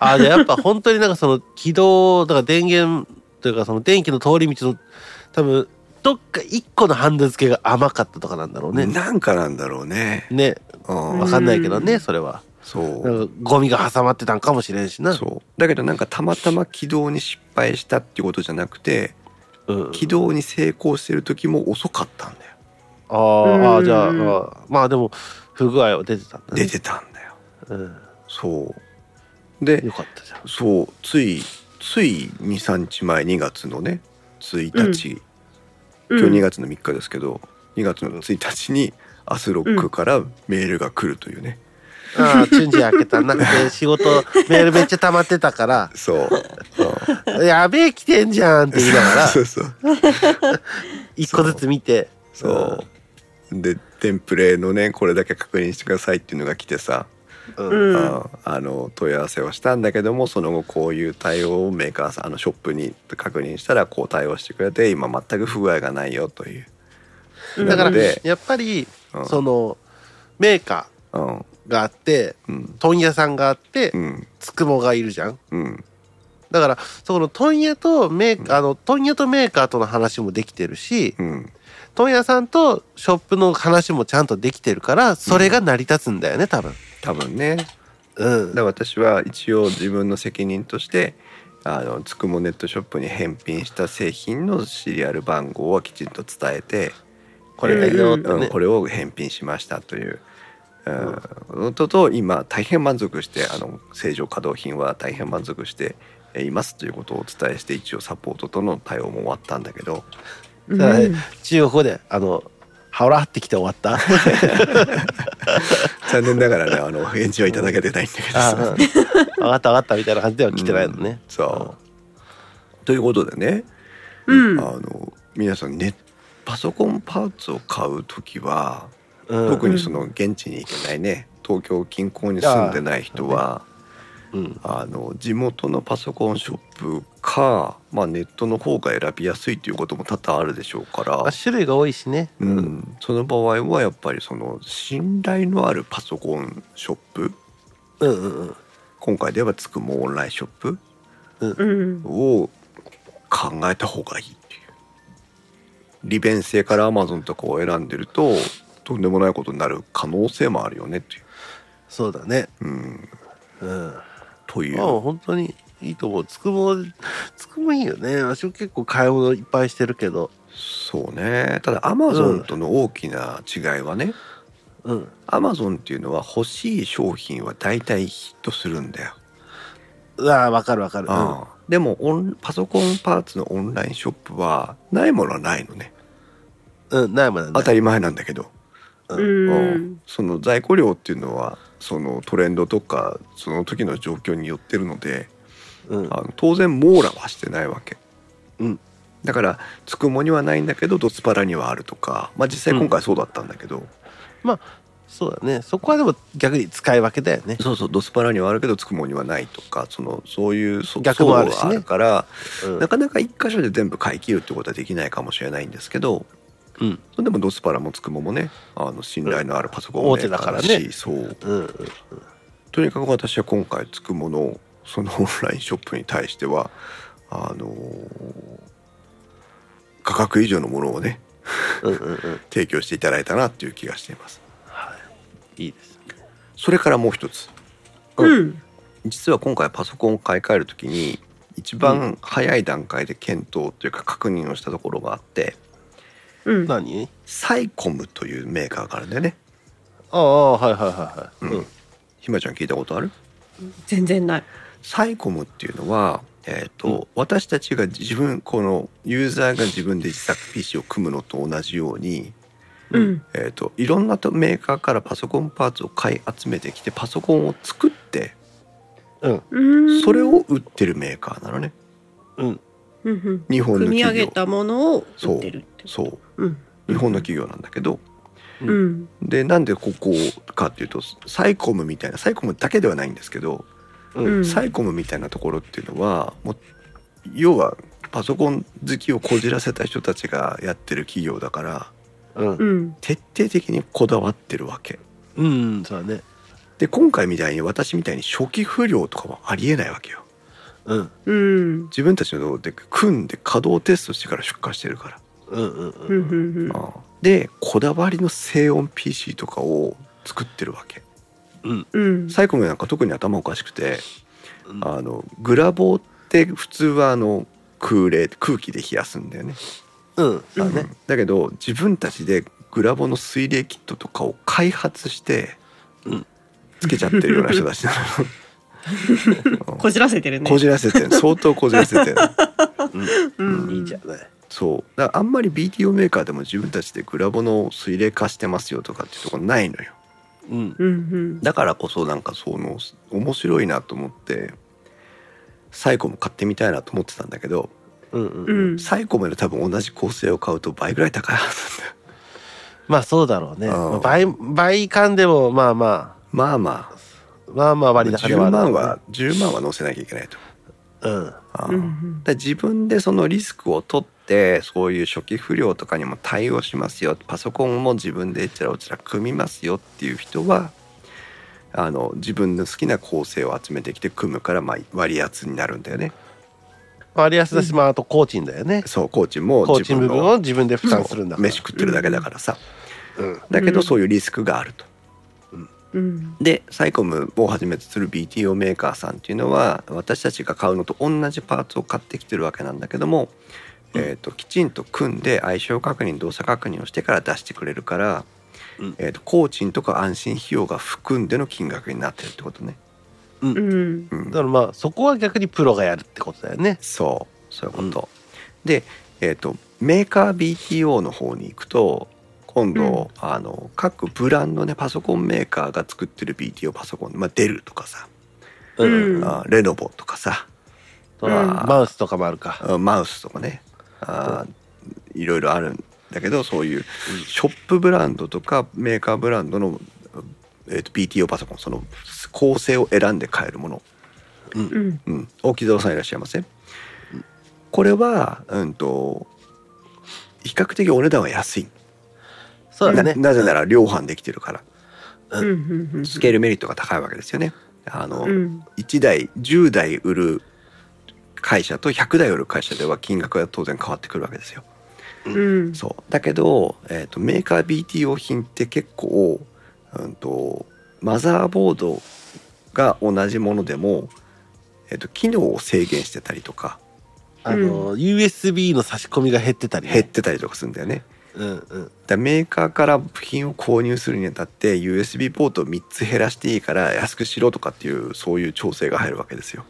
S2: あじゃあやっぱ本当になんかその軌道、だから電源というかその電気の通り道の多分どっか一個のハンダ付けが甘かったとかなんだろうね。
S1: なんかなんだろうね、
S2: ね、
S1: うん
S2: わかんないけどね、それは。
S1: そう
S2: なんかゴミが挟まってたんかもしれんしな。
S1: そうだけどなんかたまたま起動に失敗したっていうことじゃなくて
S2: うん、
S1: 起動に成功してる時も遅かったんだよ
S2: あーあ
S3: う
S2: ー、
S3: ん
S2: じゃああー、まあでも、不具合は出てたんだね。
S1: 出てたんだよ
S2: うん、
S1: そうで
S2: よかったじゃん。
S1: そうついつい23日前2月のね1日、今日2月の3日ですけど2月の1日にアスロックからメールが来るというね、
S2: ああ、チュンジ開けたな。で仕事、メールめっちゃ溜まってたから、
S1: (laughs) そう、う
S2: やべえ、来てんじゃんって言いなが
S1: (laughs)
S2: ら
S1: そ、うそう
S2: 一個ずつ見て。
S1: そうでテンプレのねこれだけ確認してくださいっていうのが来てさ、
S2: うん。
S3: う
S2: うん。
S3: ん
S1: ああの問い合わせをしたんだけどもその後こういう対応をメーカーさんあのショップに確認したらこう対応してくれて今全く不具合がないよという。
S3: うん
S2: (laughs) だから、
S1: で
S2: やっぱり、
S1: うん
S2: その、メーカ
S1: うん
S2: ーがあって、
S1: うん
S2: 問屋さんがあって
S1: う、ん
S2: つくもがいるじゃん。
S1: うん
S2: だから、そこの問屋とメーカー、あの、問屋とメーカーとの話もできてるし、
S1: うん
S2: 問屋さんとショップの話もちゃんとできてるからそれが成り立つんだよね多分
S1: 多分ね
S2: うん
S1: だから私は一応自分の責任としてあのつくもネットショップに返品した製品のシリアル番号はきちんと伝えて
S2: これだよって
S1: うん
S2: ね
S1: これを返品しましたという。うん、ことと今大変満足してあの正常稼働品は大変満足していますということをお伝えして一応サポートとの対応も終わったんだけ
S2: (laughs)
S1: ど
S3: うん
S2: だから中国であの「はおら」ってきて終わった
S1: (laughs) 残念ながらねあの返事はいただけてないんだけど
S2: あ
S1: さ、
S2: 分かった分かったみたいな感じでは来てないのね、
S1: そう。ということでね、
S3: うん
S1: あの皆さんねパソコンパーツを買う時は、
S2: うん
S1: 特にその現地に行けないね東京近郊に住んでない人は
S2: うん
S1: あの地元のパソコンショップかまあ、ネットの方が選びやすいということも多々あるでしょうから、
S2: まあ、種類が多いしね。
S1: う。ん、その場合はやっぱりその信頼のあるパソコンショップ
S2: うんうんうん。
S1: 今回ではつくもオンラインショップ
S3: うん。
S1: を考えた方がいいっていう利便性からアマゾンとかを選んでるととんでもないことになる可能性もあるよねっていう。
S2: そうだね。
S1: うん、
S2: うん。
S1: という
S2: まあ本当にいいと思う。つくも、つくもいいよね。私も結構買い物いっぱいしてるけど。
S1: そうねただアマゾンとの大きな違いはね
S2: うん。
S1: アマゾンっていうのは欲しい商品は大体ヒットするんだよ。
S2: うわあ、わかるわかる。うん
S1: ああでもオンパソコンパーツのオンラインショップはないものはないのね
S2: うん、ないもんね。
S1: 当たり前なんだけど、
S3: うん。
S1: その在庫量っていうのはそのトレンドとかその時の状況によってるので
S2: うん。
S1: あの当然網羅はしてないわけ、
S2: うん
S1: だからつくもにはないんだけどドスパラにはあるとか、まあ、実際今回そうだったんだけど、
S2: そうだね。そこはでも逆に使い分けだよね。
S1: そうそうドスパラにはあるけどつくもにはないとかそのそういうそ
S2: 逆もあるしね
S1: 層があるから、
S2: うん
S1: な。かなか一箇所で全部買い切るってことはできないかもしれないんですけど、
S2: うん。
S1: それでもドスパラもつくももねあの信頼のあるパソコン
S2: 大手だからね
S1: しそう
S2: うん。
S1: とにかく私は今回つくものそのオ (laughs) ンラインショップに対してはあのー価格以上のものをね
S2: うん。うん。うん。
S1: 提供していただいたなっていう気がしています
S2: はい。いいです。
S1: それからもう一つ
S3: うん。
S1: 実は今回パソコンを買い替える時に一番早い段階で検討というか確認をしたところがあって
S3: うん。
S2: 何
S1: サイコムというメーカーがあるんだよね
S2: ああ、はいはいはいはい。
S1: うんひまちゃん聞いたことある
S3: 全然ない。
S1: サイコムっていうのは、えーと私たちが自分このユーザーが自分で自作 PC を組むのと同じように、
S3: うん。
S1: えー、といろんなとメーカーからパソコンパーツを買い集めてきてパソコンを作って
S2: うん。
S3: うん。
S1: それを売ってるメーカーなのね
S2: うん。
S3: うんうん
S1: 日本の
S3: 組み上
S1: 企
S3: げ
S1: 業
S3: たものを売ってるって。
S1: そう
S3: うん。
S1: 日本の企業なんだけど
S3: うん。
S1: でなんでここかっていうとサイコムみたいなサイコムだけではないんですけど、
S2: う
S3: うん。
S1: サイコムみたいなところっていうのはもう要はパソコン好きをこじらせた人たちがやってる企業だから
S2: うん
S3: う。ん。
S1: 徹底的にこだわってるわけ
S2: うん。そうだね。
S1: で今回みたいに私みたいに初期不良とかはありえないわけよ
S2: うん。
S3: うん。
S1: 自分たちので組んで稼働テストしてから出荷してるから、
S2: うんうん
S3: う
S2: うんん。
S3: うん
S1: ああでこだわりの静音 PC とかを作ってるわけ
S3: うん。
S1: サイコムなんか特に頭おかしくて
S2: うん
S1: あのグラボーって普通はあの空冷空気で冷やすんだよね
S2: うん。そ
S1: だ
S2: うだ
S1: ね
S2: ね。
S1: だけど自分たちでグラボの水冷キットとかを開発して、
S2: うん
S1: つけちゃってるような人たちな
S2: (laughs)
S1: の
S3: こじらせてるね。
S1: こじらせてる相当こじらせてる
S3: うん
S2: いいじゃない。
S1: そうだからあんまり BTO メーカーでも自分たちでグラボの水冷化してますよとかっていうとこないのよ
S2: うん。
S3: うんうん。
S1: だからこそなんかその面白いなと思ってサイコム買ってみたいなと思ってたんだけど
S2: うんうん
S3: う
S2: うん。
S3: ん。
S1: サイコムで多分同じ構成を買うと倍ぐらい高いはずなんだよ
S2: まあそうだろうね。
S1: うん
S2: まあ倍、倍感でもまあま
S1: まあまあ
S2: あ、まあまあ割高ではあ
S1: 10
S2: るだろ
S1: 万
S2: うね
S1: は10万は乗せなきゃいけないと
S2: うん。
S1: ああ
S3: うんうん
S1: だから自分でそのリスクを取ってそういう初期不良とかにも対応しますよパソコンも自分でえちらおちら組みますよっていう人はあの自分の好きな構成を集めてきて組むから、まあ、割安になるんだよね
S2: 割安だし、まああとコーチンだよね。
S1: そうコーチも
S2: コーチン部分を
S1: を
S2: 自分で負担するんだから。
S1: 飯食ってるだけだからさ、
S2: うん。
S1: だけ
S3: う
S1: ど
S3: ん
S1: そういうリスクがあると。
S3: うん。
S1: でサイコムをはじめとする BTO メーカーさんっていうのは私たちが買うのと同じパーツを買ってきてるわけなんだけども、えー、ときちんと組んで相性確認動作確認をしてから出してくれるから、
S2: うん
S1: えー、と工賃とか安心費用が含んでの金額になってるってことね。
S3: うん。
S1: うん
S2: だからまあそこは逆にプロがやるってことだよね。
S1: そうそういうこと、で、えー、とメーカー BTO の方に行くと今度、あの各ブランドねパソコンメーカーが作ってる BTO パソコン、まあ、デルとかさ、
S3: うん
S1: あレノボとかさ
S2: とはマウスとかもあるか。
S1: あマウスとかねあいろいろあるんだけどそういうショップブランドとかメーカーブランドの、えー、と BTO パソコンその構成を選んで買えるもの、
S3: うん。
S1: うん、大木蔵さんいらっしゃいませんこれは、うんと、比較的お値段は安い。
S2: そうだ
S1: な
S2: ね。
S1: なぜなら量販できてるから、
S3: うんうんうん
S1: スケールメリットが高いわけですよね。あの、
S3: うん
S1: 1台、10台売る会社と100台売る会社では金額が当然変わってくるわけですよ。
S3: うん
S1: そうだけど、えー、とメーカー BTO 品って結構、うん、とマザーボードが同じものでも、えー、と機能を制限してたりとか
S2: あの、USB の差し込みが減ってたりね。
S1: 減ってたりとかするんだよね。
S2: うんうん。
S1: だからメーカーから部品を購入するにあたって USB ポートを3つ減らしていいから安くしろとかっていうそういう調整が入るわけですよ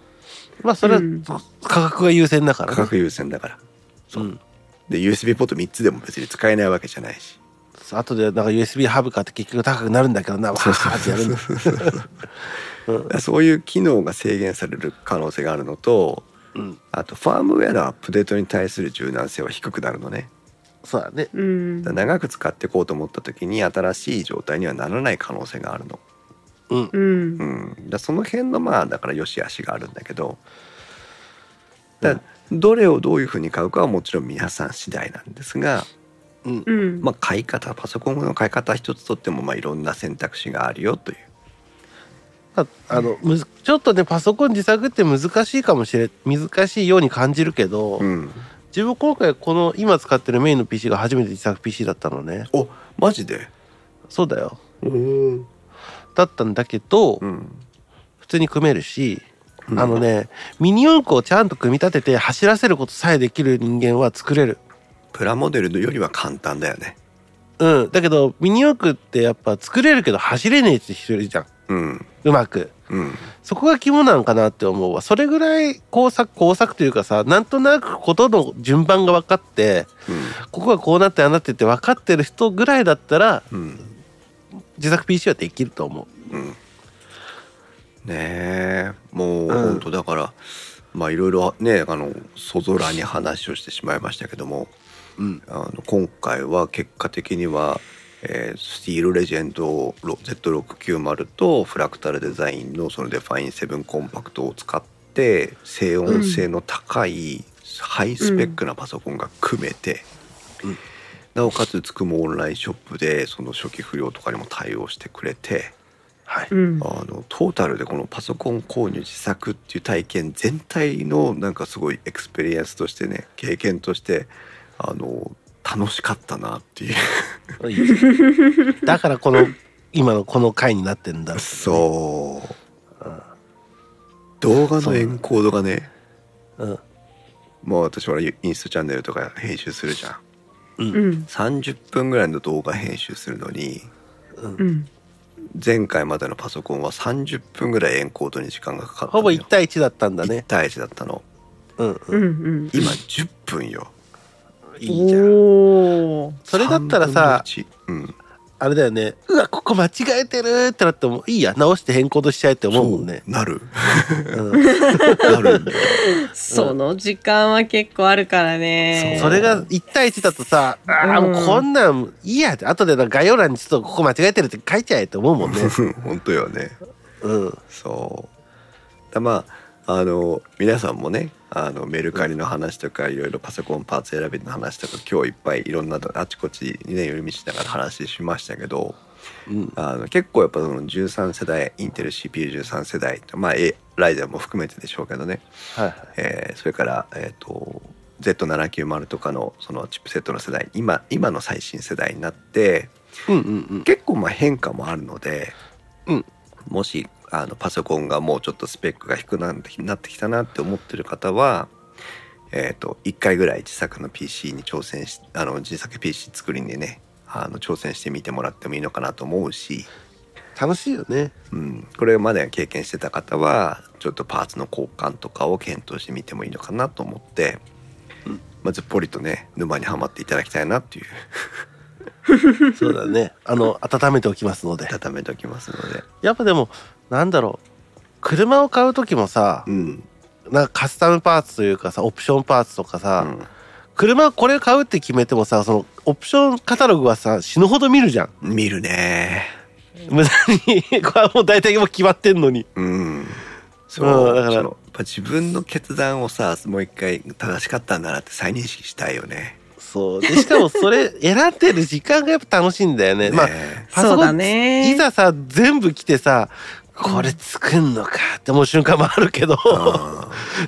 S2: まあそれは
S3: うん
S2: 価格が優先だから
S1: 価
S2: ね。
S1: 格優先だからそう
S2: うん。
S1: で USB ポート3つでも別に使えないわけじゃないし
S2: あとでなんか USB ハブ買って結局高くなるんだけどな、わーってやるんだ。
S1: だからそういう機能が制限される可能性があるのと
S2: うん。
S1: あとファームウェアのアップデートに対する柔軟性は低くなるのね
S2: そうだね。
S3: うん
S1: だから長く使っていこうと思った時に新しい状態にはならない可能性があるの、
S2: うん。
S3: うん
S1: うん、だからその辺のまあだから良し悪しがあるんだけどだからどれをどういうふうに買うかはもちろん皆さん次第なんですが、
S2: うん。
S3: うん
S1: まあ、買い方パソコンの買い方一つとってもまあいろんな選択肢があるよという
S2: ああの、むずちょっとね、パソコン自作って難しいかもしれ、難しいように感じるけど、
S1: うん
S2: 自分今回この今使ってるメインの PC が初めて自作 PC だったのね。
S1: おマジで
S2: そうだよ。
S1: うん
S2: だったんだけど、普通に組めるし、
S1: うん
S2: あのね、ミニ四駆をちゃんと組み立てて走らせることさえできる人間は作れる。
S1: プラモデルよりは簡単だよね
S2: うん。だけど、ミニ四駆ってやっぱ作れるけど走れねえって人いるじゃん。
S1: うん
S2: うまく。
S1: うん
S2: そこが肝なんかなって思うわ。それぐらい工作、工作というかさ、なんとなくことの順番が分かって、ここがこうなってああなってって分かってる人ぐらいだったら、
S1: うんうん
S2: 自作 PC はできると思
S1: う
S2: う。
S1: ん、ねえもう
S2: うん
S1: 本当だから、まあいろいろねあのそぞらに話をしてしまいましたけども
S2: うん。
S1: あの今回は結果的には、えースティールレジェンド Z690 とフラクタルデザインのそのデファイン7コンパクトを使って静音性の高いハイスペックなパソコンが組めて、
S2: うん
S1: なおかつつくもオンラインショップでその初期不良とかにも対応してくれて。
S2: はい。
S3: うん
S1: あのトータルでこのパソコン購入自作っていう体験全体のなんかすごいエクスペリエンスとしてね経験としてあの楽しかったなっていう
S2: (laughs)
S1: (laughs)
S2: だからこの、今のこの回になってるんだ。
S1: そう
S2: うん。
S1: 動画のエンコードがね
S2: うん。
S1: もう私ほらインスタチャンネルとか編集するじゃん
S3: うん
S1: 30分ぐらいの動画編集するのに
S3: うん
S1: 前回までのパソコンは30分ぐらいエンコードに時間がかかった
S2: ほぼ
S1: のよ
S2: 1対1だったんだ
S1: 1
S2: ね。
S1: 対1だったの
S2: うん。
S3: うんうん
S1: 今10分よ
S2: いいじゃん。
S3: おー
S2: それだったらさ
S1: 3分の1うん
S2: あれだよね。うわ、ここ間違えてるってなっても、いいや、直して変更としちゃえって思うもんね。
S1: そうなる
S2: うん。
S1: なるんだよ
S3: その時間は結構あるからね
S2: それが1対1だとさ、ああ、もうこんなん、いいやって、後でなんか概要欄にちょっとここ間違えてるって書いちゃえって思うもんね。
S1: うん本当よね
S2: うん。
S1: そうだまああの皆さんもねあのメルカリの話とかいろいろパソコンパーツ選びの話とか今日いっぱいいろんなあちこちにね寄り道しながら話しましたけど
S2: うん。
S1: あの結構やっぱその13世代インテル CPU13 世代まあ、A、ライゼンも含めてでしょうけどね、
S2: はいはい。
S1: えーそれから、えー、と Z790 とかのそのチップセットの世代今今の最新世代になって
S2: うんうん
S1: 結構まあ変化もあるので、
S2: うん
S1: もしあのパソコンがもうちょっとスペックが低くなってきたなって思ってる方は、えー、と1回ぐらい自作の PC に挑戦しあの自作 PC 作りにねあの挑戦してみてもらってもいいのかなと思うし、
S2: 楽しいよね。
S1: うん、これまで経験してた方はちょっとパーツの交換とかを検討してみてもいいのかなと思って、
S2: うん
S1: まずっぽりとね沼にはまっていただきたいなっていう
S2: そうだね。あの、温めておきますので。
S1: 温めておきますので。
S2: やっぱでも、なんだろう。車を買う時もさ
S1: う、ん
S2: なんかカスタムパーツというかさ、オプションパーツとか
S1: う
S2: さ、
S1: ん
S2: 車これ買うって決めてもさ、そのオプションカタログはさ、死ぬほど見るじゃん。
S1: 見るね
S2: 無駄に。これはもう大体もう決まってんのに。
S1: うんそう、
S2: うんだから
S1: そのやっぱ自分の決断をさもう一回正しかったんだなって再認識したいよね。
S2: そうでしかもそれ選んでる時間がやっぱ楽しいんだよねまあ
S1: ね
S2: パソ
S3: そう
S2: コ
S3: だ
S2: ン、
S3: ね
S2: いざさ全部来てさこれ作んのかって思う瞬間もあるけど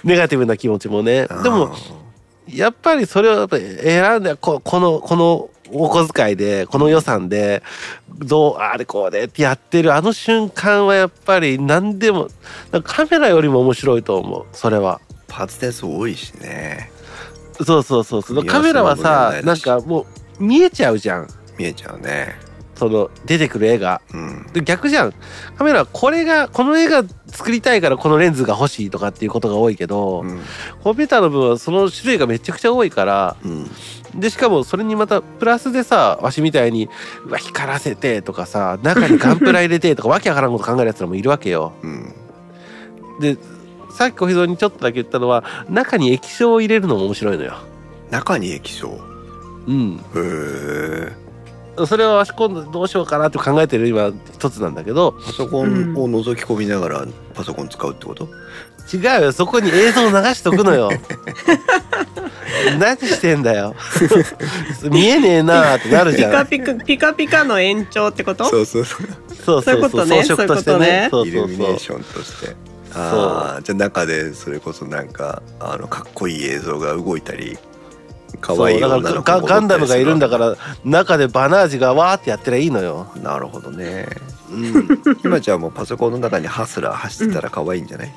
S2: ネガティブな気持ちもね
S1: うん
S2: でもやっぱりそれをやっぱり選んでここのこのお小遣いでこの予算でどうあれこうでってやってるあの瞬間はやっぱり何でもなんかカメラよりも面白いと思うそれは。
S1: パーツ点数多いしね
S2: そうそうそうそう
S1: 組み合
S2: カ
S1: わせ
S2: メラは
S1: も問
S2: さ
S1: 題
S2: な
S1: だ
S2: ん
S1: し
S2: かもう見えちゃうじゃん
S1: 見えちゃうね。
S2: その出てくる絵が。
S1: うん、
S2: で逆じゃんカメラはこれがこの絵が作りたいからこのレンズが欲しいとかっていうことが多いけど、
S1: うん
S2: コンピューターの分はその種類がめちゃくちゃ多いから
S1: うん
S2: でしかもそれにまたプラスでさわしみたいにうわ光らせてとかさ中にガンプラ入れて
S1: (laughs)
S2: とかわけわからんこと考えるやつらもいるわけよ。
S1: うん
S2: でさっき小日にちょっとだけ言ったのは中に液晶を入れるのも面白いのよ。
S1: 中に液晶。
S2: うん、
S1: へえ。
S2: それはわし今度どうしようかなって考えてる今一つなんだけど
S1: パソコンを覗き込みながらパソコン使うってこと？
S2: 違うよそこに映像を流しとくの (laughs) よ何してんだよ見えねえなあってなる
S3: ピ
S2: じゃ
S3: カ
S2: ん
S3: ピカピカピカの延長ってこと
S1: そうそうそう。
S2: そうそうそう
S3: そういうことね
S2: 装飾としてねそう
S1: イ
S2: そ
S1: ル
S2: う
S1: ミネ
S2: そう
S1: ーションとして。ああじゃあ中でそれこそなんかあのかっこいい映像が動いたり可愛い
S2: そ
S1: 女
S2: うだ
S1: の子
S2: からガガンダムがいるんだからら中でバナージがわーってやってりゃいいのよ、
S1: なるほどね
S2: うん、
S1: 今ちゃんもパソコンの中にハスラー走ってたら可愛いんじゃない、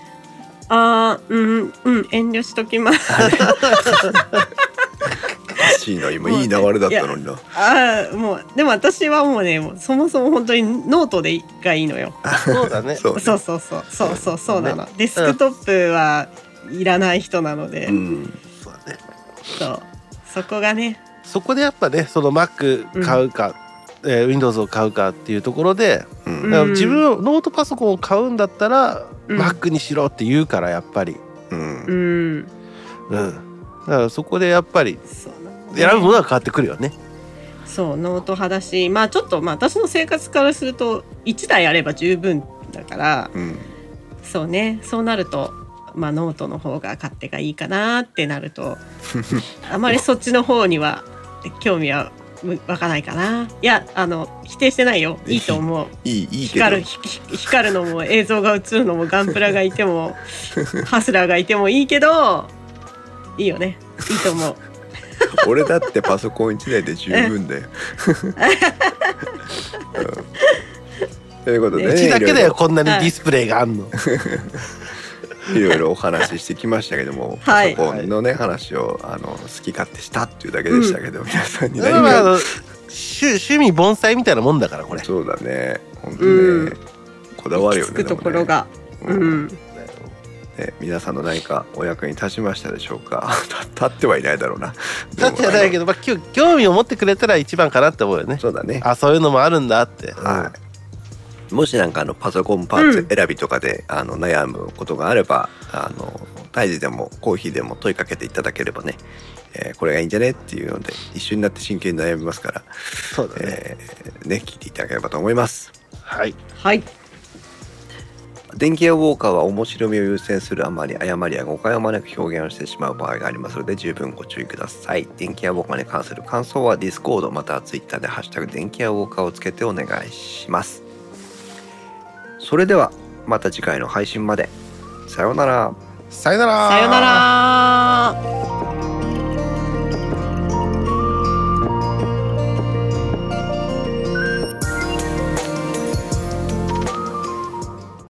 S3: ああうんうん遠慮しときます
S1: らしいな今いい流れだったのにな
S3: ああもうでも私はもうねもうそもそも本当にノートでがいいのよ
S2: そうだね
S1: そうね
S3: そうそうそうそうそうそうなの、デスクトップはいらない人なので、
S1: うん
S2: そうだね
S3: そうそこがね
S2: そこでやっぱねその Mac 買うか、えー Windows を買うかっていうところで、
S1: うん
S3: うん
S2: だから自分をノートパソコンを買うんだったら、
S3: うん
S2: Mac にしろって言うからやっぱり、
S1: うん
S3: う、ん
S2: うん、だからそこでやっぱり
S3: そうなのね
S2: 選ぶものが変わってくるよね
S3: そうノート派だしまあちょっとまあ私の生活からすると1台あれば十分だから
S1: うん
S3: そうねそうなるとまあノートの方が勝手がいいかなってな
S1: (laughs)
S3: るとあまりそっちの方には興味は湧かないかないやあの否定してないよいいと思う
S1: いいいいけど
S3: 光るひひ光るのも映像が映るのもガンプラがいて
S1: (laughs)
S3: もハスラーがいてもいいけどいいよねいいと思う
S1: 俺だってパソコン1台で十分
S2: (laughs)
S1: だよ、うんということで、ね、
S2: うちだけだ
S1: いろい
S2: よ
S1: ろ
S2: こんなにデ
S3: はい
S2: ィスプレイがあんの、
S1: (laughs) いろいろお話ししてきましたけども、
S3: はい
S1: パソコンのね話をあの好き勝手したっていうだけでしたけど、皆さんに
S2: まあ
S1: 何
S2: まああ
S1: が、
S2: の趣趣味盆栽みたいなもんだからこ
S1: (laughs)
S2: れ
S1: そうだね本当ね、
S3: うん
S1: こだわるよ
S3: 行
S1: ね
S3: き着くところが、
S1: でも
S3: う
S1: ねうん
S3: ん
S1: ね皆さんの何かお役に立ちましたでしょうか (laughs) 立ってはいないだろうな
S2: だってないけ
S1: ど
S2: ど、まあ、きゅ興味を持ってくれたら一番かなって思うよね
S1: そうだね
S2: あそういうのもあるんだって、
S1: はい、もしなんかあのパソコンパーツ選びとかで、あの悩むことがあればあの大事でもコーヒーでも問いかけていただければね、えーこれがいいんじゃねっていうので一緒になって真剣に悩みますから、
S2: そうだね、
S1: えーね聞いていただければと思います。
S2: はい
S3: はい
S1: 電気屋ウォーカーは面白みを優先するあまり誤りや誤解を招く表現をしてしまう場合がありますので十分ご注意ください電気屋ウォーカーに関する感想はディスコードまたはツイッターで「ハッシュタグ電気屋ウォーカー」をつけてお願いしますそれではまた次回の配信までさようなら
S2: さよなら
S3: さよなら